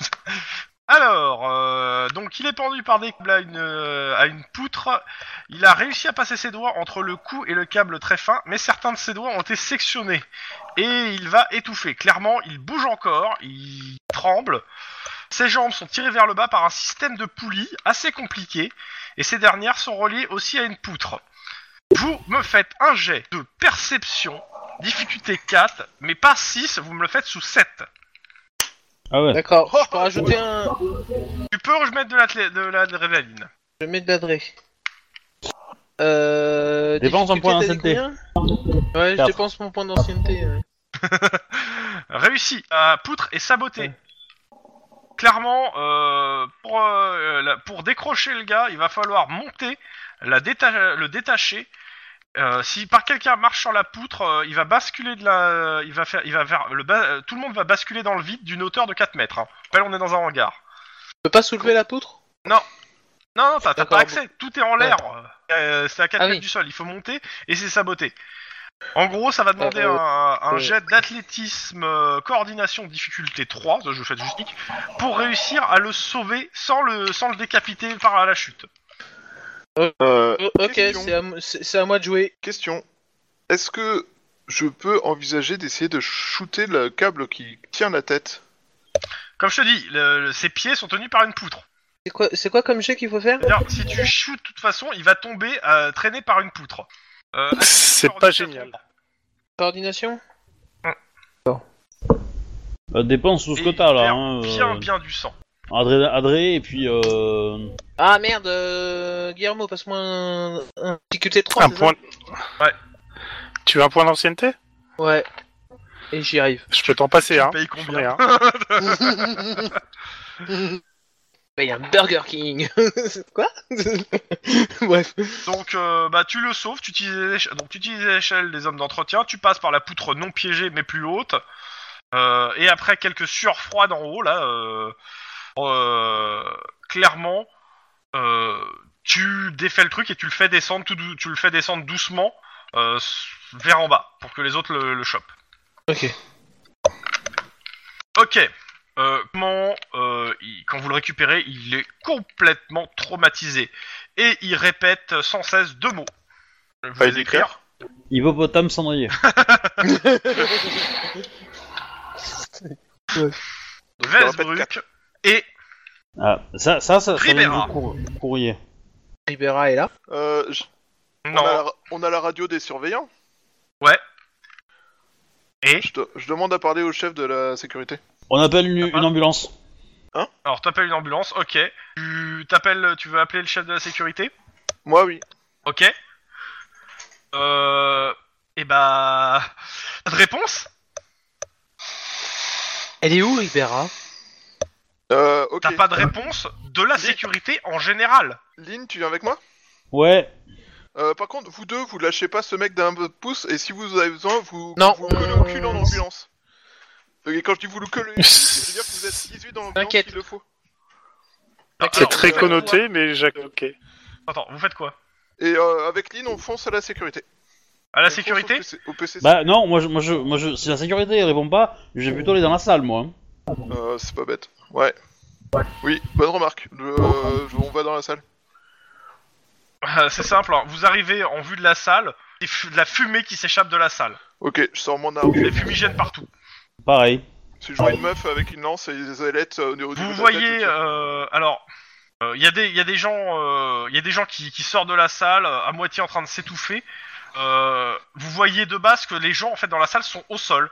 Alors, euh, donc il est pendu par des câbles à une, euh, à une poutre. Il a réussi à passer ses doigts entre le cou et le câble très fin, mais certains de ses doigts ont été sectionnés. Et il va étouffer. Clairement, il bouge encore, il tremble. Ses jambes sont tirées vers le bas par un système de poulies assez compliqué, et ces dernières sont reliées aussi à une poutre. Vous me faites un jet de perception Difficulté 4, mais pas 6, vous me le faites sous 7. Ah ouais. D'accord, Oh, je peux rajouter un... Tu peux remettre de la clé- de la- de l'adrénaline. Je mets de l'adré. Euh... Dépense un difficulté, point t'as dit d'ancienneté. combien Ouais, je Quatre. dépense mon point d'ancienneté. ouais. Réussi, à poutre et saboter. Clairement, euh, pour, euh, la- pour décrocher le gars, il va falloir monter, la déta- le détacher. Euh, si par quelqu'un marche sur la poutre, euh, il va basculer de la, il va faire, il va faire le bas- euh, tout le monde va basculer dans le vide d'une hauteur de 4 mètres. Hein. Rappelle, on est dans un hangar. Je peux pas soulever la poutre Non, non, t'as t'as D'accord, pas accès, tout est en l'air. Euh, c'est à 4 Ah mètres oui. du sol, il faut monter et c'est saboté. En gros, ça va demander Euh, un, un euh. jet d'athlétisme, euh, coordination, difficulté 3, je fais juste hic, pour réussir à le sauver sans le, sans le décapiter par la chute. euh, Oh, Ok, Question. c'est à mo- c'est c'est à moi de jouer. question. Est-ce que je peux envisager d'essayer de shooter le câble qui tient la tête Comme je te dis, le- le- ses pieds sont tenus par une poutre. C'est quoi, c'est quoi comme jet qu'il faut faire C'est-à-dire, si tu shoots de toute façon, il va tomber euh, traîné par une poutre. Euh, C'est pas génial. Coordination Euh, dépense sous ce que t'as Et là. perd Hein, Bien, euh, bien du sang. Adré, Adré, et puis. Euh... Ah merde, euh, Guillermo, passe-moi un, un difficulté 3. Un c'est point. Ouais. Tu veux un point d'ancienneté ça Ouais. Et j'y arrive. Je peux t'en passer, Tu hein. payes J'en ai combien un. Mais y a un Burger King. quoi Bref. Donc euh, bah tu le sauves, tu utilises les éche- donc tu utilises l'échelle des hommes d'entretien, tu passes par la poutre non piégée mais plus haute, euh, et après quelques sueurs froides en haut là, euh, euh, clairement, euh, tu défais le truc et tu le fais descendre tout dou- tu le fais descendre doucement euh, s- vers en bas pour que les autres le, le chopent. Ok. Ok. Euh, comment euh, il- quand vous le récupérez, il est complètement traumatisé. et il répète sans cesse deux mots. Je vais vous Pas les écrire. Hippopotame cendrier. répète Vesbruck et Ah, ça, ça, ça, ça vient Ribera. du cour- courrier. Ribera est là. Euh, je- on, a non la, on a la radio des surveillants Ouais. Et je, te- je demande à parler au chef de la sécurité. On appelle une, Ah, une ambulance. alors t'appelles une ambulance ok tu t'appelles tu veux appeler le chef de la sécurité Moi, oui. ok euh et bah pas de réponse Elle est où Ribera Euh, ok. t'as pas de réponse de la sécurité en général Lynn, tu viens avec moi Ouais. Euh, Par contre, vous deux, vous lâchez pas ce mec d'un pouce et si vous avez besoin, vous, Non. vous le collez au cul en ambulance. Et quand je dis vous le collez au cul, c'est-à-dire que vous êtes 18 dans l'ambulance T'inquiète. s'il le faut. C'est Alors, très vous faites connoté, mais Jacques. Ok. quoi attends vous faites quoi Et euh, avec Lynn, on fonce à la sécurité. à la On fonce sécurité au PC- Au PCC. Bah non, moi, je, moi, je, moi je, si la sécurité répond pas, je vais plutôt aller dans la salle, moi. Euh, c'est pas bête. Ouais. Oui, bonne remarque. Le- euh, on va dans la salle. Euh, C'est simple, hein. vous arrivez en vue de la salle, et fu- de la fumée qui s'échappe de la salle. Ok, je sors mon arme. Les fumigènes partout. Pareil. Si je vois une meuf avec une lance et des ailettes euh, au niveau de la Vous tête, je voyez, tire. euh, alors, il y, a des- y a des gens, euh, y a des gens qui, qui sortent de la salle, euh, à moitié en train de s'étouffer. Euh, vous voyez de base que les gens, en fait, dans la salle sont au sol.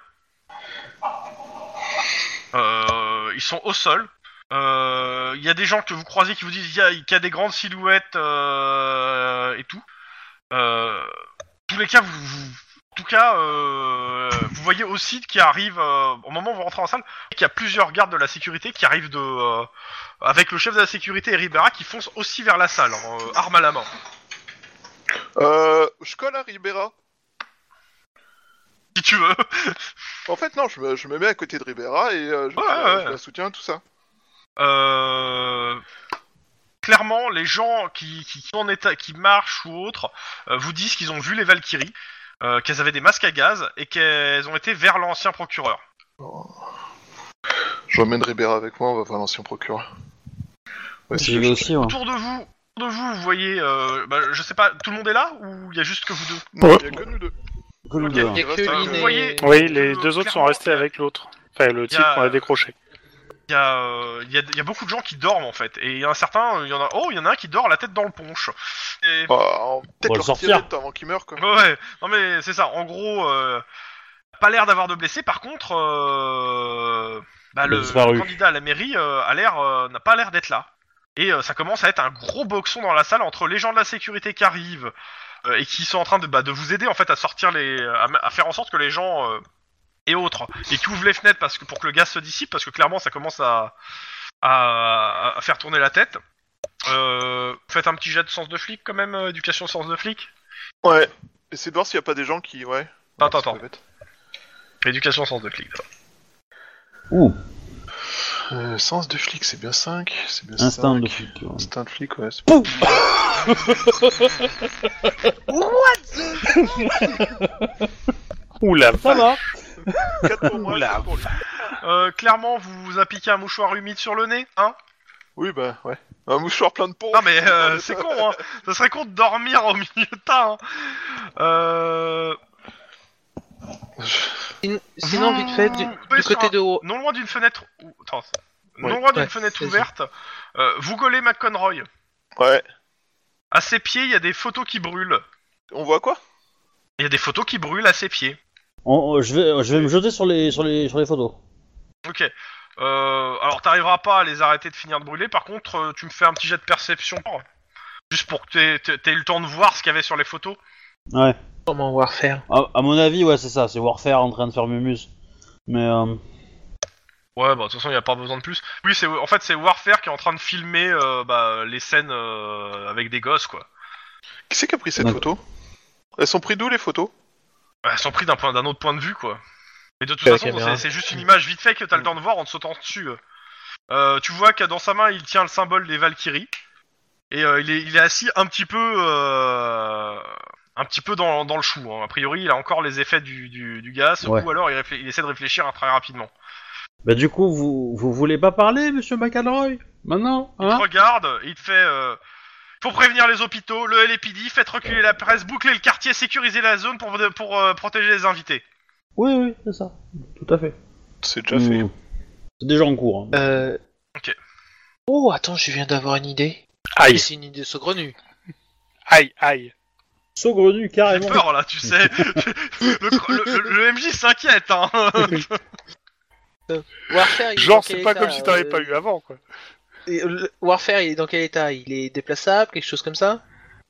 Euh, ils sont au sol. Il y a des gens que vous croisez qui vous disent qu'il y, a- qu'il y a des grandes silhouettes euh, et tout. Euh, tous les cas, vous, vous- en tout cas, euh, vous voyez aussi qui arrive euh, au moment où vous rentrez en salle, qu'il y a plusieurs gardes de la sécurité qui arrivent de, euh, avec le chef de la sécurité et Ribera qui foncent aussi vers la salle, hein, euh, arme à la main. Euh, je colle à Ribera. Si tu veux. En fait, non, je me, je me mets à côté de Ribera et euh, je, Ouais, je- ouais. je la soutiens, tout ça. Euh, clairement, les gens qui, qui, qui sont en état, qui marchent ou autres, euh, vous disent qu'ils ont vu les Valkyries, euh, qu'elles avaient des masques à gaz et qu'elles ont été vers l'ancien procureur. Je ramène Ribera avec moi, on va voir l'ancien procureur. Ouais, c'est J'y vais logique. aussi, moi. Autour de vous, autour de vous, vous voyez, euh, bah, je sais pas, tout le monde est là ou il y a juste que vous deux Non, il y a que nous deux. Que le Ok. gars. Il y a reste que hein. avec Lynn vous. et- Voyez. Oui, les Euh, deux autres sont clairement, restés il y a- avec l'autre. Enfin, le type, a, on euh, l'a décroché. Il y, a, euh, il y a- il y a beaucoup de gens qui dorment en fait. Et il y en a certains, il y en a, oh, il y en a un qui dort la tête dans le ponche. Et- Bah, on va On peut-être va leur le sortir. tirer avant qu'il meure, quoi. Ouais, ouais. non mais c'est ça. En gros, euh, pas l'air d'avoir de blessés. Par contre, euh, bah, Le le, disparu. le candidat à la mairie euh, a l'air, euh, n'a pas l'air d'être là. Et euh, ça commence à être un gros boxon dans la salle entre les gens de la sécurité qui arrivent euh, et qui sont en train de, bah, de vous aider en fait à sortir les, à, ma- à faire en sorte que les gens euh, et autres et qui ouvrent les fenêtres parce que pour que le gaz se dissipe parce que clairement ça commence à à, à faire tourner la tête. Euh, faites un petit jet de sens de flic quand même, euh, éducation sens de flic. Ouais. Essayez de voir s'il y a pas des gens qui. Ouais. Attends, C'est attends. pas bête. Éducation sens de flic. Ouh, Euh, sens de flic, c'est bien 5. C'est bien instinct cinq. de flic. ouais. Instinct de flic, ouais. c'est- Ouh la Ça va 4 pour moi, Oula. quatre pour lui. Euh, clairement, vous vous appliquez un mouchoir humide sur le nez, hein Oui, bah, ouais. Un mouchoir plein de peau. Non mais euh, c'est con, hein Ça serait con de dormir au milieu de ça, hein euh... Sin- Sinon, vite fait, du, vous du pouvez côté sur de un- Non loin d'une fenêtre... ou- Attends, c'est- Ouais. Non loin d'une Ouais, fenêtre vas-y. ouverte, euh, vous gaulez McConroy. Ouais. À ses pieds, il y a des photos qui brûlent. On voit quoi Il y a des photos qui brûlent à ses pieds. On- on- je, vais, je vais me jeter sur les, sur les, sur les photos. Ok. Euh, alors t'arriveras pas à les arrêter de finir de brûler, par contre, euh, tu me fais un petit jet de perception. hein. Juste pour que t'aies- t'aies t'aies eu le temps de voir ce qu'il y avait sur les photos. Ouais. comment on va refaire. À, à mon avis, ouais, c'est ça. C'est Warfare en train de faire Mumus. Mais euh, Ouais, bah de toute façon, il n'y a pas besoin de plus. Oui, c'est en fait, c'est Warfare qui est en train de filmer euh, bah, les scènes euh, avec des gosses, quoi. Qui c'est qui a pris cette D'accord. photo Elles sont prises d'où les photos Bah, Elles sont prises d'un point- d'un autre point de vue, quoi. Et de toute La façon, caméra. c'est- c'est juste une image vite fait que t'as le temps de voir en te sautant dessus. euh. Euh, tu vois qu'à dans sa main, il tient le symbole des Valkyries. Et euh, il, est, il est assis un petit peu... euh, un petit peu dans, dans le chou. hein. A priori, il a encore les effets du, du, du gaz. Ouais. Ou alors, il, réflé- il essaie de réfléchir très rapidement. bah du coup, vous, vous voulez pas parler, Monsieur McElroy Maintenant, Il te hein regarde et il te fait. euh, Faut prévenir les hôpitaux, le LPD, faites reculer la presse, boucler le quartier, sécuriser la zone pour, pour euh, protéger les invités. Oui, oui, c'est ça. Tout à fait. C'est déjà fait. Mm. C'est déjà en cours. hein. Euh... Ok. Oh, attends, je viens d'avoir une idée. Aïe, C'est une idée saugrenue. aïe, aïe. Saugrenu, J'ai carrément. peur là, tu sais. le, le- le- le MJ s'inquiète, hein. Warfare, il est dans Genre, quel c'est pas état, comme si t'en avais euh, pas eu avant, quoi. et, euh, le- Warfare, il est dans quel état Il est déplaçable, quelque chose comme ça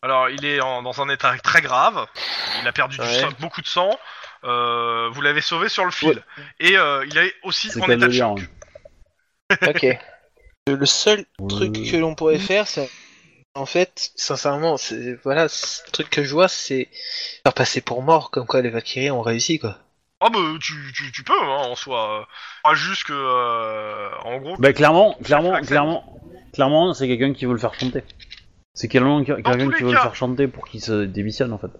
Alors, il est en- dans un état très grave. Il a perdu du Ouais. sang- beaucoup de sang. Euh, vous l'avez sauvé sur le fil. Ouais. Et euh, il est aussi C'est en comme état le de lien. hein. choc. Ok. Le seul Ouais. truc que l'on pourrait faire, c'est. En fait, sincèrement, c'est voilà, c'est- le truc que je vois, c'est faire passer pour mort, comme quoi les Valkyries ont réussi, quoi. Ah bah, tu, tu, tu peux, hein, en soi. Euh, ah, juste que, euh, en gros, Bah, clairement, clairement, Accepte. clairement, clairement, c'est quelqu'un qui veut le faire chanter. C'est quelqu'un quelqu'un tous les qui veut le cas. faire chanter pour qu'il se démissionne en fait.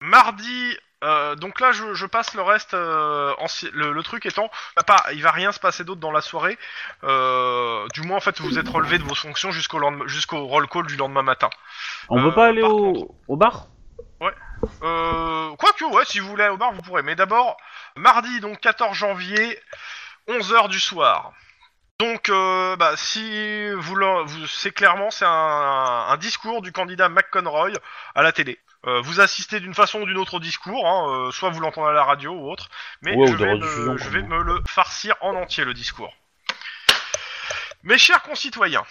mardi. euh, donc là, je, je passe le reste. euh, en si- le, le truc étant, papa, il va rien se passer d'autre dans la soirée. Euh, du moins, en fait, vous vous êtes relevé de vos fonctions jusqu'au lendem- jusqu'au roll call du lendemain matin. On Euh, peut pas aller par au, au bar Euh, Quoique, ouais, si vous voulez aller au bar, vous pourrez. Mais d'abord, mardi, donc 14 janvier, 11h du soir. Donc, euh, bah, si vous, l'en- vous c'est clairement, c'est un, un discours du candidat McConroy à la télé. Euh, vous assistez d'une façon ou d'une autre au discours, hein, euh, soit vous l'entendez à la radio ou autre, mais Ouais, ou je, des vais rediffusions, me, je quoi. vais me le farcir en entier, le discours. Mes chers concitoyens,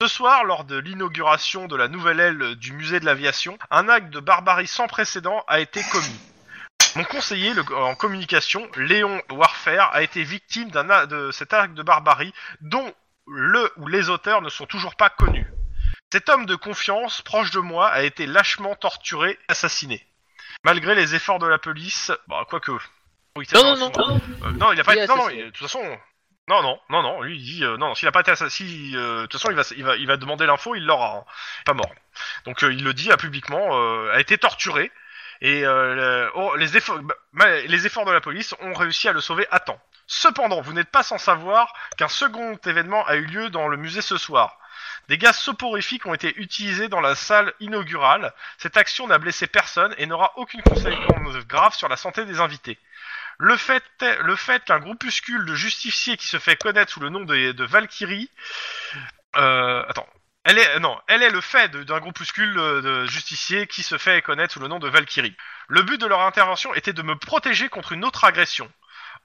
ce soir, lors de l'inauguration de la nouvelle aile du musée de l'aviation, un acte de barbarie sans précédent a été commis. Mon conseiller le- en communication, Léon Warfare, a été victime d'un a- de cet acte de barbarie dont le ou les auteurs ne sont toujours pas connus. Cet homme de confiance, proche de moi, a été lâchement torturé, assassiné. Malgré les efforts de la police, bah quoique... Oui, ça, Non, non, ça, non, ça. Euh, non, il a pas Il été. est Non, non, assassiné. il- de toute façon. Non, non, non, non, lui il dit. euh, non, non, s'il a pas été assassiné, de toute façon, il va, il va, il va demander l'info, il l'aura. hein. Il est Pas mort. Donc euh, il le dit euh, publiquement, euh, a été torturé. Et euh, le- oh, les, efforts, bah, bah, les efforts de la police ont réussi à le sauver à temps. Cependant, vous n'êtes pas sans savoir qu'un second événement a eu lieu dans le musée ce soir. Des gaz soporifiques ont été utilisés dans la salle inaugurale. Cette action n'a blessé personne et n'aura aucune conséquence grave sur la santé des invités. Le fait, est- le fait qu'un groupuscule de justiciers qui se fait connaître sous le nom de, de Valkyrie. Euh, attends. Elle est, non, elle est le fait de- d'un groupuscule euh, de justiciers qui se fait connaître sous le nom de Valkyrie. Le but de leur intervention était de me protéger contre une autre agression.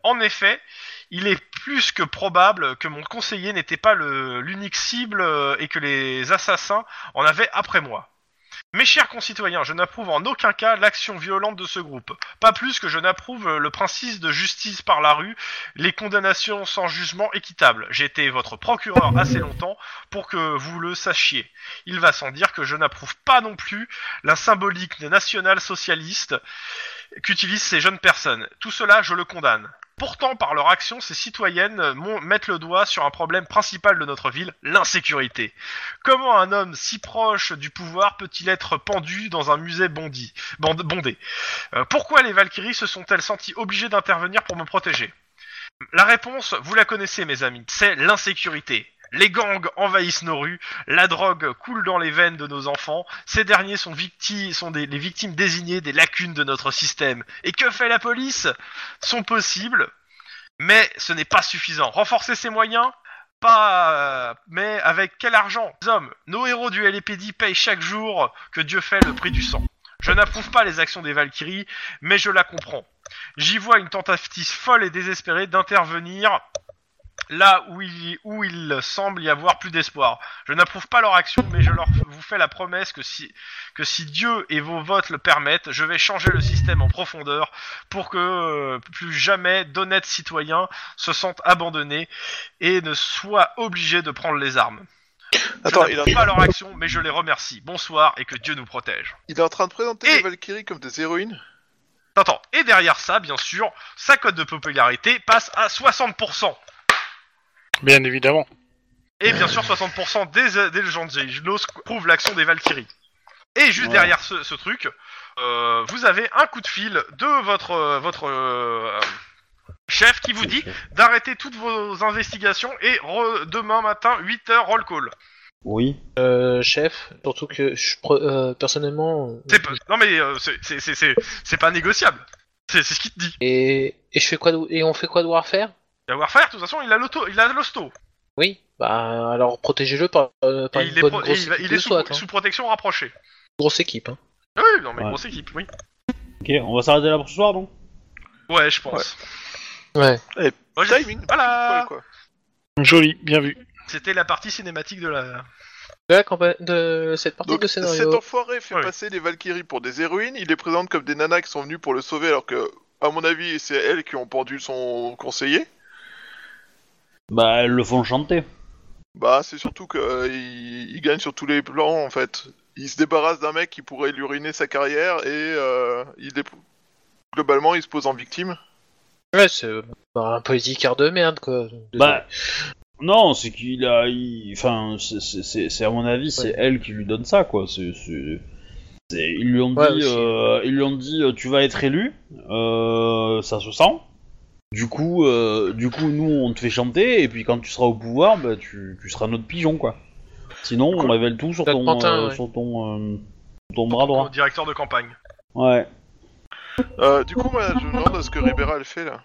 En effet, il est plus que probable que mon conseiller n'était pas le- l'unique cible euh, et que les assassins en avaient après moi. Mes chers concitoyens, je n'approuve en aucun cas l'action violente de ce groupe. Pas plus que je n'approuve euh, le principe de justice par la rue, les condamnations sans jugement équitable. J'ai été votre procureur assez longtemps pour que vous le sachiez. Il va sans dire que je n'approuve pas non plus la symbolique nationale-socialiste qu'utilisent ces jeunes personnes. Tout cela, je le condamne. Pourtant, par leur action, ces citoyennes euh, m'ont- mettent le doigt sur un problème principal de notre ville, l'insécurité. Comment un homme si proche du pouvoir peut-il être pendu dans un musée bondi, band- bondé euh, pourquoi les Valkyries se sont-elles senties obligées d'intervenir pour me protéger La réponse, vous la connaissez, mes amis, c'est l'insécurité. Les gangs envahissent nos rues, la drogue coule dans les veines de nos enfants, ces derniers sont, victi- sont des- les victimes désignées des lacunes de notre système. Et que fait la police Sont possibles, mais ce n'est pas suffisant. Renforcer ses moyens pas, euh, mais avec quel argent Les hommes, nos héros du LAPD payent chaque jour que Dieu fait le prix du sang. Je n'approuve pas les actions des Valkyries, mais je la comprends. J'y vois une tentative folle et désespérée d'intervenir là où il, où il semble y avoir plus d'espoir. Je n'approuve pas leur action, mais je leur vous fais la promesse que si, que si Dieu et vos votes le permettent, je vais changer le système en profondeur pour que euh, plus jamais d'honnêtes citoyens se sentent abandonnés et ne soient obligés de prendre les armes. Attends, je il n'approuve est, pas leur action, mais je les remercie. Bonsoir et que Dieu nous protège. il est en train de présenter Et- les Valkyries comme des héroïnes T'entends Et derrière ça, bien sûr, sa cote de popularité passe à 60%. Bien évidemment. Et bien sûr, 60% des, des gens de Zeynos prouvent l'action des Valkyries. Et juste Ouais. derrière ce, ce truc, euh, vous avez un coup de fil de votre, euh, votre euh, chef qui vous dit d'arrêter toutes vos investigations et re- demain matin, 8h, roll call. Oui. euh, chef. Surtout que je, pre- euh, personnellement. euh, C'est pas- Non mais euh, c'est- c'est- c'est c'est- c'est pas négociable. C'est c'est ce qu'il te dit. Et, et je fais quoi de- et on fait quoi de Warfare La Warfare, de toute façon, il a l'auto, il a l'hosto. Oui. Bah alors protégez-le par, euh, par Et une il est, bonne pro- et grosse il va- équipe il de est sous, SWAT, hein. sous protection rapprochée. Grosse équipe. hein. Ah oui, non mais Ouais. grosse équipe, oui. Ok, on va s'arrêter là pour ce soir, non Ouais, je pense. Ouais. Moi, j'ai- Timing. Voilà. Voilà, quoi. Joli, bien vu. C'était la partie cinématique de la. De la campagne de cette partie Donc de cet scénario. enfoiré fait Ouais. passer les Valkyries pour des héroïnes, il les présente comme des nanas qui sont venues pour le sauver alors que, à mon avis, c'est elles qui ont pendu son conseiller. Bah, elles le font chanter. Bah, c'est surtout que euh, il, il gagne sur tous les plans en fait. Il se débarrasse d'un mec qui pourrait lui ruiner sa carrière et euh, il dép- globalement il se pose en victime. Ouais, c'est euh, bah, un politique de merde quoi. Désolé. Bah, non, c'est qu'il a. il- Enfin, c'est- c'est c'est- c'est à mon avis, Ouais. c'est elle qui lui donne ça, quoi. C'est. c'est- c'est- Ils lui ont dit, Ouais, aussi. euh, ils lui ont dit, euh, tu vas être élu, euh, ça se sent. Du coup, euh, du coup, nous, on te fait chanter, et puis quand tu seras au pouvoir, bah, tu, tu seras notre pigeon, quoi. Sinon, on révèle tout sur Notre ton, pantin, euh, ouais. sur ton, euh, ton bras droit. Directeur de campagne. Ouais. Euh, du coup, moi, je me demande ce que Ribera elle fait là.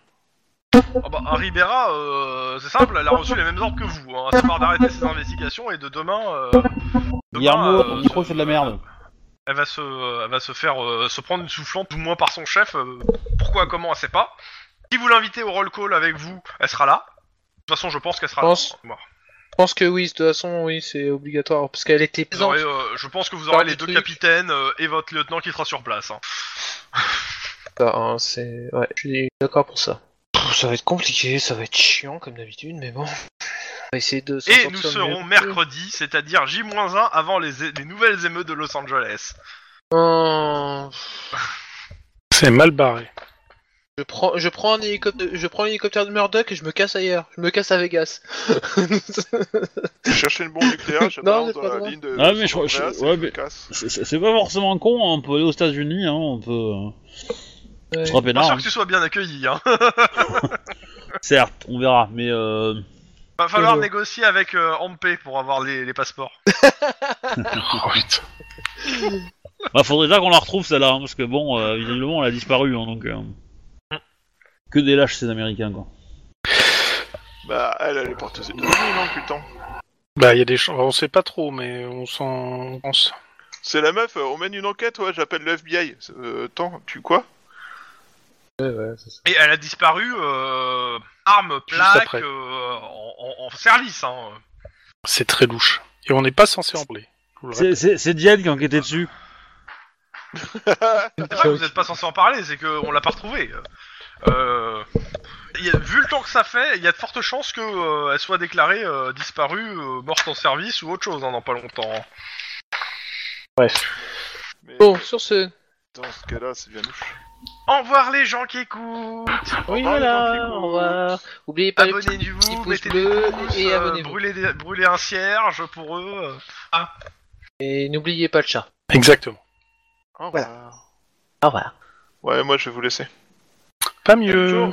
Ah bah, à Ribera, euh, c'est simple, elle a reçu les mêmes ordres que vous, hein, à savoir d'arrêter ses investigations et de demain. euh, demain, Guillermo, euh, ton micro, il fait de la merde. Elle va se, euh, elle va se faire euh, se prendre une soufflante, ou moins par son chef. euh, pourquoi, comment, elle sait pas. Si vous l'invitez au roll call avec vous, elle sera là. De toute façon, je pense qu'elle sera Pense. là. Moi. Je pense que oui, de toute façon, oui, c'est obligatoire parce qu'elle était Vous présente. aurez, euh, je pense que vous Faire aurez du les deux truc. capitaines euh, et votre lieutenant qui sera sur place. hein. Ça, hein, c'est... Ouais, je suis d'accord pour ça. Pff, Ça va être compliqué, ça va être chiant comme d'habitude, mais bon. On va essayer de s'en Et sortir nous mieux. serons mercredi, c'est-à-dire J-1 avant les, é- les nouvelles émeutes de Los Angeles. Euh, C'est mal barré. Je prends, je prends un hélicoptère, je prends l'hélicoptère de Murdoch et je me casse ailleurs. Je me casse à Vegas. Chercher le bon nucléaire, je Non, balance c'est dans pas la droit. ligne de. Ah, mais je- de je- Andreas et ouais, je mais- me casse. C'est- C'est c'est pas forcément con, hein, on peut aller aux États-Unis, hein, on peut. euh, Ouais. se rappeler Pas là, sûr hein. que tu sois bien accueilli. Hein. Certes, on verra, mais euh... Va falloir Euh. négocier avec euh, Ampé pour avoir les, les passeports. Oh, putain. bah, faudrait déjà qu'on la retrouve celle-là, hein, parce que bon, euh, visiblement, elle a disparu, hein, donc. euh, Que des lâches ces Américains, quoi. Bah, elle, elle est porteuse de non, putain. Bah, il y a des chances. On sait pas trop, mais on s'en on pense. C'est la meuf, euh, on mène une enquête, ouais, j'appelle le FBI. Euh, attends, tu quoi Ouais, ouais, c'est ça. Et elle a disparu, euh, arme, plaque, après. euh, en, en- en service. Hein. C'est très louche. Et on n'est pas censé en parler. Je vous le C'est- C'est c'est Diane qui enquêtait dessus. C'est pas que vous n'êtes pas censé en parler, c'est qu'on l'a pas retrouvé. Euh, il y a- vu le temps que ça fait, il y a de fortes chances qu'elle soit déclarée euh, disparue, euh, morte en service ou autre chose hein, dans pas longtemps. hein. Mais Bon, sur ce. dans ce cas-là, c'est bien louche. Au revoir les gens qui écoutent Oui, revoir, les voilà. gens qui Au revoir. Oubliez pas le petit, petit Abonnez-vous, pouce mettez des bleu pouces, et euh, abonnez-vous. brûlez, des- brûlez un cierge pour eux. euh. Et n'oubliez pas le chat. faites. Exactement. Au revoir. Au revoir. Ouais, moi je vais vous laisser. Pas mieux.